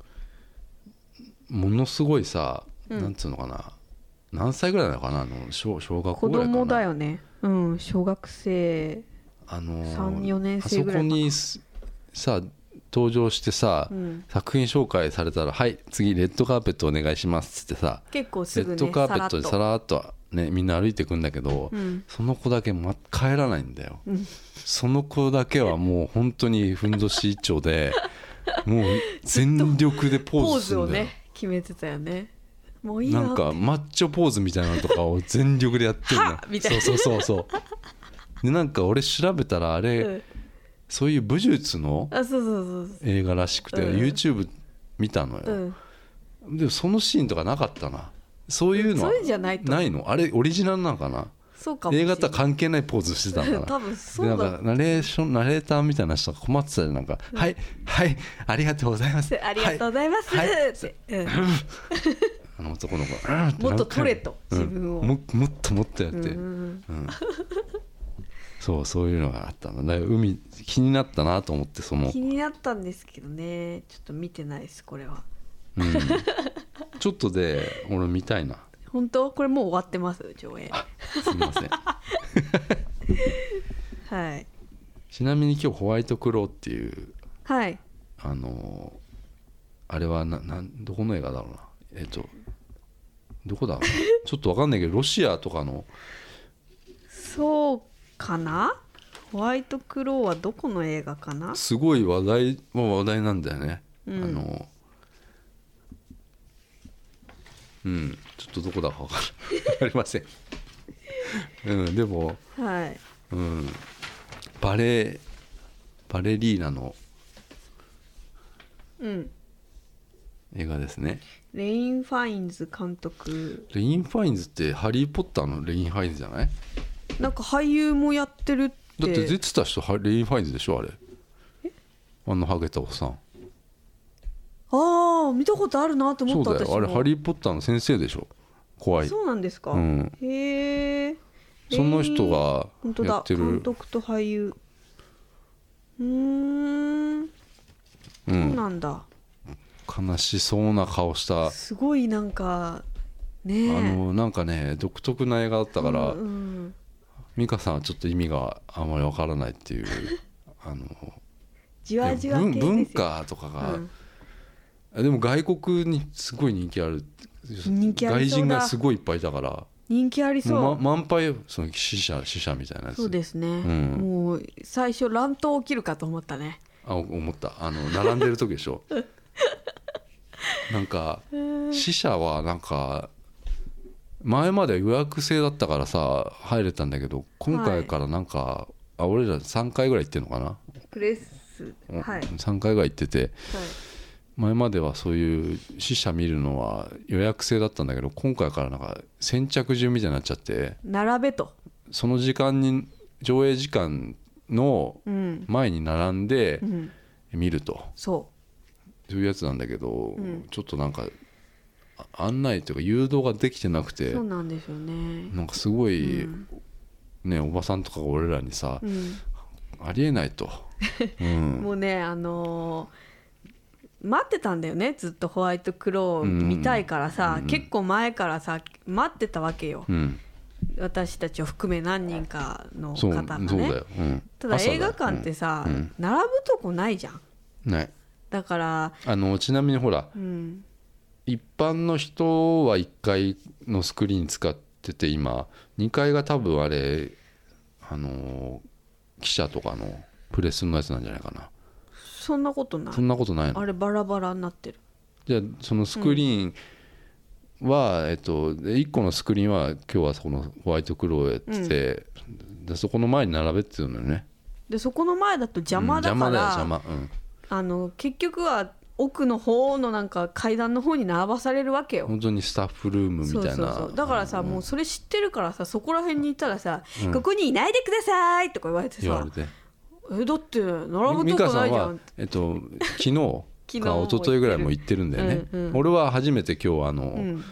[SPEAKER 2] ものすごいさ、なんつうのかな何歳ぐらいなのかなあの小小学校
[SPEAKER 1] 子
[SPEAKER 2] ぐらいかな
[SPEAKER 1] 供だよねうん小学生
[SPEAKER 2] あのー
[SPEAKER 1] 三四年生ぐらいかな
[SPEAKER 2] あそこにすさ登場してさ、
[SPEAKER 1] うん
[SPEAKER 2] 作品紹介されたら「はい次レッドカーペットお願いします」っつってさ、
[SPEAKER 1] 結構す
[SPEAKER 2] レ
[SPEAKER 1] ぐ
[SPEAKER 2] ッ
[SPEAKER 1] ね
[SPEAKER 2] ドカーペットで
[SPEAKER 1] さ
[SPEAKER 2] さ
[SPEAKER 1] らっ
[SPEAKER 2] らっとねみんな歩いてくんだけど、
[SPEAKER 1] うん
[SPEAKER 2] その子だけ、ま、帰らないんだよ、その子だけはもう本当にふんどし一丁でもう全力でポ
[SPEAKER 1] ポー
[SPEAKER 2] ーズす
[SPEAKER 1] ズ
[SPEAKER 2] る
[SPEAKER 1] を
[SPEAKER 2] んだよ
[SPEAKER 1] ね、決めてたよねもういい
[SPEAKER 2] なん
[SPEAKER 1] わ
[SPEAKER 2] かマッチョポーズみたいなのとかを全力でやってる
[SPEAKER 1] はっみたいな
[SPEAKER 2] そうそうそうそうでなんか俺調べたらあれ、
[SPEAKER 1] うん
[SPEAKER 2] そういう武術の
[SPEAKER 1] あそうそうそうそ
[SPEAKER 2] 映画らしくて、
[SPEAKER 1] うん
[SPEAKER 2] YouTube 見たのよ、
[SPEAKER 1] ううん
[SPEAKER 2] でもそのシーンとかなかったなそういうのは
[SPEAKER 1] そういうんじゃないと
[SPEAKER 2] ないのあれオリジナルなのかな
[SPEAKER 1] そうかもしれ
[SPEAKER 2] 映
[SPEAKER 1] ない
[SPEAKER 2] 画とは関係ないポーズしてたんだな
[SPEAKER 1] 多分そうだ
[SPEAKER 2] でなんかナレーションナレーターみたいな人が困ってたじゃんなんか、はいはいありがとうございます
[SPEAKER 1] ありがとうございます、
[SPEAKER 2] はいはい
[SPEAKER 1] って、うん
[SPEAKER 2] あの男の子がうんて
[SPEAKER 1] もっと取れと
[SPEAKER 2] うん
[SPEAKER 1] 自分を
[SPEAKER 2] ももっともっと *laughs* やって、
[SPEAKER 1] うん
[SPEAKER 2] そうそういうのがあったのだから海気になったなと思ってその
[SPEAKER 1] 気、になったんですけどねちょっと見てないですこれは
[SPEAKER 2] うん、ちょっとで俺見たいな
[SPEAKER 1] 本当これもう終わってます上映
[SPEAKER 2] すみま
[SPEAKER 1] *laughs*
[SPEAKER 2] せん
[SPEAKER 1] はい
[SPEAKER 2] ちなみに今日ホワイトクローっていう
[SPEAKER 1] はい
[SPEAKER 2] あのーあれはななんどこの映画だろうなえっとどこ
[SPEAKER 1] *laughs*
[SPEAKER 2] だろうなちょっとわかんないけどロシアとかの
[SPEAKER 1] そうかなホワイトクローはどこの映画かな
[SPEAKER 2] すごい話題は話題なんだよね、
[SPEAKER 1] うん
[SPEAKER 2] あのうんちょっとどこだか分
[SPEAKER 1] *laughs*
[SPEAKER 2] かんないありませんうんでも、
[SPEAKER 1] はい
[SPEAKER 2] うん、バレバレリーナの
[SPEAKER 1] うん
[SPEAKER 2] 映画ですね
[SPEAKER 1] レイン・ファインズ監督
[SPEAKER 2] レイン・ファインズって「ハリー・ポッター」のレイン・ファインズじゃない
[SPEAKER 1] なんか俳優もやってるって
[SPEAKER 2] だって出てた人はレイン・ファインズでしょあれあのハゲたおっさん
[SPEAKER 1] ああ見たことあるなと思
[SPEAKER 2] そ
[SPEAKER 1] っ
[SPEAKER 2] う
[SPEAKER 1] た
[SPEAKER 2] だよあれ「ハリー・ポッター」の先生でしょ怖い
[SPEAKER 1] そうなんですか、
[SPEAKER 2] うん
[SPEAKER 1] へえ
[SPEAKER 2] その人が
[SPEAKER 1] 本当
[SPEAKER 2] や
[SPEAKER 1] だ
[SPEAKER 2] ってる
[SPEAKER 1] 監督と俳優うーん
[SPEAKER 2] う
[SPEAKER 1] そうんなんだ、
[SPEAKER 2] 悲しそうな顔したあ
[SPEAKER 1] すごいなんかねえ
[SPEAKER 2] のなんかね独特な映画だったから
[SPEAKER 1] うんうん
[SPEAKER 2] 美香さんはちょっと意味があまりわからな
[SPEAKER 1] *laughs*
[SPEAKER 2] いっていうあの
[SPEAKER 1] じわじ
[SPEAKER 2] で
[SPEAKER 1] わ
[SPEAKER 2] も
[SPEAKER 1] 系
[SPEAKER 2] 文
[SPEAKER 1] ですよ
[SPEAKER 2] 文化とかが
[SPEAKER 1] うん、
[SPEAKER 2] でも外国にすごい人気ある
[SPEAKER 1] 人気あ
[SPEAKER 2] 外
[SPEAKER 1] りそうだ
[SPEAKER 2] 人がすごいいっぱいいたから
[SPEAKER 1] 人気ありそう、
[SPEAKER 2] もう、ま、満杯よその死者死者みたいなやつ
[SPEAKER 1] そうですね、
[SPEAKER 2] ん
[SPEAKER 1] もう最初乱闘起きるかと思ったね
[SPEAKER 2] あお思ったあの並んでる時でしょなんか死者はなんか前までは予約制だったからさ入れたんだけど今回からなんか、あ俺ら3回ぐらい行ってんのかな、
[SPEAKER 1] プレスはい、はい、
[SPEAKER 2] 3回ぐらい行ってて前まではそういう死者見るのは予約制だったんだけど今回からなんか先着順みたいになっちゃって
[SPEAKER 1] 並べと
[SPEAKER 2] その時間に上映時間の
[SPEAKER 1] うん、
[SPEAKER 2] 前に並んで
[SPEAKER 1] うん、
[SPEAKER 2] 見ると。
[SPEAKER 1] そ
[SPEAKER 2] そういうやつなんだけど、
[SPEAKER 1] うん
[SPEAKER 2] ちょっとなんかあ案内というか誘導ができてなく
[SPEAKER 1] う
[SPEAKER 2] て
[SPEAKER 1] そうなんですよね
[SPEAKER 2] なんかすごい、
[SPEAKER 1] うん
[SPEAKER 2] ねおばさんとかが俺らにさ、
[SPEAKER 1] うん *laughs*
[SPEAKER 2] ありえないと、うん、
[SPEAKER 1] もうねあのー待ってたんだよねずっとホワイトクローン見たいからさ、
[SPEAKER 2] うんうん
[SPEAKER 1] 結構前からさ待ってたわけよ、
[SPEAKER 2] うん、
[SPEAKER 1] 私たちを含め何人かの
[SPEAKER 2] そ
[SPEAKER 1] 方
[SPEAKER 2] う
[SPEAKER 1] がね
[SPEAKER 2] そうだよ、うん、
[SPEAKER 1] ただ
[SPEAKER 2] 朝だ
[SPEAKER 1] 映画館ってさ、
[SPEAKER 2] うんうん
[SPEAKER 1] 並ぶとこないじゃん
[SPEAKER 2] ない
[SPEAKER 1] だから
[SPEAKER 2] あのちなみにほら
[SPEAKER 1] うん
[SPEAKER 2] 一般の人は1階のスクリーン使ってて今2階が多分あれあのー記者とかのプレスのやつなんじゃないかな
[SPEAKER 1] そんなことない
[SPEAKER 2] そんなことないの
[SPEAKER 1] あれバラバラになってる
[SPEAKER 2] じゃあそのスクリーンは、えっと1個のスクリーンは今日はそこのホワイトクローやってて、でそこの前に並べって言うのよね
[SPEAKER 1] でそこの前だと邪魔だから、
[SPEAKER 2] うん邪魔だよ邪魔
[SPEAKER 1] あの結局は奥の方のなんか階段の方に並ばされるわけ
[SPEAKER 2] うん
[SPEAKER 1] よ
[SPEAKER 2] 本当にスタッフルームみ
[SPEAKER 1] そう
[SPEAKER 2] たい
[SPEAKER 1] そう
[SPEAKER 2] な
[SPEAKER 1] そうだからさもうそれ知ってるからさそこら辺にいたらさ「ここにいないでください」とか言われて
[SPEAKER 2] 言わ
[SPEAKER 1] さ
[SPEAKER 2] れて
[SPEAKER 1] 「えだって並ぶ
[SPEAKER 2] 美
[SPEAKER 1] と
[SPEAKER 2] 香
[SPEAKER 1] こ
[SPEAKER 2] さ
[SPEAKER 1] なんいじゃ
[SPEAKER 2] は
[SPEAKER 1] ん、
[SPEAKER 2] えっと、昨日
[SPEAKER 1] *laughs* 昨日
[SPEAKER 2] か
[SPEAKER 1] も
[SPEAKER 2] 一昨日ぐらいも行ってるんだよね、
[SPEAKER 1] うんうん
[SPEAKER 2] 俺は初めて今日あの、
[SPEAKER 1] うん」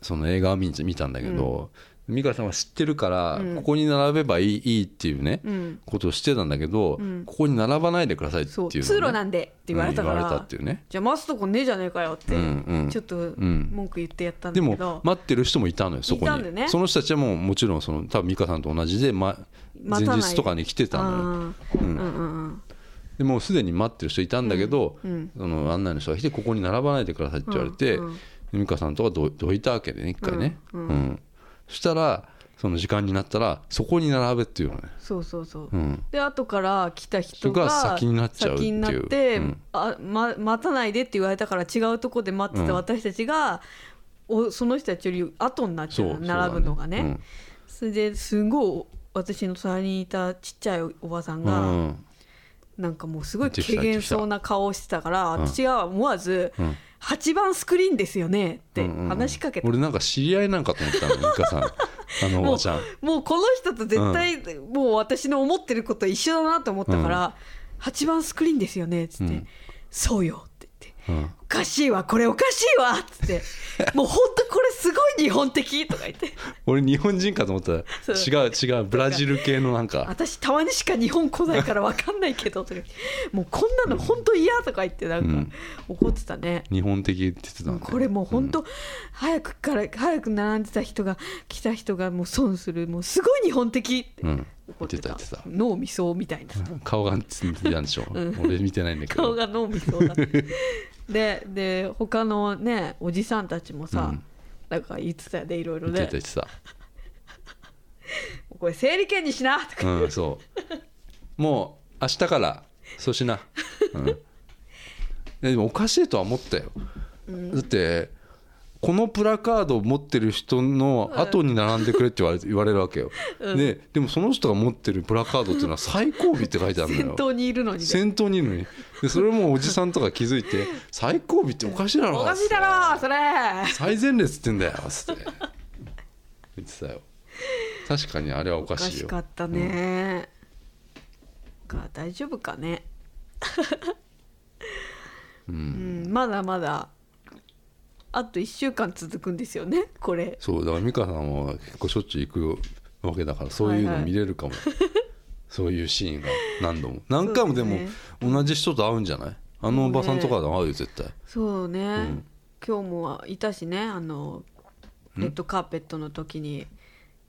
[SPEAKER 2] その映画を見見たんだけど、美香さんは知ってるから、
[SPEAKER 1] うん
[SPEAKER 2] ここに並べばいいいいっていうね、
[SPEAKER 1] うん
[SPEAKER 2] ことをしてたんだけど、
[SPEAKER 1] うん
[SPEAKER 2] ここに並ばないでくださいっていうの
[SPEAKER 1] そ
[SPEAKER 2] を
[SPEAKER 1] う
[SPEAKER 2] ね、
[SPEAKER 1] 通路なんでって言われたか
[SPEAKER 2] うん
[SPEAKER 1] ら、
[SPEAKER 2] 言われたっていうね
[SPEAKER 1] じゃあ待つとこねえじゃねえかよって、
[SPEAKER 2] うんうん
[SPEAKER 1] ちょっと
[SPEAKER 2] ん
[SPEAKER 1] 文句言ってやったんだ
[SPEAKER 2] で
[SPEAKER 1] けど、
[SPEAKER 2] も待ってる人もいたのよそこ
[SPEAKER 1] いたん
[SPEAKER 2] に
[SPEAKER 1] だよね
[SPEAKER 2] その人たちはもうもちろんその多分美香さんと同じで、ま、前
[SPEAKER 1] 待たない
[SPEAKER 2] 日とかに来てたのよ
[SPEAKER 1] あーうんうんうん
[SPEAKER 2] でもうすでに待ってる人いたんだけど、
[SPEAKER 1] うんうん
[SPEAKER 2] その案内の人が来てここに並ばないでくださいって言われて、
[SPEAKER 1] うんうん
[SPEAKER 2] で美香さんとかどどいたわけでね一回ね、
[SPEAKER 1] う
[SPEAKER 2] うんん
[SPEAKER 1] うん
[SPEAKER 2] そしたらその時間になったらそこに並べっていうのね、
[SPEAKER 1] そうそうそう、
[SPEAKER 2] うん、
[SPEAKER 1] で後から来た人が
[SPEAKER 2] 人が先になっちゃうっていう
[SPEAKER 1] 先になって
[SPEAKER 2] うん
[SPEAKER 1] あま、待たないでって言われたから違うとこで待ってた
[SPEAKER 2] うん
[SPEAKER 1] 私たちが、おその人たちより後になっちゃう
[SPEAKER 2] そう
[SPEAKER 1] 並ぶのがねそれですごい私の隣にいたちっちゃいおばさん
[SPEAKER 2] そうだ
[SPEAKER 1] が、
[SPEAKER 2] ねうんうん
[SPEAKER 1] なんかもうすごい
[SPEAKER 2] 出て
[SPEAKER 1] 軽
[SPEAKER 2] きた
[SPEAKER 1] 減そうな顔をしてたから
[SPEAKER 2] 出て
[SPEAKER 1] 私
[SPEAKER 2] き
[SPEAKER 1] は思わず
[SPEAKER 2] うん
[SPEAKER 1] 「8番スクリーンですよね」って
[SPEAKER 2] うんうんうん
[SPEAKER 1] 話しかけた、
[SPEAKER 2] 俺なんか知り合いなんかと思ったの美
[SPEAKER 1] *laughs*
[SPEAKER 2] 香さんあのおばちゃん
[SPEAKER 1] もうこの人と絶対もう私の思ってること一緒だなと思ったから「8番スクリーンですよね」っつって「
[SPEAKER 2] うん
[SPEAKER 1] そうよ」って言って。
[SPEAKER 2] うん
[SPEAKER 1] おかしいわこれおかしいわっつっ
[SPEAKER 2] *laughs*
[SPEAKER 1] て「もうほんとこれすごい日本的」とか言って
[SPEAKER 2] 俺日本人かと思ったら違う違うブラジル系のなんか
[SPEAKER 1] 私たまにしか日本来ないから分かんないけどとか言ってもうこんなのほんと嫌とか言ってな
[SPEAKER 2] うんん
[SPEAKER 1] か怒ってたね、
[SPEAKER 2] 日本的って言ってたんだよ
[SPEAKER 1] これもう本当、早くから早く並んでた人が来た人がもう損するもうすごい日本的って
[SPEAKER 2] うん
[SPEAKER 1] 怒ってた,、
[SPEAKER 2] 言ってた言ってた
[SPEAKER 1] 脳みそみたいな
[SPEAKER 2] 顔がついてたんでしょ、俺見てないんだけど
[SPEAKER 1] 顔が脳みそだ
[SPEAKER 2] *laughs*
[SPEAKER 1] でで他のねおじさんたちもさ、
[SPEAKER 2] うん
[SPEAKER 1] なんか言ってたよねいろいろ
[SPEAKER 2] 言って
[SPEAKER 1] ね
[SPEAKER 2] た言ってた
[SPEAKER 1] 「これ整理券にしな」とか
[SPEAKER 2] うん、そう。もう明日からそうしな。うん、ででもおかしいとは思ったよ。だってこのプラカードを持ってる人の後に並んでくれって言われ *laughs* 言われるわけよ。ででもその人が持ってるプラカードっていうのは最後尾って書いてある
[SPEAKER 1] 先
[SPEAKER 2] のよ。
[SPEAKER 1] 頭にいるのにね
[SPEAKER 2] 先頭にいるのにでそれもおじさんとか気づいて「最後尾っておかしいだろ」
[SPEAKER 1] おかしいだろそれ
[SPEAKER 2] 最前列って言うんだよ」つって言ってたよ確かにあれはお
[SPEAKER 1] お
[SPEAKER 2] か
[SPEAKER 1] か
[SPEAKER 2] しい
[SPEAKER 1] し
[SPEAKER 2] よ
[SPEAKER 1] かったね、が大丈夫かねうん、まだまだあと1週間続くんですよねこれ
[SPEAKER 2] そうだから美香さんは結構しょっちゅう行くわけだからそういう
[SPEAKER 1] は
[SPEAKER 2] の
[SPEAKER 1] いはい
[SPEAKER 2] 見れる
[SPEAKER 1] *laughs*
[SPEAKER 2] かも、そういうシーンが何度も何回もでも
[SPEAKER 1] そうです
[SPEAKER 2] 同じ人と会うんじゃないあのおばさんとかで会うよ絶対、
[SPEAKER 1] そうね、
[SPEAKER 2] ん
[SPEAKER 1] 今日もいたしねあのレッドカーペットの時に「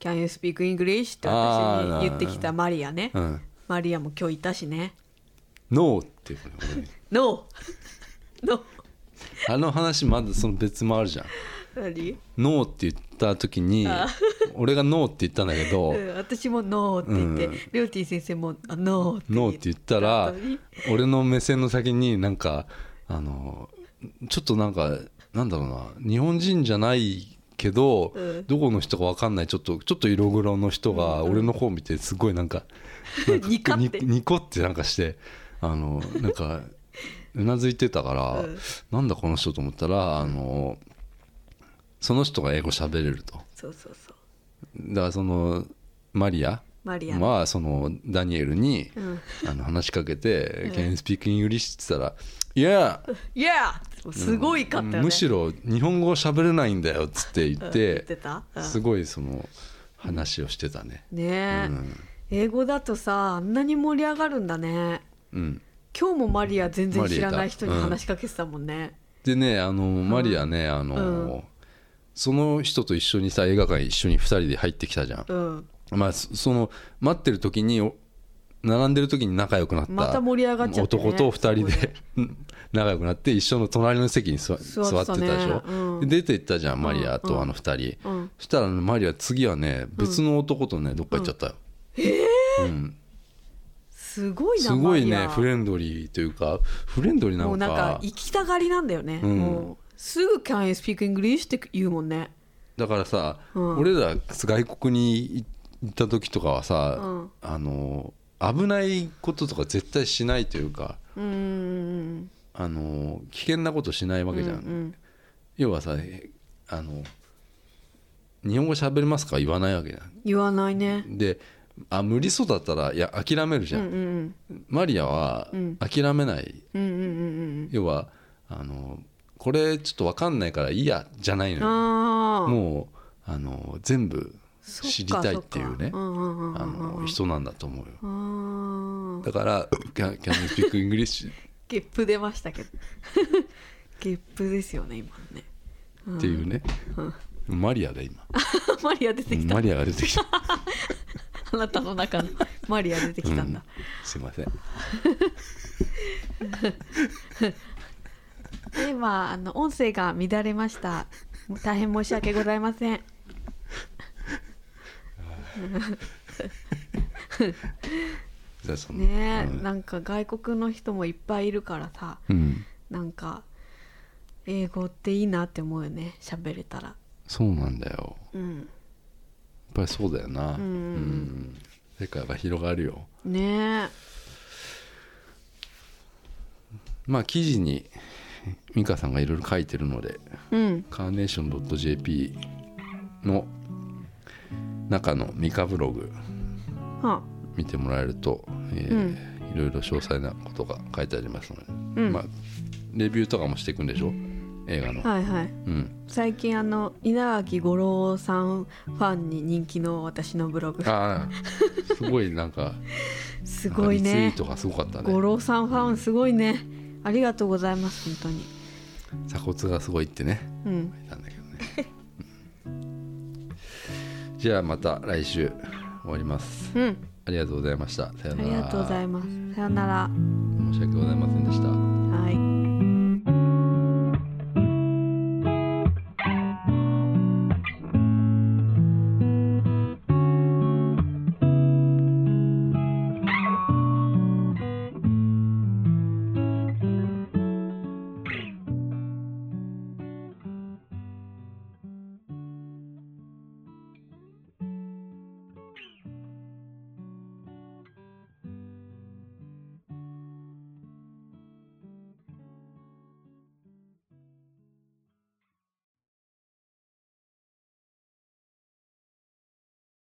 [SPEAKER 1] Can you speak English?」って
[SPEAKER 2] あ
[SPEAKER 1] 私
[SPEAKER 2] ー
[SPEAKER 1] に言ってきたマリアね、
[SPEAKER 2] うん
[SPEAKER 1] マリアも今日いたしね
[SPEAKER 2] 「ノー」っていうの俺に
[SPEAKER 1] 「NO! *laughs* NO!
[SPEAKER 2] あの話まだその別もあるじゃん
[SPEAKER 1] 何
[SPEAKER 2] 「ノー」って言った時に俺が「ノー」って言ったんだけど
[SPEAKER 1] うん、私も「ノー」って言って、
[SPEAKER 2] うん
[SPEAKER 1] りょうてぃ先生も「あノー」って
[SPEAKER 2] 「ノー」って言ったら
[SPEAKER 1] 後に
[SPEAKER 2] 俺の目線の先になんかあのちょっとなんかなんだろうな日本人じゃないけど、
[SPEAKER 1] うん
[SPEAKER 2] どこの人か分かんないちょっとちょっと色黒の人が俺の方見てすごいなんかなん
[SPEAKER 1] *laughs*
[SPEAKER 2] か
[SPEAKER 1] ニカって
[SPEAKER 2] ニニコってなんかしてあのなんかうなずいてたから、
[SPEAKER 1] うん
[SPEAKER 2] なんだこの人と思ったらあのその人が英語喋れると
[SPEAKER 1] そうそうそう
[SPEAKER 2] だからそのマリア
[SPEAKER 1] マリア、
[SPEAKER 2] はそのダニエルに、
[SPEAKER 1] うん
[SPEAKER 2] あの話しかけて「Can you speak English?」って言ったら「Yeah!
[SPEAKER 1] 「Yeah!」すごいかったよね、
[SPEAKER 2] むしろ日本語喋れないんだよ」っつって言
[SPEAKER 1] うん言
[SPEAKER 2] っ
[SPEAKER 1] って
[SPEAKER 2] て
[SPEAKER 1] た、うん
[SPEAKER 2] すごいその話をしてたね
[SPEAKER 1] ねえ、
[SPEAKER 2] うん
[SPEAKER 1] 英語だとさあんなに盛り上がるんだね
[SPEAKER 2] うん
[SPEAKER 1] 今日もマリア全然知ら
[SPEAKER 2] マリ
[SPEAKER 1] な
[SPEAKER 2] エ
[SPEAKER 1] い
[SPEAKER 2] だ
[SPEAKER 1] 人に話しかけてたもんね、
[SPEAKER 2] でねあのマリアね、あのその人と一緒にさ映画館一緒に2人で入ってきたじゃん、
[SPEAKER 1] うん、
[SPEAKER 2] まあ、そその待ってる時にお並んでる時に仲良くなった
[SPEAKER 1] また盛り上がっちゃってね
[SPEAKER 2] 男と2人
[SPEAKER 1] そこ
[SPEAKER 2] で *laughs* 仲良くなって一緒の隣の席に座座
[SPEAKER 1] 座
[SPEAKER 2] っ
[SPEAKER 1] ってて
[SPEAKER 2] た
[SPEAKER 1] た
[SPEAKER 2] で
[SPEAKER 1] ね
[SPEAKER 2] しょ、
[SPEAKER 1] うん
[SPEAKER 2] で出て行ったじゃんマリア
[SPEAKER 1] うんう
[SPEAKER 2] と
[SPEAKER 1] ん
[SPEAKER 2] あの2人、
[SPEAKER 1] うん
[SPEAKER 2] そしたらねマリア次はね別の男とねどっか行っちゃったよ、うん
[SPEAKER 1] すごいな
[SPEAKER 2] すごい
[SPEAKER 1] マリ
[SPEAKER 2] ね
[SPEAKER 1] ア
[SPEAKER 2] フレンドリーというかフレンドリーなの
[SPEAKER 1] も
[SPEAKER 2] か
[SPEAKER 1] うなんか行きたがりなんだよね、
[SPEAKER 2] うん
[SPEAKER 1] もうすぐ「Can you speak English?」って言うもんね
[SPEAKER 2] だからさ、
[SPEAKER 1] うん
[SPEAKER 2] 俺ら外国に行った時とかはさ、
[SPEAKER 1] うん
[SPEAKER 2] あの危ないこととか絶対しないというか
[SPEAKER 1] うーん
[SPEAKER 2] あの危険なことしないわけじゃん、
[SPEAKER 1] うん
[SPEAKER 2] 要はさえあの日本語喋れますか言わないわけじゃ
[SPEAKER 1] 言わないね
[SPEAKER 2] んであ無理そうだったらいや諦めるじ
[SPEAKER 1] う
[SPEAKER 2] ゃ
[SPEAKER 1] ん
[SPEAKER 2] ん、
[SPEAKER 1] うん
[SPEAKER 2] マリアは
[SPEAKER 1] うん
[SPEAKER 2] 諦めない、
[SPEAKER 1] うんうんうん
[SPEAKER 2] 要はあのこれちょっと分かんないからいいやじゃない
[SPEAKER 1] うん
[SPEAKER 2] のよ
[SPEAKER 1] ああ
[SPEAKER 2] もうあの全部
[SPEAKER 1] そっか
[SPEAKER 2] 知りたいっていう
[SPEAKER 1] そっ
[SPEAKER 2] ね
[SPEAKER 1] かうんうんうん
[SPEAKER 2] あ
[SPEAKER 1] うんうん
[SPEAKER 2] の人なんだと思うよ
[SPEAKER 1] あー
[SPEAKER 2] だから「Can, can you speak
[SPEAKER 1] *laughs*
[SPEAKER 2] English?」
[SPEAKER 1] ゲップ出ましたけど *laughs* ゲップですよね今のね *laughs*
[SPEAKER 2] っていうね、マリアだ今
[SPEAKER 1] マリア出てきた
[SPEAKER 2] マリアが出てき
[SPEAKER 1] *laughs*
[SPEAKER 2] た
[SPEAKER 1] あなたの中のマリア出てきたんだ、
[SPEAKER 2] うんすいません
[SPEAKER 1] 今あの音声が乱れました大変申し訳ございません
[SPEAKER 2] じゃあその
[SPEAKER 1] ねえ、
[SPEAKER 2] うん
[SPEAKER 1] なんか外国の人もいっぱいいるからさ
[SPEAKER 2] うん
[SPEAKER 1] なんか英語っていいなって思うよね喋れたら
[SPEAKER 2] そうなんだよ
[SPEAKER 1] うん
[SPEAKER 2] やっぱりそうだよなうん世界が広がるよ
[SPEAKER 1] ねえ
[SPEAKER 2] まあ記事に *laughs* 美香さんがいろいろ書いてるので
[SPEAKER 1] うん
[SPEAKER 2] カーネーション .jp の中のミカブログ
[SPEAKER 1] はあ
[SPEAKER 2] 見てもらえると、えーいろいろ詳細なことが書いてありますので、
[SPEAKER 1] うん
[SPEAKER 2] まあレビューとかもしていくんでしょ映画の、
[SPEAKER 1] はいはい
[SPEAKER 2] うん、
[SPEAKER 1] 最近あの稲垣吾郎さんファンに人気の私のブログ
[SPEAKER 2] ああすごいなんか
[SPEAKER 1] *laughs* すごい
[SPEAKER 2] なんかリ
[SPEAKER 1] ね
[SPEAKER 2] ツイートがすごかった
[SPEAKER 1] 五
[SPEAKER 2] ね
[SPEAKER 1] 郎さんファンすごいねありがとうございます本当に
[SPEAKER 2] 鎖骨がすごいってね
[SPEAKER 1] うん
[SPEAKER 2] 書いたんだけどねうんじゃあまた来週終わります
[SPEAKER 1] うん
[SPEAKER 2] ありがとうございましたさよ
[SPEAKER 1] あ
[SPEAKER 2] な
[SPEAKER 1] り
[SPEAKER 2] ら
[SPEAKER 1] がとうございますさよなら
[SPEAKER 2] 申し訳ございませんでした
[SPEAKER 1] はい